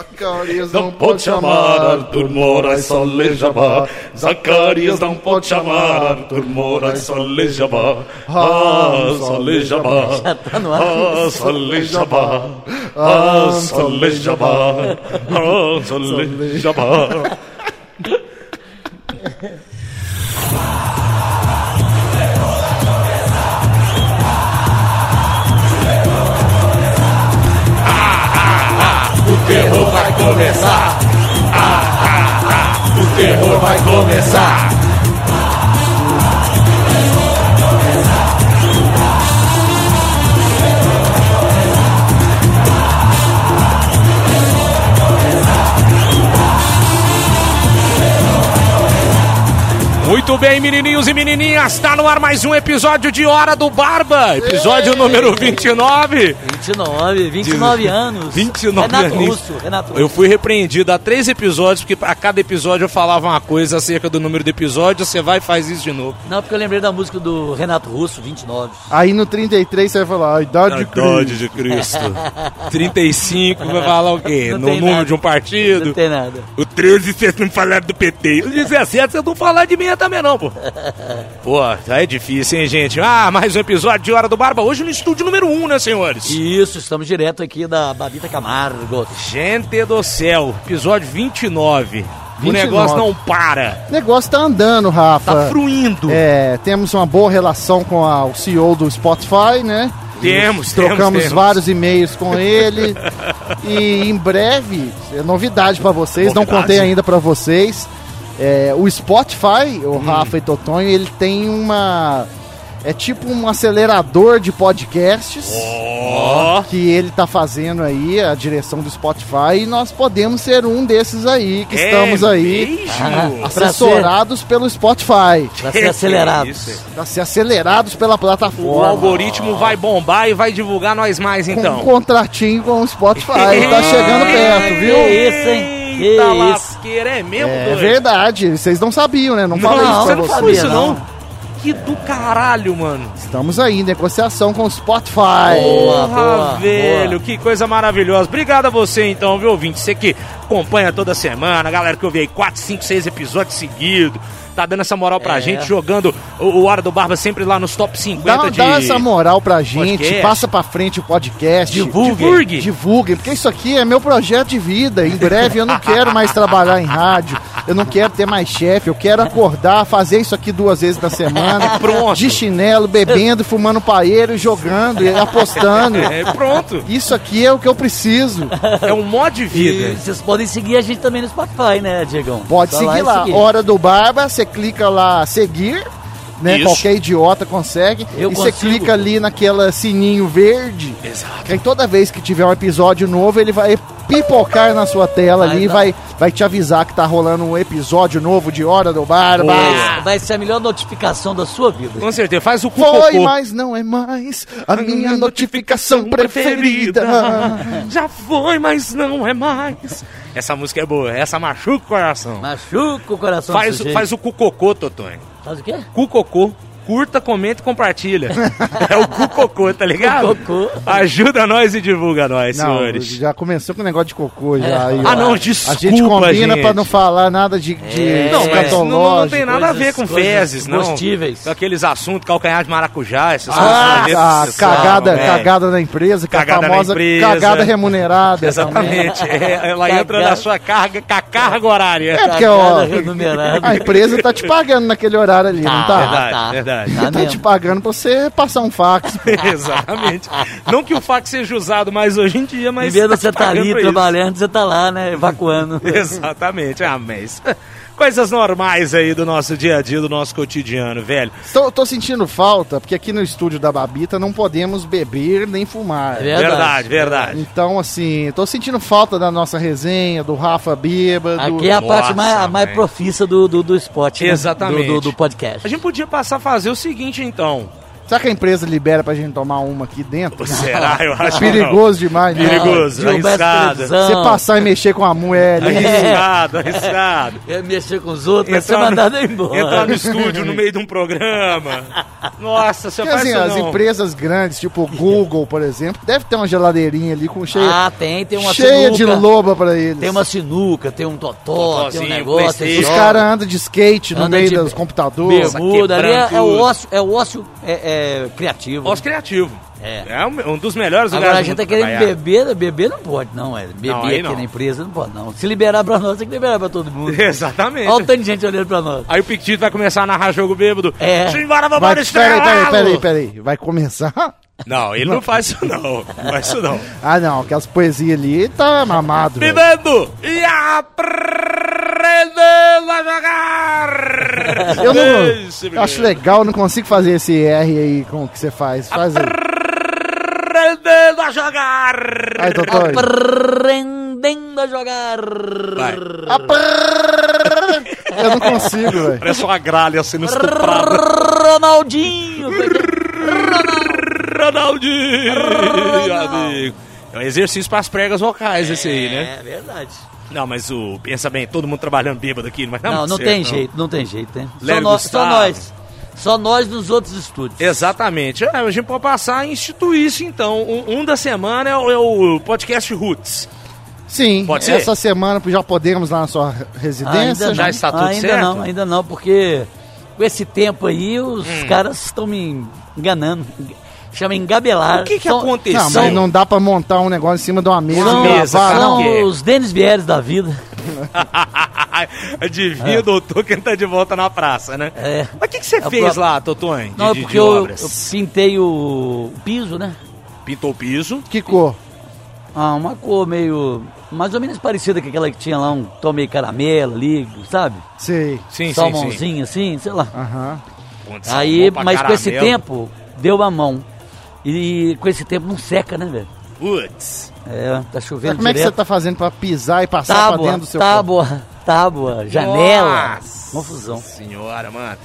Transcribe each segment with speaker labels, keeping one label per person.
Speaker 1: Zacarias
Speaker 2: Não Então, pode chamar, né? Arthur Moraes só lejabá. Zacarias não pode chamar, Arthur Moraes só lejabá. Ah, só lejabá.
Speaker 3: Já tá no ar.
Speaker 2: Ah, só lejabá. Ah, só lejabá. Ah, só lejabá.
Speaker 4: O terror vai começar. Ah, ah, ah, o terror vai começar.
Speaker 2: Muito bem, menininhos e menininhas, tá no ar mais um episódio de Hora do Barba, episódio número 29.
Speaker 3: 29, 29 anos.
Speaker 2: 29
Speaker 3: Renato
Speaker 2: aninhos.
Speaker 3: Russo, Renato
Speaker 2: Eu fui repreendido há três episódios, porque a cada episódio eu falava uma coisa acerca do número de episódios, você vai e faz isso de novo.
Speaker 3: Não, porque eu lembrei da música do Renato Russo, 29.
Speaker 1: Aí no 33 você vai falar, a idade de Cristo.
Speaker 2: Verdade de Cristo. 35, vai falar o quê?
Speaker 3: Não
Speaker 2: no
Speaker 3: tem
Speaker 2: número
Speaker 3: nada.
Speaker 2: de um
Speaker 3: Não
Speaker 2: partido?
Speaker 3: tem nada.
Speaker 2: O 13, vocês não falaram do PT. O 17, vocês não falaram de mim também, não, pô. Pô, tá é difícil, hein, gente? Ah, mais um episódio de Hora do Barba, hoje no estúdio número 1, né, senhores?
Speaker 3: Isso, estamos direto aqui da Babita Camargo.
Speaker 2: Gente do céu, episódio 29. O
Speaker 1: 29.
Speaker 2: negócio não para,
Speaker 1: O negócio tá andando, Rafa.
Speaker 3: Ah.
Speaker 2: tá fruindo.
Speaker 1: É, temos uma boa relação com a- o CEO do Spotify, né?
Speaker 2: Temos,
Speaker 1: Trocamos
Speaker 2: temos, temos.
Speaker 1: vários e-mails com ele. e em breve, é novidade pra vocês, não
Speaker 2: Novidade?
Speaker 1: contei ainda pra vocês. É, o Spotify,
Speaker 2: Hum.
Speaker 1: o Rafa e Totonho, ele tem uma. É tipo um acelerador de podcasts
Speaker 2: Ó,
Speaker 1: que ele tá fazendo aí, a direção do Spotify, e nós podemos ser um desses aí que
Speaker 2: é
Speaker 1: estamos aí. Ah,
Speaker 2: mesmo?
Speaker 3: Pra
Speaker 1: Assessorados pelo Spotify.
Speaker 3: Pra ser acelerado.
Speaker 2: Isso. é
Speaker 1: Pra ser acelerados pela plataforma.
Speaker 2: O algoritmo vai bombar e vai divulgar nós mais
Speaker 1: com um
Speaker 2: então.
Speaker 1: contratinho com o Spotify. tá chegando perto,
Speaker 3: Que
Speaker 1: viu?
Speaker 3: isso, hein? Que
Speaker 2: Eita
Speaker 3: isso.
Speaker 2: lasqueira, é mesmo,
Speaker 1: É
Speaker 2: É doido?
Speaker 1: verdade, vocês não sabiam, né? Não,
Speaker 2: Não,
Speaker 1: falei isso
Speaker 2: você
Speaker 1: pra né?
Speaker 2: não
Speaker 1: vocês.
Speaker 2: falou isso, não.
Speaker 3: não.
Speaker 2: Que do caralho, mano.
Speaker 1: Estamos aí em negociação com o Spotify.
Speaker 2: Porra,
Speaker 3: Boa, boa,
Speaker 2: velho, que coisa maravilhosa. Obrigado a você então, viu, ouvinte? Você que acompanha toda semana, a galera que eu vi aí 4, 5, 6 episódios seguidos. Tá dando essa moral pra
Speaker 3: É.
Speaker 2: gente, jogando o, o Hora do Barba sempre lá nos top 50
Speaker 1: Dá,
Speaker 2: de...
Speaker 1: dá essa moral pra gente,
Speaker 2: podcast.
Speaker 1: passa pra frente o podcast.
Speaker 3: Divulgue.
Speaker 2: Divulgue.
Speaker 1: Divulguem, porque isso aqui é meu projeto de vida. Em breve eu não quero mais trabalhar em rádio, eu não quero ter mais chefe, eu quero acordar, fazer isso aqui duas vezes na semana.
Speaker 2: Pronto.
Speaker 1: De chinelo, bebendo, fumando paeiro, jogando, e apostando.
Speaker 2: É, pronto.
Speaker 1: Isso aqui é o que eu preciso.
Speaker 2: É um modo de
Speaker 3: E
Speaker 2: vida.
Speaker 3: vocês podem seguir a gente também no Spotify, né, Diegão?
Speaker 1: Pode
Speaker 3: Só
Speaker 1: seguir
Speaker 3: e
Speaker 1: lá. Hora do Barba, você clica lá seguir, né?
Speaker 2: Isso.
Speaker 1: Qualquer idiota consegue.
Speaker 3: Eu
Speaker 1: e você
Speaker 3: consigo.
Speaker 1: clica ali naquela sininho verde.
Speaker 2: Exato.
Speaker 1: Que aí toda vez que tiver um episódio novo, ele vai pipocar na sua tela
Speaker 3: Vai
Speaker 1: ali e
Speaker 3: dar.
Speaker 1: vai, vai te avisar que tá rolando um episódio novo de Hora do Barba.
Speaker 2: Boa.
Speaker 3: Vai ser a melhor notificação da sua vida.
Speaker 2: Com certeza, faz o cu
Speaker 1: Foi,
Speaker 2: cocô.
Speaker 1: mas não é mais a minha notificação preferida.
Speaker 2: Já foi, mas não é mais. Essa música é boa, essa machuca o coração.
Speaker 3: Machuca o coração
Speaker 2: Faz,
Speaker 3: do sujeito.
Speaker 2: faz Tá o cucocô, Totonho.
Speaker 3: Faz o quê?
Speaker 2: Cucocô. Curta, comenta e compartilha. é o cucocô, tá ligado?
Speaker 3: Cucocô.
Speaker 2: Ajuda nós e divulga nós,
Speaker 1: Não,
Speaker 2: senhores.
Speaker 1: já começou com o negócio de cocô já.
Speaker 3: É.
Speaker 1: aí, ó.
Speaker 2: Ah, não, desculpa,
Speaker 1: A gente combina
Speaker 2: gente.
Speaker 1: pra não falar nada de, de
Speaker 3: É.
Speaker 2: Não, mas isso não, não tem
Speaker 1: escatológico.
Speaker 2: nada a
Speaker 3: coisas-
Speaker 2: ver com
Speaker 3: coisas
Speaker 2: fezes, não.
Speaker 3: gostíveis.
Speaker 2: Com Aqueles assuntos, calcanhar de maracujá, essas
Speaker 1: Ah,
Speaker 2: coisas.
Speaker 1: a
Speaker 2: Esses-
Speaker 1: cagada,
Speaker 2: não, é.
Speaker 1: cagada na empresa, que
Speaker 2: Cagada
Speaker 1: a
Speaker 2: na
Speaker 1: famosa
Speaker 2: empresa. é.
Speaker 1: cagada remunerada.
Speaker 2: Exatamente. É, ela entra
Speaker 3: Cagada.
Speaker 2: na sua carga com a carga horária.
Speaker 3: Tá
Speaker 1: É porque, ó,
Speaker 3: Cagada remunerada.
Speaker 1: a empresa tá te pagando naquele horário ali, não tá?
Speaker 2: Verdade,
Speaker 3: tá.
Speaker 2: verdade.
Speaker 3: Tá
Speaker 1: tá te
Speaker 3: mesmo.
Speaker 1: pagando pra você passar um fax. pô.
Speaker 2: Exatamente. Não que o fax seja usado mais hoje em dia,
Speaker 3: Em
Speaker 2: mas.
Speaker 3: vez de
Speaker 2: tá
Speaker 3: você estar
Speaker 2: pagando
Speaker 3: ali
Speaker 2: pra isso.
Speaker 3: trabalhando, você tá lá, né, evacuando.
Speaker 2: Exatamente, ah, mas. Coisas normais aí do nosso dia a dia, do nosso cotidiano, velho.
Speaker 1: tô, tô sentindo falta, porque aqui no estúdio da Babita não podemos beber nem fumar.
Speaker 3: É
Speaker 2: Verdade,
Speaker 3: Verdade.
Speaker 2: verdade.
Speaker 1: Então, assim, tô sentindo falta da nossa resenha, do Rafa Bêbado.
Speaker 3: Aqui é a
Speaker 2: Nossa,
Speaker 3: parte mais, a mais
Speaker 2: mãe.
Speaker 3: profissa do, do, do esporte. né?
Speaker 2: Exatamente.
Speaker 3: Do, do, do
Speaker 2: A
Speaker 3: podcast.
Speaker 2: gente podia passar a fazer o seguinte então.
Speaker 1: Será que a empresa libera pra gente tomar uma aqui dentro?
Speaker 3: Ah.
Speaker 2: Será? Ah, Eu acho que não.
Speaker 1: Perigoso demais, né?
Speaker 2: Perigoso,
Speaker 3: Derrubar essa
Speaker 2: arriscado.
Speaker 3: televisão.
Speaker 1: Você passar e mexer com a mulher ali.
Speaker 2: Arriscado, arriscado.
Speaker 3: É mexer com os outros, vai ser
Speaker 2: Entrar no-
Speaker 3: mandado embora.
Speaker 2: Entrar no estúdio no meio de um programa. Nossa, você
Speaker 1: Porque,
Speaker 2: faz
Speaker 1: assim,
Speaker 2: isso
Speaker 1: as
Speaker 2: não.
Speaker 1: empresas grandes, tipo Google, por exemplo, deve ter uma geladeirinha ali com cheia,
Speaker 3: Ah, tem, tem uma
Speaker 1: cheia
Speaker 3: sinuca.
Speaker 1: de loba pra eles.
Speaker 3: Tem uma sinuca, tem um totó, tem um
Speaker 2: Totózinho,
Speaker 3: negócio. Tem
Speaker 1: Os
Speaker 2: PlayStation.
Speaker 1: caras andam de skate no
Speaker 3: Anda
Speaker 1: meio
Speaker 3: de-
Speaker 1: dos computadores.
Speaker 3: bermuda, ali é,
Speaker 2: quebrando
Speaker 3: é o
Speaker 2: tudo.
Speaker 3: ócio, é o ócio é, é, criativo.
Speaker 2: Ócio criativo.
Speaker 3: É.
Speaker 2: um, um dos melhores
Speaker 3: Agora a
Speaker 2: lugares
Speaker 3: gente
Speaker 2: do
Speaker 3: tá
Speaker 2: mundo
Speaker 3: querendo
Speaker 2: trabalhar.
Speaker 3: beber, beber não pode, não, é. Beber
Speaker 2: Não, aí
Speaker 3: aqui
Speaker 2: não.
Speaker 3: na empresa não pode, não. Se liberar pra nós, tem que liberar pra todo mundo.
Speaker 2: Exatamente.
Speaker 3: Olha o tanto de gente olhando pra nós.
Speaker 2: Aí o Pictito vai começar a narrar jogo bêbado.
Speaker 3: É.
Speaker 2: Simbora,
Speaker 1: Vai,
Speaker 2: vambora,
Speaker 1: peraí,
Speaker 2: estrelado!
Speaker 1: peraí, peraí, peraí. Vai começar?
Speaker 2: Não, ele não faz isso não. Não faz isso não.
Speaker 1: Ah, não, aquelas poesias ali tá mamado. velho.
Speaker 2: Vivendo e aprendendo a jogar!
Speaker 1: Eu não.
Speaker 2: Esse
Speaker 1: eu acho
Speaker 2: menino.
Speaker 1: legal, eu não consigo fazer esse R aí com o que você faz. Faz aí.
Speaker 2: Aprendendo a jogar!
Speaker 1: Aí, Totói.
Speaker 3: Aprendendo a jogar.
Speaker 2: Vai.
Speaker 1: Eu não consigo, velho.
Speaker 2: Parece uma gralha sendo estuprada.
Speaker 3: Ronaldinho.
Speaker 2: né? Ronaldinho, amigo. É um exercício para as pregas vocais esse aí, né?
Speaker 3: É verdade.
Speaker 2: Não, mas o... Pensa bem, todo mundo trabalhando bêbado aqui. Mas
Speaker 3: Não,
Speaker 2: dá
Speaker 3: não,
Speaker 2: muito
Speaker 3: tem
Speaker 2: Tá certo,
Speaker 3: jeito, não tem jeito, né? Só
Speaker 2: Léo
Speaker 3: nós, só
Speaker 2: Gustavo.
Speaker 3: nós. Só nós nos outros estúdios.
Speaker 2: Exatamente. É, a gente pode passar a instituir isso, então. Um, um da semana é o, é o podcast Roots.
Speaker 1: Sim,
Speaker 2: Pode ser?
Speaker 1: essa semana já podemos lá na sua residência.
Speaker 3: Ah, Ainda
Speaker 2: já
Speaker 3: não,
Speaker 2: está tudo
Speaker 3: ainda
Speaker 2: certo?
Speaker 3: não, ainda não, porque com esse tempo aí os
Speaker 2: Hum.
Speaker 3: caras estão me enganando. Chama engabelar.
Speaker 2: O que, que
Speaker 3: São-
Speaker 2: aconteceu?
Speaker 1: Não, mas não dá pra montar um negócio em cima de uma mesa
Speaker 3: São,
Speaker 1: e
Speaker 2: mesa,
Speaker 1: gravar,
Speaker 2: cara.
Speaker 1: não.
Speaker 3: são
Speaker 2: não. quê?
Speaker 3: os Denis Vieres da vida.
Speaker 2: Adivinha, doutor, que ele tá de volta na praça, né?
Speaker 3: É.
Speaker 2: Mas o que, que você
Speaker 3: É o
Speaker 2: fez
Speaker 3: próprio-
Speaker 2: lá, Totonho? De,
Speaker 3: Não, é
Speaker 2: de- de
Speaker 3: porque eu, eu
Speaker 2: obras?
Speaker 3: pintei o piso, né?
Speaker 2: Pintou o piso.
Speaker 1: Que cor?
Speaker 3: Ah, uma cor meio. mais ou menos parecida com aquela que tinha lá, um tom meio caramelo ali, sabe?
Speaker 1: Sei.
Speaker 2: Sim, sim, sim.
Speaker 3: Salmãozinho assim, sei lá.
Speaker 1: Aham.
Speaker 2: Putz,
Speaker 3: Aí,
Speaker 2: bom pra
Speaker 3: mas com esse
Speaker 2: caramelo.
Speaker 3: tempo, deu a mão. E com esse tempo não seca, né, velho?
Speaker 2: Putz.
Speaker 3: É, tá
Speaker 1: Mas
Speaker 3: chovendo
Speaker 1: como é que você
Speaker 3: direto.
Speaker 1: tá fazendo pra pisar e passar pra
Speaker 3: tábua,
Speaker 1: dentro do seu corpo?
Speaker 3: tábua, tábua, janela.
Speaker 2: Nossa
Speaker 3: Confusão.
Speaker 2: Senhora, mano. Então.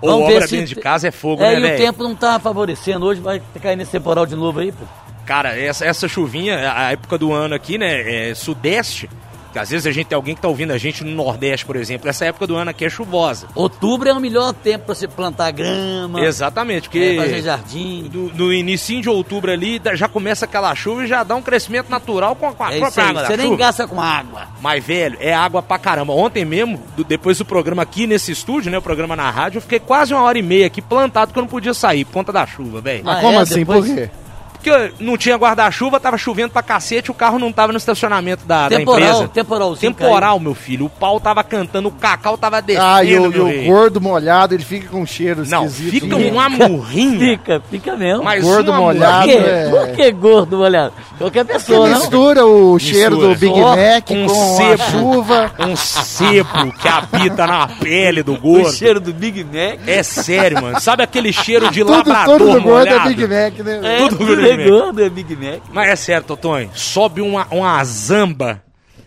Speaker 2: Ou
Speaker 3: Vamos ver
Speaker 2: obra
Speaker 3: se-
Speaker 2: dentro de casa é fogo,
Speaker 3: É,
Speaker 2: né,
Speaker 3: e
Speaker 2: velho?
Speaker 3: o tempo não tá favorecendo. Hoje vai cair nesse temporal de novo aí, pô.
Speaker 2: Cara, essa, essa chuvinha, a época do ano aqui, né? É sudeste. que Às vezes a gente tem alguém que tá ouvindo a gente no Nordeste, por exemplo. Essa época do ano aqui é chuvosa.
Speaker 3: Outubro é o melhor tempo pra você plantar grama,
Speaker 2: Exatamente,
Speaker 3: é, fazer
Speaker 2: porque
Speaker 3: jardim.
Speaker 2: do- no início de outubro ali dá- já começa aquela chuva e já dá um crescimento natural com a, com a
Speaker 3: É isso
Speaker 2: própria
Speaker 3: aí.
Speaker 2: água da
Speaker 3: Você nem
Speaker 2: chuva.
Speaker 3: gasta com água.
Speaker 2: Mas, velho, é água pra caramba. Ontem mesmo, do- depois do programa aqui nesse estúdio, né? O programa na rádio, eu fiquei quase uma hora e meia aqui plantado que eu não podia sair, por conta da chuva, velho.
Speaker 1: Mas
Speaker 3: Ah,
Speaker 1: como
Speaker 3: é?
Speaker 1: assim?
Speaker 3: Depois-
Speaker 1: Por quê?
Speaker 3: Ah.
Speaker 2: Porque não tinha guarda-chuva, tava chovendo pra cacete, o carro não tava no estacionamento Ah, da, da
Speaker 3: Temporal,
Speaker 2: empresa.
Speaker 3: temporalzinho
Speaker 2: Temporal, meu filho. O pau tava cantando, o cacau tava descendo,
Speaker 1: Ah, e o, e
Speaker 2: meu
Speaker 1: o
Speaker 2: rei.
Speaker 1: gordo molhado, ele fica com um cheiro
Speaker 2: Não,
Speaker 1: esquisito.
Speaker 2: fica
Speaker 1: né?
Speaker 2: uma murrinha.
Speaker 3: Fica, fica mesmo.
Speaker 2: Mas
Speaker 1: um
Speaker 2: um
Speaker 1: Gordo
Speaker 2: uma
Speaker 1: molhado,
Speaker 3: Por
Speaker 2: murrinha.
Speaker 3: quê?
Speaker 1: é.
Speaker 3: Por que gordo, olha? Qualquer pessoa,
Speaker 1: Você
Speaker 3: não?
Speaker 1: mistura o cheiro do Big
Speaker 2: Só
Speaker 1: Mac
Speaker 2: um
Speaker 1: com
Speaker 2: sebo.
Speaker 1: a chuva.
Speaker 2: Um sebo que habita na pele do
Speaker 3: O
Speaker 2: gordo.
Speaker 3: cheiro do Big Mac.
Speaker 2: É sério, mano. Sabe aquele cheiro de
Speaker 1: Tudo,
Speaker 2: labrador
Speaker 1: tudo do gordo é
Speaker 2: molhado?
Speaker 1: Big Mac, né?
Speaker 3: É,
Speaker 2: Tudo
Speaker 3: tudo
Speaker 2: Big
Speaker 3: é
Speaker 2: Mac.
Speaker 3: gordo, é Big Mac.
Speaker 2: Mas é certo, Tonho. Sobe uma, uma zamba,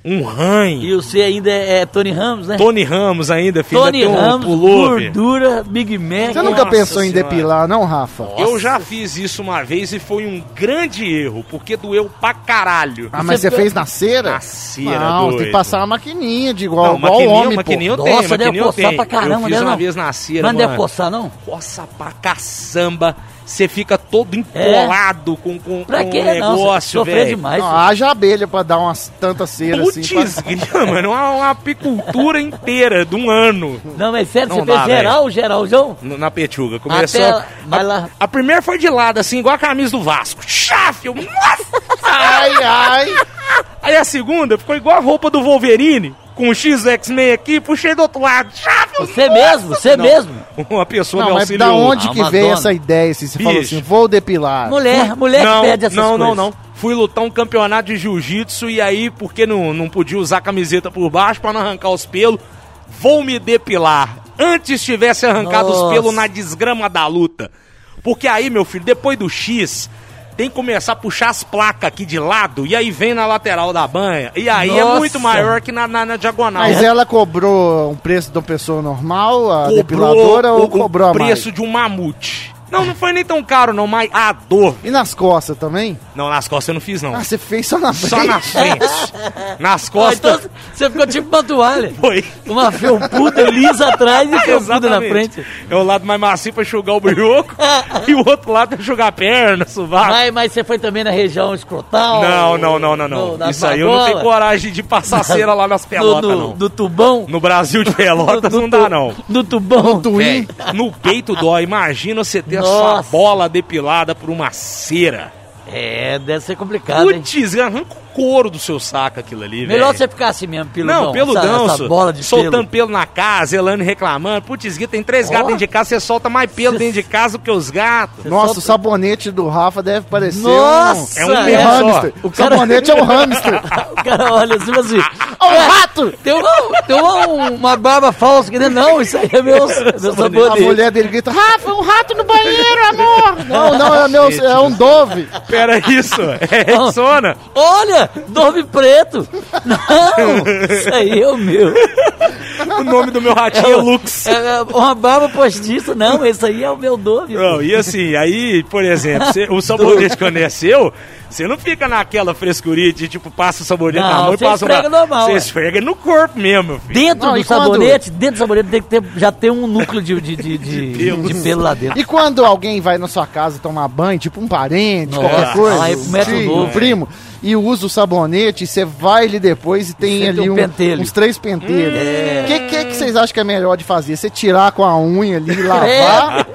Speaker 2: um ranho.
Speaker 3: E você ainda é, é Tony Ramos, né?
Speaker 2: Tony Ramos ainda, filho.
Speaker 3: Tony
Speaker 2: ainda tem um
Speaker 3: Ramos,
Speaker 2: pullover.
Speaker 3: gordura, Big Mac.
Speaker 1: Você nunca
Speaker 2: Nossa
Speaker 1: pensou em
Speaker 2: Senhora.
Speaker 1: depilar, não, Rafa?
Speaker 2: Eu já fiz isso uma vez e foi um grande erro, porque doeu pra caralho.
Speaker 1: Ah, mas
Speaker 3: Você
Speaker 1: você fez na cera?
Speaker 2: Na cera,
Speaker 1: Não,
Speaker 2: doido.
Speaker 1: tem que passar uma maquininha de igual,
Speaker 2: Não,
Speaker 1: igual
Speaker 2: maquininha,
Speaker 1: homem,
Speaker 2: maquininha
Speaker 1: pô.
Speaker 2: eu tenho,
Speaker 3: Nossa, deve
Speaker 2: maquininha eu
Speaker 3: coçar
Speaker 2: tenho.
Speaker 3: pra caramba,
Speaker 2: eu
Speaker 3: né,
Speaker 2: fiz uma
Speaker 3: não?
Speaker 2: vez na cera,
Speaker 3: Não deve
Speaker 2: mano.
Speaker 3: coçar, não?
Speaker 2: Coça pra caçamba, você fica todo empolado com, com,
Speaker 3: Pra
Speaker 2: com
Speaker 3: quê?
Speaker 2: o
Speaker 3: Não, você
Speaker 2: Um negócio,
Speaker 3: sofreu
Speaker 2: velho. ah,
Speaker 3: demais.
Speaker 1: Não, haja abelha pra dar umas tantas ceras
Speaker 2: Putz,
Speaker 1: assim. pra-
Speaker 2: grila, mano, é uma, uma apicultura inteira de um ano
Speaker 3: Não, mas sério,
Speaker 2: Não
Speaker 3: você
Speaker 2: dá,
Speaker 3: fez geral, geralzão?
Speaker 2: no- na pechuga. Começou.
Speaker 3: Até- vai
Speaker 2: a,
Speaker 3: lá.
Speaker 2: a primeira foi de lado, assim, igual a camisa do Vasco. Chaf! eu- Nossa!
Speaker 1: Ai, ai.
Speaker 2: Aí a segunda ficou igual a roupa do Wolverine, com o X X-Men aqui, puxei do outro lado. Chave,
Speaker 3: Você mesmo, você
Speaker 2: Não.
Speaker 3: mesmo.
Speaker 2: Uma pessoa
Speaker 1: Não,
Speaker 2: me
Speaker 1: mas
Speaker 2: auxiliou.
Speaker 1: da onde
Speaker 3: Ah,
Speaker 1: que veio
Speaker 3: Madonna.
Speaker 1: essa ideia? Assim, você falou
Speaker 2: Bicho.
Speaker 1: assim, vou depilar.
Speaker 3: Mulher, mulher
Speaker 2: não,
Speaker 3: que pede essas
Speaker 2: não,
Speaker 3: coisas.
Speaker 2: não, não. Fui lutar um campeonato de jiu-jitsu e aí, porque não, não podia usar camiseta por baixo pra não arrancar os pelos, vou me depilar. Antes tivesse arrancado os
Speaker 3: Nossa.
Speaker 2: pelos na desgrama da luta. Porque aí, meu filho, depois do X, tem que começar a puxar as placas aqui de lado e aí vem na lateral da banha. E aí é
Speaker 3: Nossa.
Speaker 2: muito maior que na, na- na diagonal.
Speaker 1: Mas ela cobrou um preço de uma pessoa normal, a
Speaker 2: cobrou um
Speaker 1: depiladora,
Speaker 2: o,
Speaker 1: ou cobrou
Speaker 2: o
Speaker 1: a mais?
Speaker 2: preço de um mamute. Não, não foi nem tão caro, não, mas a dor.
Speaker 1: E nas costas também?
Speaker 2: Não, nas costas eu não fiz, não.
Speaker 1: Ah, você fez só na frente.
Speaker 2: Só na frente. Nas
Speaker 3: Ah,
Speaker 2: costas.
Speaker 3: então você ficou tipo uma toalha.
Speaker 2: Foi.
Speaker 3: Uma felpuda lisa atrás
Speaker 2: é
Speaker 3: e felpuda na
Speaker 2: Exatamente.
Speaker 3: frente.
Speaker 2: É o lado mais macio pra enxugar o brioco e o outro lado pra enxugar a perna, o sovaco.
Speaker 3: Mas, mas você foi também na região
Speaker 2: Ah.
Speaker 3: escrotal?
Speaker 2: Não, não, não, não, não.
Speaker 3: No- nas
Speaker 2: Isso aí eu não tenho
Speaker 3: argolas?
Speaker 2: coragem de passar cera lá nas pelotas,
Speaker 3: no, no,
Speaker 2: não.
Speaker 3: Do tubão?
Speaker 2: No Brasil de
Speaker 3: Do-
Speaker 2: pelotas
Speaker 3: do
Speaker 2: não dá,
Speaker 3: tu-
Speaker 2: não.
Speaker 3: Do tubão? Do
Speaker 2: Véi, No peito dói. Imagina você ter a sua
Speaker 3: Nossa.
Speaker 2: bola depilada por uma cera.
Speaker 3: É, deve ser complicado, hein?
Speaker 2: Putz, arranca o couro do seu saco aquilo ali, velho.
Speaker 3: Melhor você ficar assim mesmo, peludão.
Speaker 2: Não, pelo
Speaker 3: essa, essa
Speaker 2: danço.
Speaker 3: bola de
Speaker 2: soltando pelo.
Speaker 3: pelo.
Speaker 2: na casa, Elane reclamando. Putz, Gui, tem três
Speaker 3: Ó.
Speaker 2: gatos dentro de casa, você solta mais pelo dentro de casa do que os gatos.
Speaker 1: Nossa,
Speaker 3: Você
Speaker 1: o
Speaker 3: só-
Speaker 1: sabonete do Rafa deve parecer
Speaker 3: Nossa!
Speaker 2: É um
Speaker 1: um,
Speaker 2: é
Speaker 1: um
Speaker 2: só.
Speaker 1: hamster. O
Speaker 3: cara-
Speaker 1: sabonete é um hamster.
Speaker 3: O cara olha assim, mas assim...
Speaker 1: É um rato!
Speaker 3: Tem uma, tem uma, uma barba falsa que não, isso aí é meu, meu
Speaker 1: A
Speaker 3: sabonete.
Speaker 1: mulher dele grita, Rafa, um rato no banheiro, amor! Não, não, é, meu, é um dove.
Speaker 2: Pera isso, é
Speaker 3: Não.
Speaker 2: Rexona.
Speaker 3: Olha, dorme preto. Não, isso aí é o meu.
Speaker 2: Tipo O nome do meu ratinho é Lux.
Speaker 3: É, é uma barba postiça, não, esse aí é o meu dorme.
Speaker 2: Não, e assim, aí, por exemplo, cê- o sabonete quando é seu, você não fica naquela frescurinha de tipo, passa o sabonete na
Speaker 3: Não,
Speaker 2: mão e
Speaker 3: você
Speaker 2: passa
Speaker 3: esfrega
Speaker 2: na...
Speaker 3: normal,
Speaker 2: Você
Speaker 3: ué.
Speaker 2: esfrega no corpo mesmo, meu filho.
Speaker 3: Dentro
Speaker 1: Não, e
Speaker 3: do
Speaker 1: quando-
Speaker 3: sabonete, dentro do sabonete tem que ter, já tem um núcleo de, de, de, de-
Speaker 2: pelos.
Speaker 3: de pelo lá dentro.
Speaker 1: E quando alguém vai na sua casa tomar banho, tipo um parente,
Speaker 3: Nossa,
Speaker 1: qualquer coisa,
Speaker 3: aí é pro metro
Speaker 1: um
Speaker 3: novo. né?
Speaker 1: primo, e usa o sabonete, e você vai ali depois e tem
Speaker 3: Você
Speaker 1: ali
Speaker 3: tem um
Speaker 1: um-
Speaker 3: pentelho. Hum,
Speaker 1: uns três pentelhos. O que, que que vocês acham que é melhor de fazer? Você tirar com a unha ali e lavar?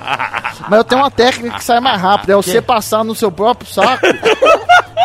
Speaker 1: Mas eu tenho uma técnica que sai mais rápido, é
Speaker 3: Ah,
Speaker 1: você passar no seu próprio saco.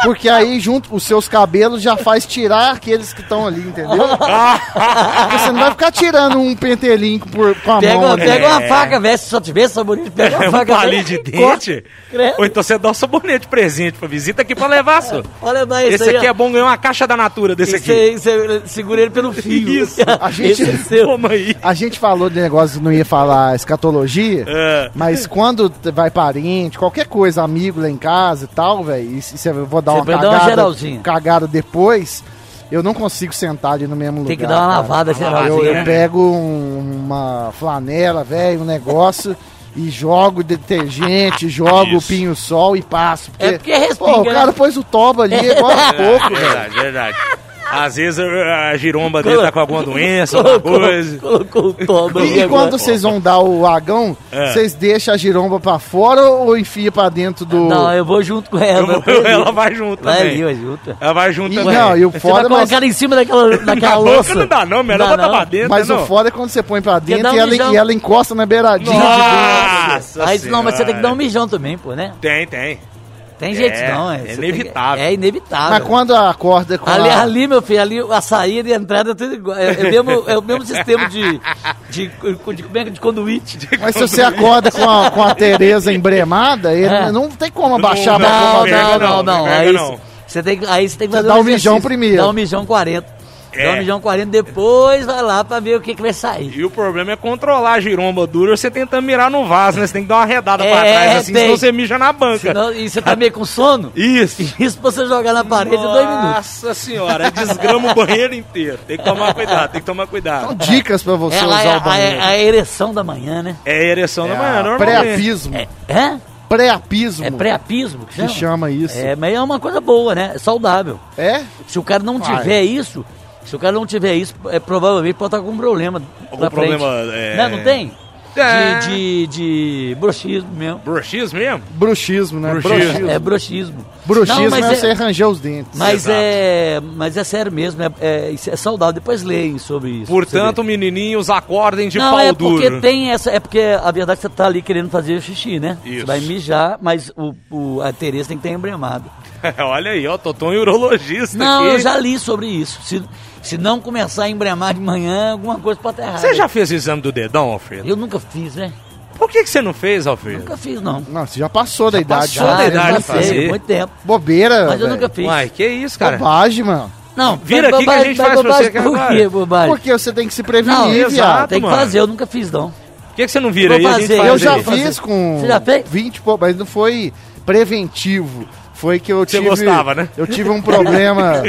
Speaker 1: Porque aí, junto com os seus cabelos, já faz tirar aqueles que estão ali, entendeu? Porque você não vai ficar tirando um pentelinho por, com a mão.
Speaker 3: Pega,
Speaker 1: né?
Speaker 3: pega uma
Speaker 2: É.
Speaker 3: faca, velho, se só tiver sabonete, pega uma
Speaker 2: É um
Speaker 3: faca.
Speaker 2: palito de
Speaker 3: velho, corta.
Speaker 2: dente.
Speaker 3: Credo.
Speaker 2: Ou então você dá um sabonete de presente pra visita aqui pra levar, senhor.
Speaker 3: Olha, mas
Speaker 2: Esse
Speaker 3: isso aí,
Speaker 2: aqui
Speaker 3: ó.
Speaker 2: é bom ganhar uma caixa da Natura desse
Speaker 3: Esse
Speaker 2: aqui.
Speaker 3: aí, você segura ele pelo fio.
Speaker 2: Isso.
Speaker 1: A gente-
Speaker 3: Esse é seu.
Speaker 2: Toma aí.
Speaker 1: A gente falou de negócio que não ia falar escatologia,
Speaker 2: É.
Speaker 1: mas quando t- vai parente, qualquer coisa, amigo lá em casa e tal, velho, e se se eu vou dar
Speaker 3: Você
Speaker 1: uma
Speaker 3: vai dar
Speaker 1: cagada,
Speaker 3: uma geralzinha.
Speaker 1: cagada depois, eu não consigo sentar ali no mesmo
Speaker 3: Tem
Speaker 1: lugar.
Speaker 3: que dar uma
Speaker 1: cara.
Speaker 3: lavada geral. assim,
Speaker 1: Eu, eu
Speaker 2: né?
Speaker 1: pego um- uma flanela, velho, um negócio e jogo detergente, jogo
Speaker 2: Isso.
Speaker 1: pinho-sol e passo.
Speaker 3: É porque respinga,
Speaker 1: Pô, o
Speaker 3: né?
Speaker 1: cara pôs o toba ali, igual um pouco, velho.
Speaker 2: Verdade, verdade. Às vezes a a giromba dele
Speaker 3: Colo-
Speaker 2: tá com alguma doença, alguma
Speaker 3: colocou,
Speaker 2: coisa.
Speaker 3: colocou o toba
Speaker 1: E,
Speaker 3: ali
Speaker 1: e
Speaker 3: agora.
Speaker 1: quando vocês vão dar o agão,
Speaker 2: É.
Speaker 1: vocês deixam a giromba pra fora ou enfia pra dentro do.
Speaker 3: Não, eu vou junto com ela.
Speaker 2: Eu
Speaker 3: vai
Speaker 2: vou-
Speaker 3: ali.
Speaker 2: ela vai junto
Speaker 3: Vai
Speaker 2: também.
Speaker 3: ali, vai junto.
Speaker 2: Ela vai junto
Speaker 1: E-
Speaker 2: também.
Speaker 1: não, e o
Speaker 3: Você tá
Speaker 1: foda, é
Speaker 3: vai
Speaker 1: mas,
Speaker 3: colocar em cima daquela,
Speaker 2: Na
Speaker 3: daquela
Speaker 2: boca
Speaker 3: louça.
Speaker 2: não dá não, melhor
Speaker 3: Dá
Speaker 2: botar
Speaker 3: não.
Speaker 2: pra dentro, né,
Speaker 1: mas
Speaker 2: não.
Speaker 1: o foda é quando você põe pra dentro
Speaker 3: dá um
Speaker 1: e ela,
Speaker 3: mijão.
Speaker 1: e ela encosta na beiradinha de dentro.
Speaker 2: Nossa
Speaker 3: Aí, não, mas você tem que dar um
Speaker 2: Senhora.
Speaker 3: mijão também, pô, né?
Speaker 2: Tem, tem.
Speaker 3: Tem jeito
Speaker 2: É,
Speaker 3: não.
Speaker 2: é
Speaker 3: você tem
Speaker 2: inevitável.
Speaker 3: que- é inevitável.
Speaker 1: Mas quando acorda com
Speaker 3: Ali,
Speaker 1: a...
Speaker 3: ali, meu filho, ali a saída e a entrada é tudo igual. É, é mesmo, é o mesmo sistema de, de, de, de, como é que- de conduíte.
Speaker 1: Mas se você acorda com a, com a Tereza embremada, ele
Speaker 3: É.
Speaker 1: não tem como abaixar
Speaker 2: Não,
Speaker 1: pra
Speaker 3: Não,
Speaker 1: acomodar.
Speaker 2: pega
Speaker 3: não,
Speaker 2: não,
Speaker 3: não,
Speaker 2: não
Speaker 3: não.
Speaker 2: pega
Speaker 3: Aí
Speaker 2: não.
Speaker 3: c- você tem, que- aí você tem que
Speaker 1: Você
Speaker 3: fazer
Speaker 1: dá um
Speaker 3: exercício.
Speaker 1: mijão primeiro.
Speaker 3: Dá um mijão 40.
Speaker 2: É.
Speaker 3: Dá um mijão 40, depois vai lá pra ver o que, que vai sair.
Speaker 2: E o problema é controlar a giromba dura você tentando mirar no vaso, né? Você tem que dar uma redada pra
Speaker 3: É,
Speaker 2: trás, assim,
Speaker 3: tem.
Speaker 2: senão você mija na banca.
Speaker 3: Senão- e você tá meio com sono?
Speaker 2: Isso.
Speaker 3: Isso pra você jogar na parede é dois minutos.
Speaker 2: Nossa senhora, desgrama o banheiro inteiro. Tem que tomar cuidado, tem que tomar
Speaker 1: São
Speaker 2: cuidado.
Speaker 1: dicas pra você
Speaker 3: É lá
Speaker 1: usar o
Speaker 3: a,
Speaker 1: banheiro.
Speaker 3: a, a ereção da manhã, né?
Speaker 2: É ereção da manhã,
Speaker 1: É,
Speaker 2: normalmente.
Speaker 1: Pré-apismo.
Speaker 3: É, é,
Speaker 1: Pré-apismo.
Speaker 3: é pré-apismo que
Speaker 1: que
Speaker 3: chama?
Speaker 1: chama isso.
Speaker 3: É, mas é uma coisa boa, né? É saudável.
Speaker 1: É?
Speaker 3: Se o cara não
Speaker 1: Claro.
Speaker 3: tiver isso, se o cara não tiver isso, é, provavelmente pode estar com algum problema.
Speaker 2: Algum
Speaker 3: na frente.
Speaker 2: problema, é-
Speaker 3: Né? Não tem?
Speaker 2: É.
Speaker 3: De, de, de bruxismo mesmo.
Speaker 2: Bruxismo mesmo?
Speaker 1: Bruxismo, né?
Speaker 2: Bruxismo.
Speaker 3: É bruxismo.
Speaker 1: Bruxismo
Speaker 3: Não, mas
Speaker 1: é você
Speaker 3: é,
Speaker 1: arranjar os dentes.
Speaker 3: mas
Speaker 2: Exato.
Speaker 3: é, mas é sério mesmo, é, é, isso é saudável. Depois leem sobre isso. pra você
Speaker 2: Portanto, menininhos, acordem de
Speaker 3: ver. não
Speaker 2: pau
Speaker 3: é
Speaker 2: duro.
Speaker 3: porque tem essa, é porque a verdade é que você tá ali querendo fazer xixi, né?
Speaker 2: Isso.
Speaker 3: Você vai mijar, mas o, o a Tereza tem que ter embremado.
Speaker 2: Olha aí, ó, Totão é urologista
Speaker 3: Não,
Speaker 2: aqui.
Speaker 3: eu já li sobre isso. Se, se não começar a embremar de manhã, alguma coisa pode estar errada.
Speaker 2: Você já fez o exame do dedão, Alfredo?
Speaker 3: Eu nunca fiz, né?
Speaker 2: Por que, que você não fez, Alfredo?
Speaker 3: Nunca fiz, não.
Speaker 1: Não, você já passou da idade.
Speaker 2: passou
Speaker 1: já,
Speaker 2: da
Speaker 1: né?
Speaker 3: eu
Speaker 2: idade
Speaker 3: passei,
Speaker 2: fazer.
Speaker 3: muito tempo.
Speaker 1: Bobeira,
Speaker 3: Mas eu
Speaker 1: velho.
Speaker 3: nunca fiz.
Speaker 2: É, Uai, que isso, cara?
Speaker 1: Bobagem, mano.
Speaker 3: Não,
Speaker 2: Vira
Speaker 3: mas
Speaker 2: aqui que a gente
Speaker 3: bobagem-
Speaker 2: faz pra
Speaker 3: bobagem
Speaker 2: você que é
Speaker 3: Por
Speaker 2: agora.
Speaker 3: quê, bobagem?
Speaker 1: Porque você tem que se
Speaker 3: Não,
Speaker 1: prevenir,
Speaker 2: exato.
Speaker 1: viado.
Speaker 3: tem que
Speaker 2: mano.
Speaker 3: fazer, eu nunca fiz, não.
Speaker 2: Por que, que você não vira aí?
Speaker 3: Vou
Speaker 2: A gente
Speaker 3: fazer.
Speaker 2: faz
Speaker 1: Eu
Speaker 3: Eu
Speaker 1: já
Speaker 2: aí.
Speaker 3: fazer.
Speaker 1: fiz com
Speaker 3: Você já fez?
Speaker 1: 20 e pouco, mas não foi preventivo. Foi que eu
Speaker 2: Você
Speaker 1: tive.
Speaker 2: gostava, né?
Speaker 1: Eu tive um problema.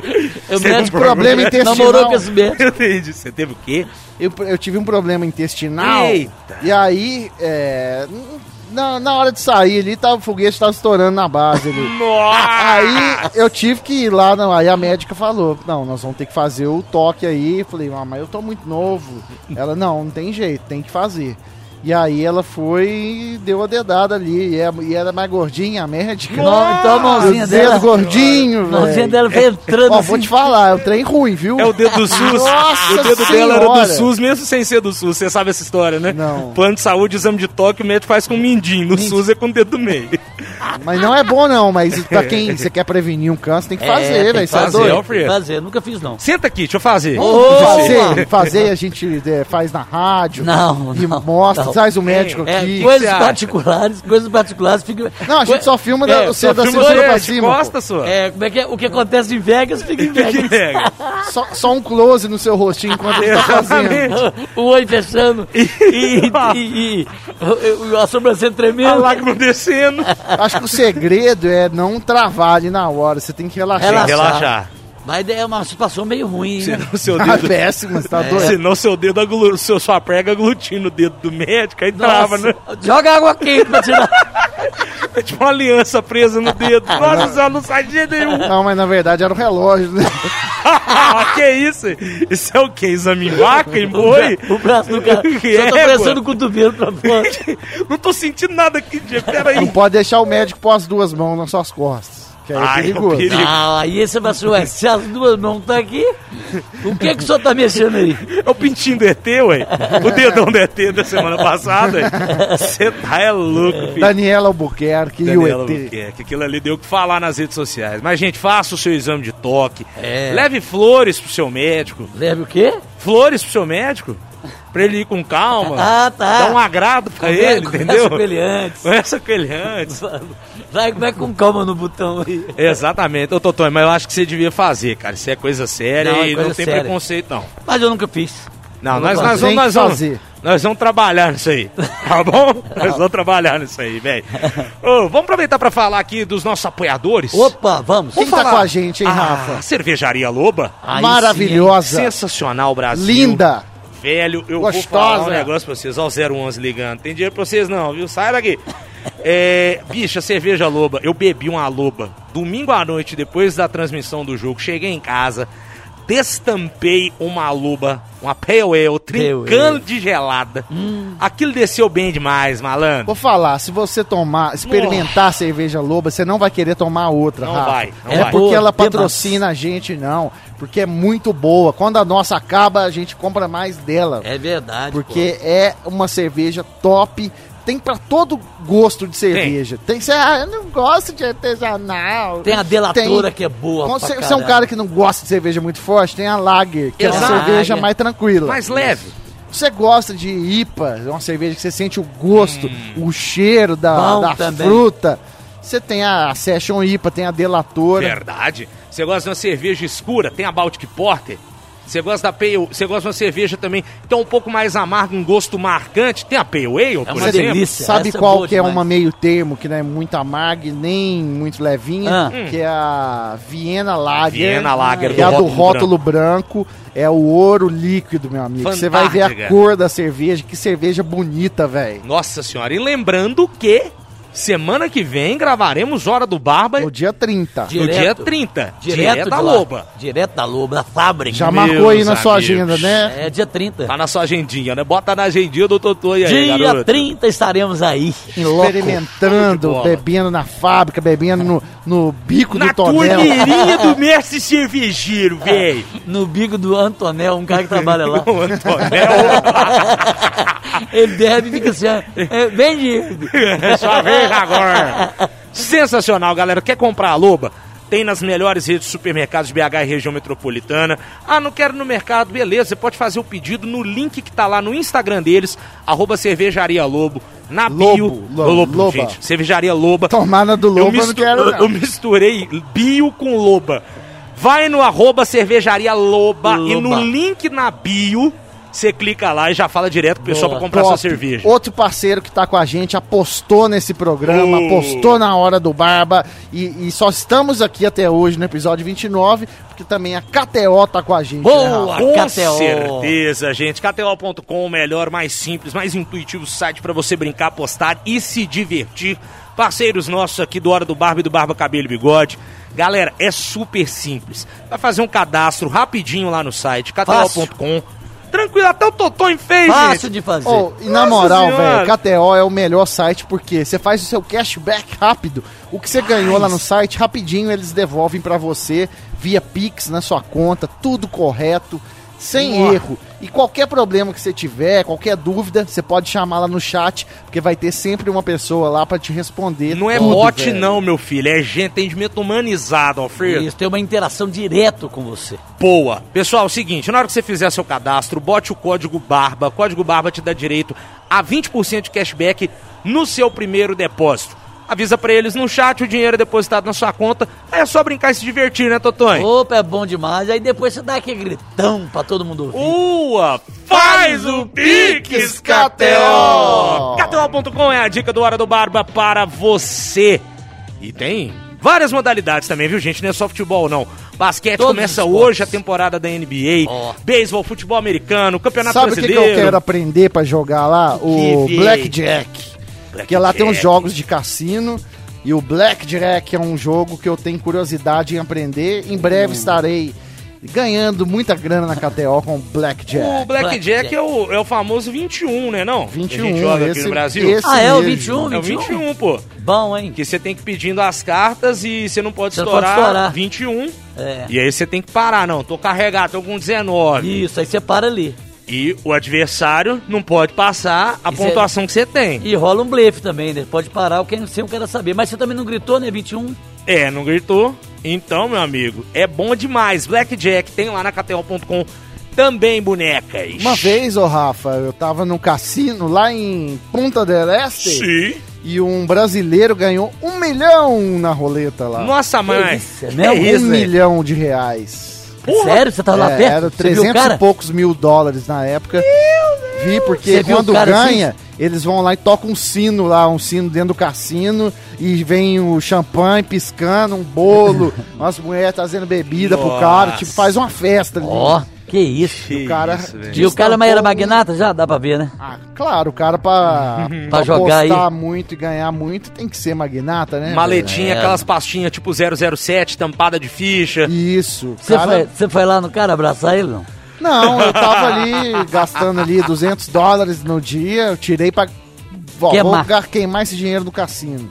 Speaker 3: Eu
Speaker 2: Você tem
Speaker 3: médico
Speaker 2: um problema É.
Speaker 1: intestinal.
Speaker 3: Namorou com esse médico.
Speaker 2: Entendi. Você teve o quê?
Speaker 1: eu, eu tive um problema intestinal.
Speaker 2: Eita.
Speaker 1: E aí. é, n- na, na hora de sair ali, tava, o foguete tava estourando na base ali.
Speaker 2: Nossa! Ah!
Speaker 1: Aí eu tive que ir lá, não, aí a médica falou, não, nós vamos ter que fazer o toque aí. Eu Falei, ah, mas eu tô muito novo. Ela, não, não tem jeito, tem que fazer. E aí ela foi e deu a dedada ali. E é- e era mais gordinha a médica.
Speaker 3: Não, então a mãozinha
Speaker 1: Os dedos
Speaker 3: dela.
Speaker 1: gordinho,
Speaker 3: A mãozinha
Speaker 1: velho.
Speaker 3: dela veio entrando
Speaker 1: Ó,
Speaker 3: assim.
Speaker 1: vou te falar, é um trem ruim, viu?
Speaker 2: É o dedo do SUS.
Speaker 1: Nossa
Speaker 2: o dedo dela era
Speaker 1: Senhora.
Speaker 2: do SUS, mesmo sem ser do SUS. Você sabe essa história, né?
Speaker 1: Não.
Speaker 2: Plano de saúde, exame de toque, o médico faz com o mindinho. No SUS é com o dedo do meio.
Speaker 1: Mas não é bom não, mas pra quem você quer prevenir um câncer, tem que
Speaker 3: É,
Speaker 1: fazer, velho.
Speaker 3: tem que
Speaker 1: Você é
Speaker 2: fazer,
Speaker 1: doido?
Speaker 2: ó. Alfredo.
Speaker 3: Fazer, É nunca fiz não.
Speaker 2: Senta aqui, deixa eu fazer.
Speaker 3: Ô, vamos
Speaker 1: fazer,
Speaker 3: lá.
Speaker 1: fazer a gente é, faz na rádio.
Speaker 3: Não,
Speaker 1: E
Speaker 3: não,
Speaker 1: mostra,
Speaker 3: não.
Speaker 1: traz o médico
Speaker 3: É,
Speaker 1: aqui.
Speaker 3: coisas
Speaker 2: acha?
Speaker 3: particulares, coisas particulares fica.
Speaker 1: Não, a gente só filma da,
Speaker 2: É,
Speaker 1: você da
Speaker 2: filma
Speaker 1: cintura
Speaker 2: você
Speaker 1: pra
Speaker 2: de
Speaker 1: cima.
Speaker 2: Costa, sua.
Speaker 3: É, como é que é? O que acontece em Vegas fica em
Speaker 2: Que é? que
Speaker 3: Vegas.
Speaker 2: pega?
Speaker 1: pô. Só, só um close no seu rostinho enquanto ele tá fazendo.
Speaker 2: Exatamente.
Speaker 3: o olho fechando e, e,
Speaker 2: Ah.
Speaker 3: e, e o- o- a sobrancelha
Speaker 2: A
Speaker 3: tremendo.
Speaker 2: lágrima descendo.
Speaker 1: Acho que o segredo é não travar ali na hora. Você tem que relaxar.
Speaker 3: Relaxar.
Speaker 2: Relaxar.
Speaker 3: Mas é uma situação meio ruim, né?
Speaker 2: Senão seu
Speaker 1: Ah,
Speaker 2: dedo...
Speaker 1: péssimo, você tá
Speaker 2: É.
Speaker 1: doido.
Speaker 2: Senão seu dedo, aglu... seu, sua prega aglutina o dedo do médico, aí trava,
Speaker 3: Nossa,
Speaker 2: né?
Speaker 3: Joga água quente pra tirar.
Speaker 2: É tipo uma aliança presa no dedo. Nossa, é senhora, não sai de jeito nenhum.
Speaker 1: Não, mas na verdade era o relógio. né?
Speaker 2: Ah, que isso? Isso é o quê? Exame em vaca, em boi?
Speaker 3: O braço do cara.
Speaker 2: Que
Speaker 3: Só tá
Speaker 2: égua.
Speaker 3: pressando o cotovelo pra fora.
Speaker 2: Não tô sentindo nada aqui, Diego.
Speaker 1: Não
Speaker 2: Peraí.
Speaker 1: pode deixar o médico pôr as duas mãos nas suas costas. Que aí é
Speaker 2: Ai,
Speaker 1: perigoso.
Speaker 2: é perigo.
Speaker 3: Não, aí você vai assim, ué, se as duas mãos tá aqui, o que que o senhor tá mexendo aí?
Speaker 2: É o pintinho do ET, ué. O dedão do ET da semana passada. Você tá é louco, filho.
Speaker 1: Daniela Albuquerque
Speaker 2: Daniela
Speaker 1: e o ET.
Speaker 2: Albuquerque, aquilo ali deu o que falar nas redes sociais. Mas, gente, faça o seu exame de toque.
Speaker 3: É.
Speaker 2: Leve flores pro seu médico.
Speaker 3: Leve o
Speaker 2: É
Speaker 3: quê?
Speaker 2: Flores pro seu médico. Pra ele ir com calma.
Speaker 3: Ah, tá.
Speaker 2: Dá um agrado pra ele,
Speaker 3: Conversa
Speaker 2: entendeu?
Speaker 3: com ele antes.
Speaker 2: Conversa com ele antes.
Speaker 3: Vai, vai com calma no botão aí.
Speaker 2: Exatamente. Ô, Totônio, mas eu acho que você devia fazer, cara. Isso é coisa séria
Speaker 3: Não, é
Speaker 2: e
Speaker 3: coisa
Speaker 2: não tem
Speaker 3: séria.
Speaker 2: preconceito, não.
Speaker 3: Mas eu nunca fiz.
Speaker 2: Não,
Speaker 3: Não
Speaker 2: nós,
Speaker 1: tem
Speaker 2: nós, vamos, nós,
Speaker 1: que
Speaker 2: vamos,
Speaker 1: fazer.
Speaker 2: nós vamos trabalhar nisso aí, tá bom? Nós vamos trabalhar nisso aí, velho. Ô, vamos aproveitar pra falar aqui dos nossos apoiadores.
Speaker 3: Opa, vamos.
Speaker 1: Quem
Speaker 2: Vamos
Speaker 1: tá
Speaker 2: falar.
Speaker 1: com a gente, hein,
Speaker 2: Ah,
Speaker 1: Rafa?
Speaker 2: Cervejaria Loba.
Speaker 3: Aí
Speaker 1: Maravilhosa.
Speaker 2: Sensacional, Brasil.
Speaker 1: Linda.
Speaker 2: Velho, eu
Speaker 1: Gostosa.
Speaker 2: vou falar um negócio pra vocês. Ó, o 011 ligando. Tem dinheiro pra vocês não, viu? Sai daqui. É, bicha, cerveja loba. Eu bebi uma loba domingo à noite, depois da transmissão do jogo. Cheguei em casa, destampei uma loba, uma pale ale, trincando de gelada. Aquilo desceu bem demais, malandro.
Speaker 1: Vou falar, se você tomar, experimentar a cerveja loba, você não vai querer tomar outra,
Speaker 2: Não
Speaker 1: Rafa.
Speaker 2: vai, não
Speaker 1: é
Speaker 2: vai.
Speaker 1: porque
Speaker 3: Boa,
Speaker 1: ela
Speaker 3: demais.
Speaker 1: patrocina a gente, não. Porque é muito boa. Quando a nossa acaba, a gente compra mais dela.
Speaker 3: É verdade.
Speaker 1: porque é uma cerveja top. Tem pra todo gosto de cerveja. Tem, você, ah, eu não gosto de artesanal.
Speaker 3: pô. Tem a delatora
Speaker 1: Tem.
Speaker 3: que é boa.
Speaker 1: Quando
Speaker 3: pra
Speaker 1: você, você é um
Speaker 3: caralho.
Speaker 1: cara que não gosta de cerveja muito forte, tem a Lager, que é
Speaker 2: Exato.
Speaker 1: uma cerveja
Speaker 3: Lager.
Speaker 1: mais tranquila.
Speaker 2: Mais leve.
Speaker 1: Você gosta de IPA, é uma cerveja que você sente o gosto, o cheiro da,
Speaker 3: Bom
Speaker 1: da
Speaker 3: também.
Speaker 1: fruta. Você tem a Session IPA, tem a Delatora.
Speaker 2: Verdade. Você gosta de uma cerveja escura? Tem a Baltic Porter. Você gosta da Pale... Você gosta de uma cerveja também então um pouco mais amarga, um gosto marcante? Tem a Pale Ale, por
Speaker 3: uma
Speaker 1: Você
Speaker 2: exemplo.
Speaker 3: delícia.
Speaker 1: Sabe
Speaker 3: essa é
Speaker 1: qual
Speaker 3: boa
Speaker 1: que é
Speaker 3: demais.
Speaker 1: uma meio termo, que não é muito amarga e nem muito levinha?
Speaker 3: Ah.
Speaker 1: Que é a Viena Lager.
Speaker 2: Viena Lager,
Speaker 1: Que é a do rótulo branco. É o ouro líquido, meu amigo. Você vai ver a
Speaker 2: Fantástica.
Speaker 1: cor da cerveja. Que cerveja bonita, velho.
Speaker 2: Nossa senhora, e lembrando que semana que vem gravaremos Hora do Barba
Speaker 1: No dia 30.
Speaker 2: no dia
Speaker 3: Direto.
Speaker 2: 30.
Speaker 3: Direto,
Speaker 2: da
Speaker 3: de lá.
Speaker 2: Loba.
Speaker 3: Direto da Loba, da fábrica.
Speaker 1: Já
Speaker 2: Meus
Speaker 1: marcou aí na sua
Speaker 2: amigos.
Speaker 1: agenda, né?
Speaker 3: É dia 30.
Speaker 2: Tá na sua agendinha, né? Bota na agendinha do Totô aí,
Speaker 3: dia
Speaker 2: garoto.
Speaker 3: 30 estaremos aí. Em loco.
Speaker 1: experimentando,
Speaker 2: Show de bola.
Speaker 1: bebendo na fábrica, bebendo no, no bico
Speaker 2: Na
Speaker 1: do tonel.
Speaker 2: turneirinha do mestre cervejeiro, velho.
Speaker 3: No bigo do Antonel, um cara que trabalha lá.
Speaker 2: O Antonel,
Speaker 3: Ele bebe e fica assim, ó, é, bem dinheiro.
Speaker 2: é sua vez agora. Sensacional, galera. Quer comprar a Loba? Tem nas melhores redes de supermercados de BH e região metropolitana. Ah, não quero no mercado, beleza. Você pode fazer o pedido no link que tá lá no Instagram deles, arroba cervejaria Lobo, na bio.
Speaker 1: Lobo, lo- Loba.
Speaker 2: gente. Cervejaria Loba.
Speaker 1: Tomada do
Speaker 2: eu,
Speaker 1: lobo, eu não
Speaker 2: mistu-
Speaker 1: quero
Speaker 2: eu
Speaker 1: não.
Speaker 2: misturei bio com loba. Vai no arroba cervejaria loba, e no
Speaker 3: Loba.
Speaker 2: link na bio Você clica lá e já fala direto com o pessoal pra
Speaker 3: Boa.
Speaker 2: comprar
Speaker 1: Top.
Speaker 2: sua cerveja.
Speaker 1: Outro parceiro que tá com a gente apostou nesse programa,
Speaker 2: Oh.
Speaker 1: apostou na hora do Barba e, e só estamos aqui até hoje no episódio 29, porque também a KTO tá com a gente. né,
Speaker 3: Boa!
Speaker 1: Rafa?
Speaker 2: Com
Speaker 3: KTO.
Speaker 2: certeza, gente. KTO.com, o melhor, mais simples, mais intuitivo site pra você brincar, postar e se divertir. Parceiros nossos aqui do Hora do Barba e do Barba Cabelo e Bigode. Galera, é super simples. Vai fazer um cadastro rapidinho lá no site, KTO.com. Tranquilo, até o Totonho fez,
Speaker 3: Fácil
Speaker 2: gente.
Speaker 3: de fazer.
Speaker 1: Ô, e na
Speaker 2: Nossa
Speaker 1: moral,
Speaker 2: Senhora.
Speaker 1: velho, KTO é o melhor site porque você faz o seu cashback rápido. O que você ganhou lá no site, rapidinho eles devolvem pra você via Pix na sua conta, tudo correto, sem
Speaker 2: Ó.
Speaker 1: erro. E qualquer problema que você tiver, qualquer dúvida, você pode chamar lá no chat, porque vai ter sempre uma pessoa lá pra te responder.
Speaker 2: Não é
Speaker 1: tudo,
Speaker 2: bote,
Speaker 1: velho.
Speaker 2: não, meu filho. É gente, atendimento humanizado, Alfredo.
Speaker 3: Isso, tem uma interação direto com você.
Speaker 2: Boa. Pessoal, é o seguinte, na hora que você fizer seu cadastro, bote o código BARBA. O código BARBA te dá direito a 20% de cashback no seu primeiro depósito. Avisa pra eles no chat, o dinheiro é depositado na sua conta. Aí é só brincar e se divertir, né, Totonho?
Speaker 3: Opa, é bom demais. Aí depois você dá aquele gritão pra todo mundo ouvir.
Speaker 2: Boa! Faz o Pix, KTO! KTO.com é a dica do Hora do Barba para você. E tem várias modalidades também, viu, gente? Não é só futebol, não. Basquete
Speaker 3: Todos
Speaker 2: começa
Speaker 3: os esportes.
Speaker 2: hoje a temporada da NBA.
Speaker 3: Ó.
Speaker 2: Beisebol, futebol americano, campeonato
Speaker 1: Sabe o que, que
Speaker 2: brasileiro.
Speaker 1: eu quero aprender pra jogar lá? O
Speaker 2: que, véi?
Speaker 1: Blackjack. Porque lá tem uns
Speaker 2: Blackjack.
Speaker 1: jogos de cassino. E o Blackjack é um jogo que eu tenho curiosidade em aprender. Em breve
Speaker 2: Hum.
Speaker 1: estarei ganhando muita grana na KTO com o
Speaker 2: O
Speaker 1: Blackjack.
Speaker 2: Blackjack
Speaker 3: Blackjack.
Speaker 2: é o, é o famoso 21, né, não? Que a
Speaker 1: 21,
Speaker 2: gente joga aqui
Speaker 1: esse-
Speaker 2: no Brasil.
Speaker 1: esse um.
Speaker 3: Ah, é o
Speaker 1: mesmo.
Speaker 3: 21?
Speaker 2: É o 21, pô.
Speaker 3: Bom, hein?
Speaker 2: Que você tem que ir pedindo as cartas e você não pode,
Speaker 3: Você não
Speaker 2: estourar,
Speaker 3: pode estourar.
Speaker 2: 21.
Speaker 3: É.
Speaker 2: E aí você tem que parar, não. Tô carregado, tô com 19.
Speaker 3: Isso, aí você para ali.
Speaker 2: E o adversário não pode passar a
Speaker 3: Isso é-
Speaker 2: pontuação que você tem.
Speaker 3: E rola um blefe também, né? Pode parar, o que não sei, eu quero saber. Mas você também não gritou, né? 21?
Speaker 2: É, não gritou? Então, meu amigo, é bom demais. Blackjack tem lá na KTO.com também bonecas.
Speaker 1: Uma vez, ô Rafa, eu tava num cassino lá em Punta del Este
Speaker 2: Sim.
Speaker 1: e um brasileiro ganhou um milhão na roleta lá.
Speaker 2: Nossa, mãe.
Speaker 3: isso, é mesmo?
Speaker 1: um
Speaker 2: velho.
Speaker 1: milhão de reais.
Speaker 2: Porra.
Speaker 3: Sério? Você tava Tá lá
Speaker 1: É,
Speaker 3: perto?
Speaker 1: Era
Speaker 3: Você viu o
Speaker 1: 300
Speaker 3: cara?
Speaker 1: e poucos mil dólares na época. Vi, porque
Speaker 3: Você viu o
Speaker 1: quando
Speaker 3: cara assim?
Speaker 1: ganha, eles vão lá e tocam um sino lá, um sino dentro do cassino, e vem o champanhe piscando, um bolo, umas mulheres trazendo bebida pro cara,
Speaker 2: Nossa.
Speaker 1: tipo, faz uma festa ali.
Speaker 3: Ó, que isso.
Speaker 2: Que
Speaker 1: o cara-
Speaker 2: isso, velho.
Speaker 3: E o cara mas era
Speaker 1: Estampou um-
Speaker 3: magnata? Já dá pra ver, né?
Speaker 1: Ah, claro, o cara pra,
Speaker 3: Pra jogar aí.
Speaker 1: apostar muito e ganhar muito tem que ser magnata, né?
Speaker 2: Maletinha,
Speaker 3: É.
Speaker 2: aquelas pastinhas tipo 007, tampada de ficha.
Speaker 1: velho? Isso.
Speaker 3: Você,
Speaker 1: Cara...
Speaker 3: foi, você foi lá no cara abraçar ele, não?
Speaker 1: Não, eu tava ali gastando ali 200 dólares no dia, eu tirei pra... Vó,
Speaker 3: Queimar.
Speaker 1: vou ga- queimar esse dinheiro no cassino.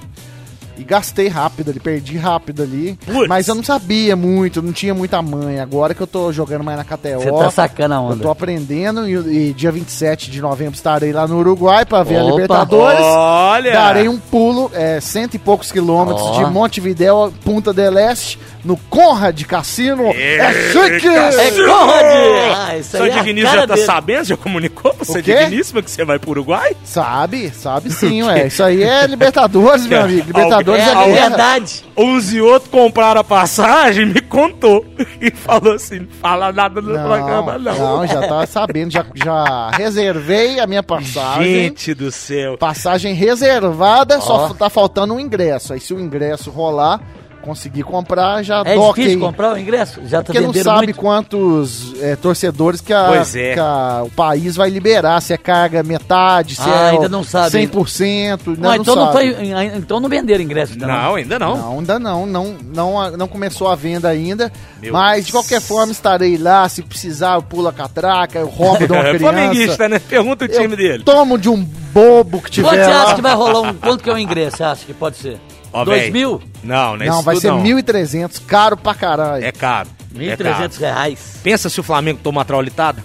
Speaker 1: E gastei rápido ali, perdi rápido ali.
Speaker 2: Putz.
Speaker 1: Mas eu não sabia muito, não tinha muita manha. Agora que eu tô jogando mais na KTO...
Speaker 3: Você tá sacando a
Speaker 1: eu tô
Speaker 3: onda.
Speaker 1: aprendendo e, e dia 27 de novembro estarei lá no Uruguai pra ver a
Speaker 3: Opa.
Speaker 1: Libertadores.
Speaker 2: Olha!
Speaker 1: Darei um pulo, é, cento e poucos quilômetros
Speaker 3: Ó.
Speaker 1: de Montevidéu, a Punta del Este, no Conrad Cassino. É, chique!
Speaker 3: É
Speaker 2: cassino!
Speaker 3: Conrad! Ah, isso
Speaker 2: Seu
Speaker 3: aí é a
Speaker 2: Digníssimo
Speaker 3: cara
Speaker 2: já tá
Speaker 3: dele.
Speaker 2: sabendo? Já comunicou pro seu
Speaker 1: quê?
Speaker 2: Digníssimo que você vai pro Uruguai?
Speaker 1: Sabe, sabe sim, ué. Isso aí é Libertadores, meu amigo. Libertadores
Speaker 3: É
Speaker 1: é,
Speaker 3: a
Speaker 1: guerra.
Speaker 3: verdade.
Speaker 2: Uns e outros compraram a passagem, me contou. E falou assim: não fala nada no
Speaker 1: Não,
Speaker 2: programa, não.
Speaker 1: não, já tá sabendo, já, já reservei a minha passagem.
Speaker 2: Gente do céu.
Speaker 1: Passagem reservada,
Speaker 3: Ó.
Speaker 1: só f- tá faltando um ingresso. Aí se o ingresso rolar, conseguir comprar, já
Speaker 3: É
Speaker 1: toque.
Speaker 3: difícil comprar o ingresso? Já tá
Speaker 1: Porque não
Speaker 3: vendendo
Speaker 1: sabe
Speaker 3: muito.
Speaker 1: quantos é, torcedores que, a-
Speaker 2: Pois é.
Speaker 1: que a- o país vai liberar, se é carga metade, se
Speaker 3: Ah,
Speaker 1: é
Speaker 3: ainda
Speaker 1: o
Speaker 3: não sabe.
Speaker 1: 100%, ainda
Speaker 3: Não,
Speaker 1: né, não
Speaker 3: então, não
Speaker 1: sabe.
Speaker 3: foi, então não venderam ingresso. ainda,
Speaker 2: Não, ainda não.
Speaker 1: Não, ainda não, não, não, não começou a venda ainda.
Speaker 2: Meu
Speaker 1: mas
Speaker 2: Deus.
Speaker 1: de qualquer forma estarei lá, se precisar eu pulo a catraca, eu roubo de uma
Speaker 2: É
Speaker 1: criança.
Speaker 2: flamenguista, né? Pergunta o
Speaker 1: eu
Speaker 2: time dele.
Speaker 1: tomo de um bobo que tiver
Speaker 3: Quanto você acha
Speaker 1: lá.
Speaker 3: que vai rolar um. Quanto que é o ingresso? Você acha que pode ser?
Speaker 2: Ó,
Speaker 3: Dois
Speaker 2: véi.
Speaker 3: mil?
Speaker 2: Não, não é
Speaker 1: Não,
Speaker 2: isso
Speaker 1: vai
Speaker 2: tudo,
Speaker 1: ser
Speaker 2: não.
Speaker 1: 1.300, caro pra caralho.
Speaker 2: É caro.
Speaker 3: Mil
Speaker 2: É
Speaker 3: e trezentos
Speaker 2: caro. Hum.
Speaker 3: reais.
Speaker 2: Pensa se o Flamengo tomar traulitada?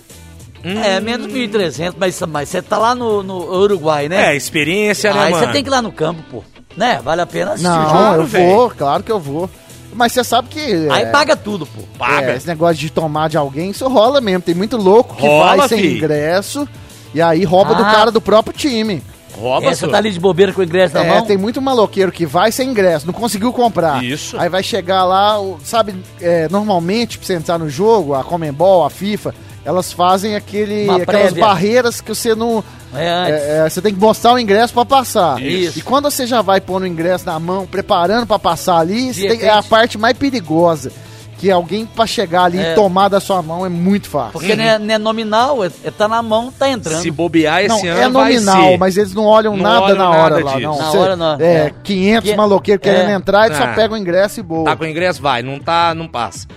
Speaker 3: É, menos 1.300, mas, mas você tá lá no, no Uruguai,
Speaker 2: É,
Speaker 3: né?
Speaker 2: experiência, né,
Speaker 3: Aí
Speaker 2: mano?
Speaker 3: você tem que ir lá no campo, pô. Né? Vale a pena assistir o
Speaker 1: Não,
Speaker 3: jogo.
Speaker 1: eu
Speaker 2: velho.
Speaker 1: vou, claro que eu vou. Mas você sabe que.
Speaker 3: Aí
Speaker 1: é,
Speaker 3: paga tudo, pô.
Speaker 1: é,
Speaker 2: Paga.
Speaker 1: esse negócio de tomar de alguém, isso rola mesmo. Tem muito louco que
Speaker 2: Rola,
Speaker 1: vai sem
Speaker 2: fi.
Speaker 1: ingresso e aí rouba do
Speaker 3: Ah.
Speaker 1: cara do próprio time.
Speaker 2: Rouba,
Speaker 3: É, você
Speaker 2: senhor.
Speaker 3: tá ali de bobeira com o ingresso na
Speaker 1: é,
Speaker 3: mão.
Speaker 1: tem muito maloqueiro que vai sem ingresso, não conseguiu comprar.
Speaker 2: Isso.
Speaker 1: Aí vai chegar lá, o- sabe, é, normalmente pra você entrar no jogo, a Comembol, a FIFA, elas fazem aquele,
Speaker 3: Uma
Speaker 1: aquelas
Speaker 3: prévia.
Speaker 1: barreiras que você não.
Speaker 3: É antes.
Speaker 1: é, é, você tem que mostrar o ingresso pra passar.
Speaker 3: Isso.
Speaker 1: E quando você já vai pondo o ingresso na mão, preparando pra passar ali, você tem-
Speaker 3: repente-
Speaker 1: é a parte mais perigosa. Que alguém pra chegar ali
Speaker 3: É.
Speaker 1: e tomar da sua mão é muito fácil.
Speaker 3: Porque não, é, não é nominal, é, é tá na mão, tá entrando.
Speaker 2: Se bobear esse
Speaker 1: Não,
Speaker 2: ano
Speaker 1: é
Speaker 2: vai
Speaker 1: nominal,
Speaker 2: ser.
Speaker 1: mas eles não olham
Speaker 2: Não
Speaker 1: nada
Speaker 2: olham
Speaker 1: na
Speaker 2: nada
Speaker 1: hora lá,
Speaker 2: disso.
Speaker 1: não.
Speaker 3: Na
Speaker 1: Cê-
Speaker 3: hora não,
Speaker 1: É,
Speaker 3: é.
Speaker 1: 500
Speaker 3: Que-
Speaker 1: maloqueiros querendo
Speaker 3: é.
Speaker 1: entrar, eles
Speaker 2: Ah.
Speaker 1: só pegam o ingresso e boa.
Speaker 2: Tá com ingresso? Vai. Não tá, não passa.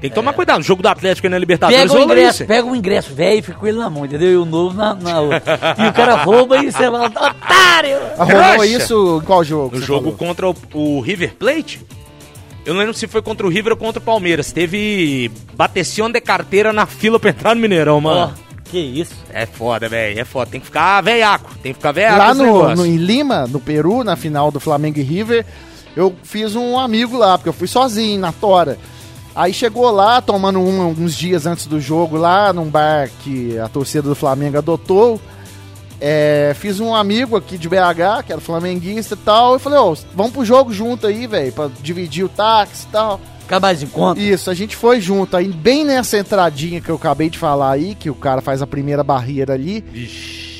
Speaker 2: Tem que tomar cuidado. O jogo do Atlético aí na Libertadores
Speaker 3: É. Pega o
Speaker 2: rolou
Speaker 3: ingresso,
Speaker 2: isso, hein?
Speaker 3: pega o ingresso, velho, e fica com ele na mão, entendeu? E o novo na, na outra. E o cara rouba e você fala, otário!
Speaker 1: Rolou
Speaker 2: Racha.
Speaker 1: isso em qual jogo? que
Speaker 2: No
Speaker 1: você
Speaker 2: jogo
Speaker 1: falou?
Speaker 2: contra o, o River Plate. Eu não lembro se foi contra o River ou contra o Palmeiras. Teve bateção de carteira na fila pra entrar no Mineirão,
Speaker 3: Ó,
Speaker 2: mano.
Speaker 3: que isso?
Speaker 2: É foda, velho. É foda. Tem que ficar veiaco. Tem que ficar veiaco
Speaker 1: Lá
Speaker 2: É, esse
Speaker 1: no,
Speaker 2: negócio.
Speaker 1: no- em Lima, no Peru, na final do Flamengo e River, eu fiz um amigo lá, porque eu fui sozinho na Tora. Aí chegou lá, tomando um uns dias antes do jogo, lá num bar que a torcida do Flamengo adotou. É, fiz um amigo aqui de BH, que era flamenguista e tal. Eu falei, ô, vamos pro jogo junto aí, velho, pra dividir o táxi e tal.
Speaker 3: Fica mais em conta.
Speaker 1: Isso, a gente foi junto. Aí, bem nessa entradinha que eu acabei de falar aí, que o cara faz a primeira barreira ali,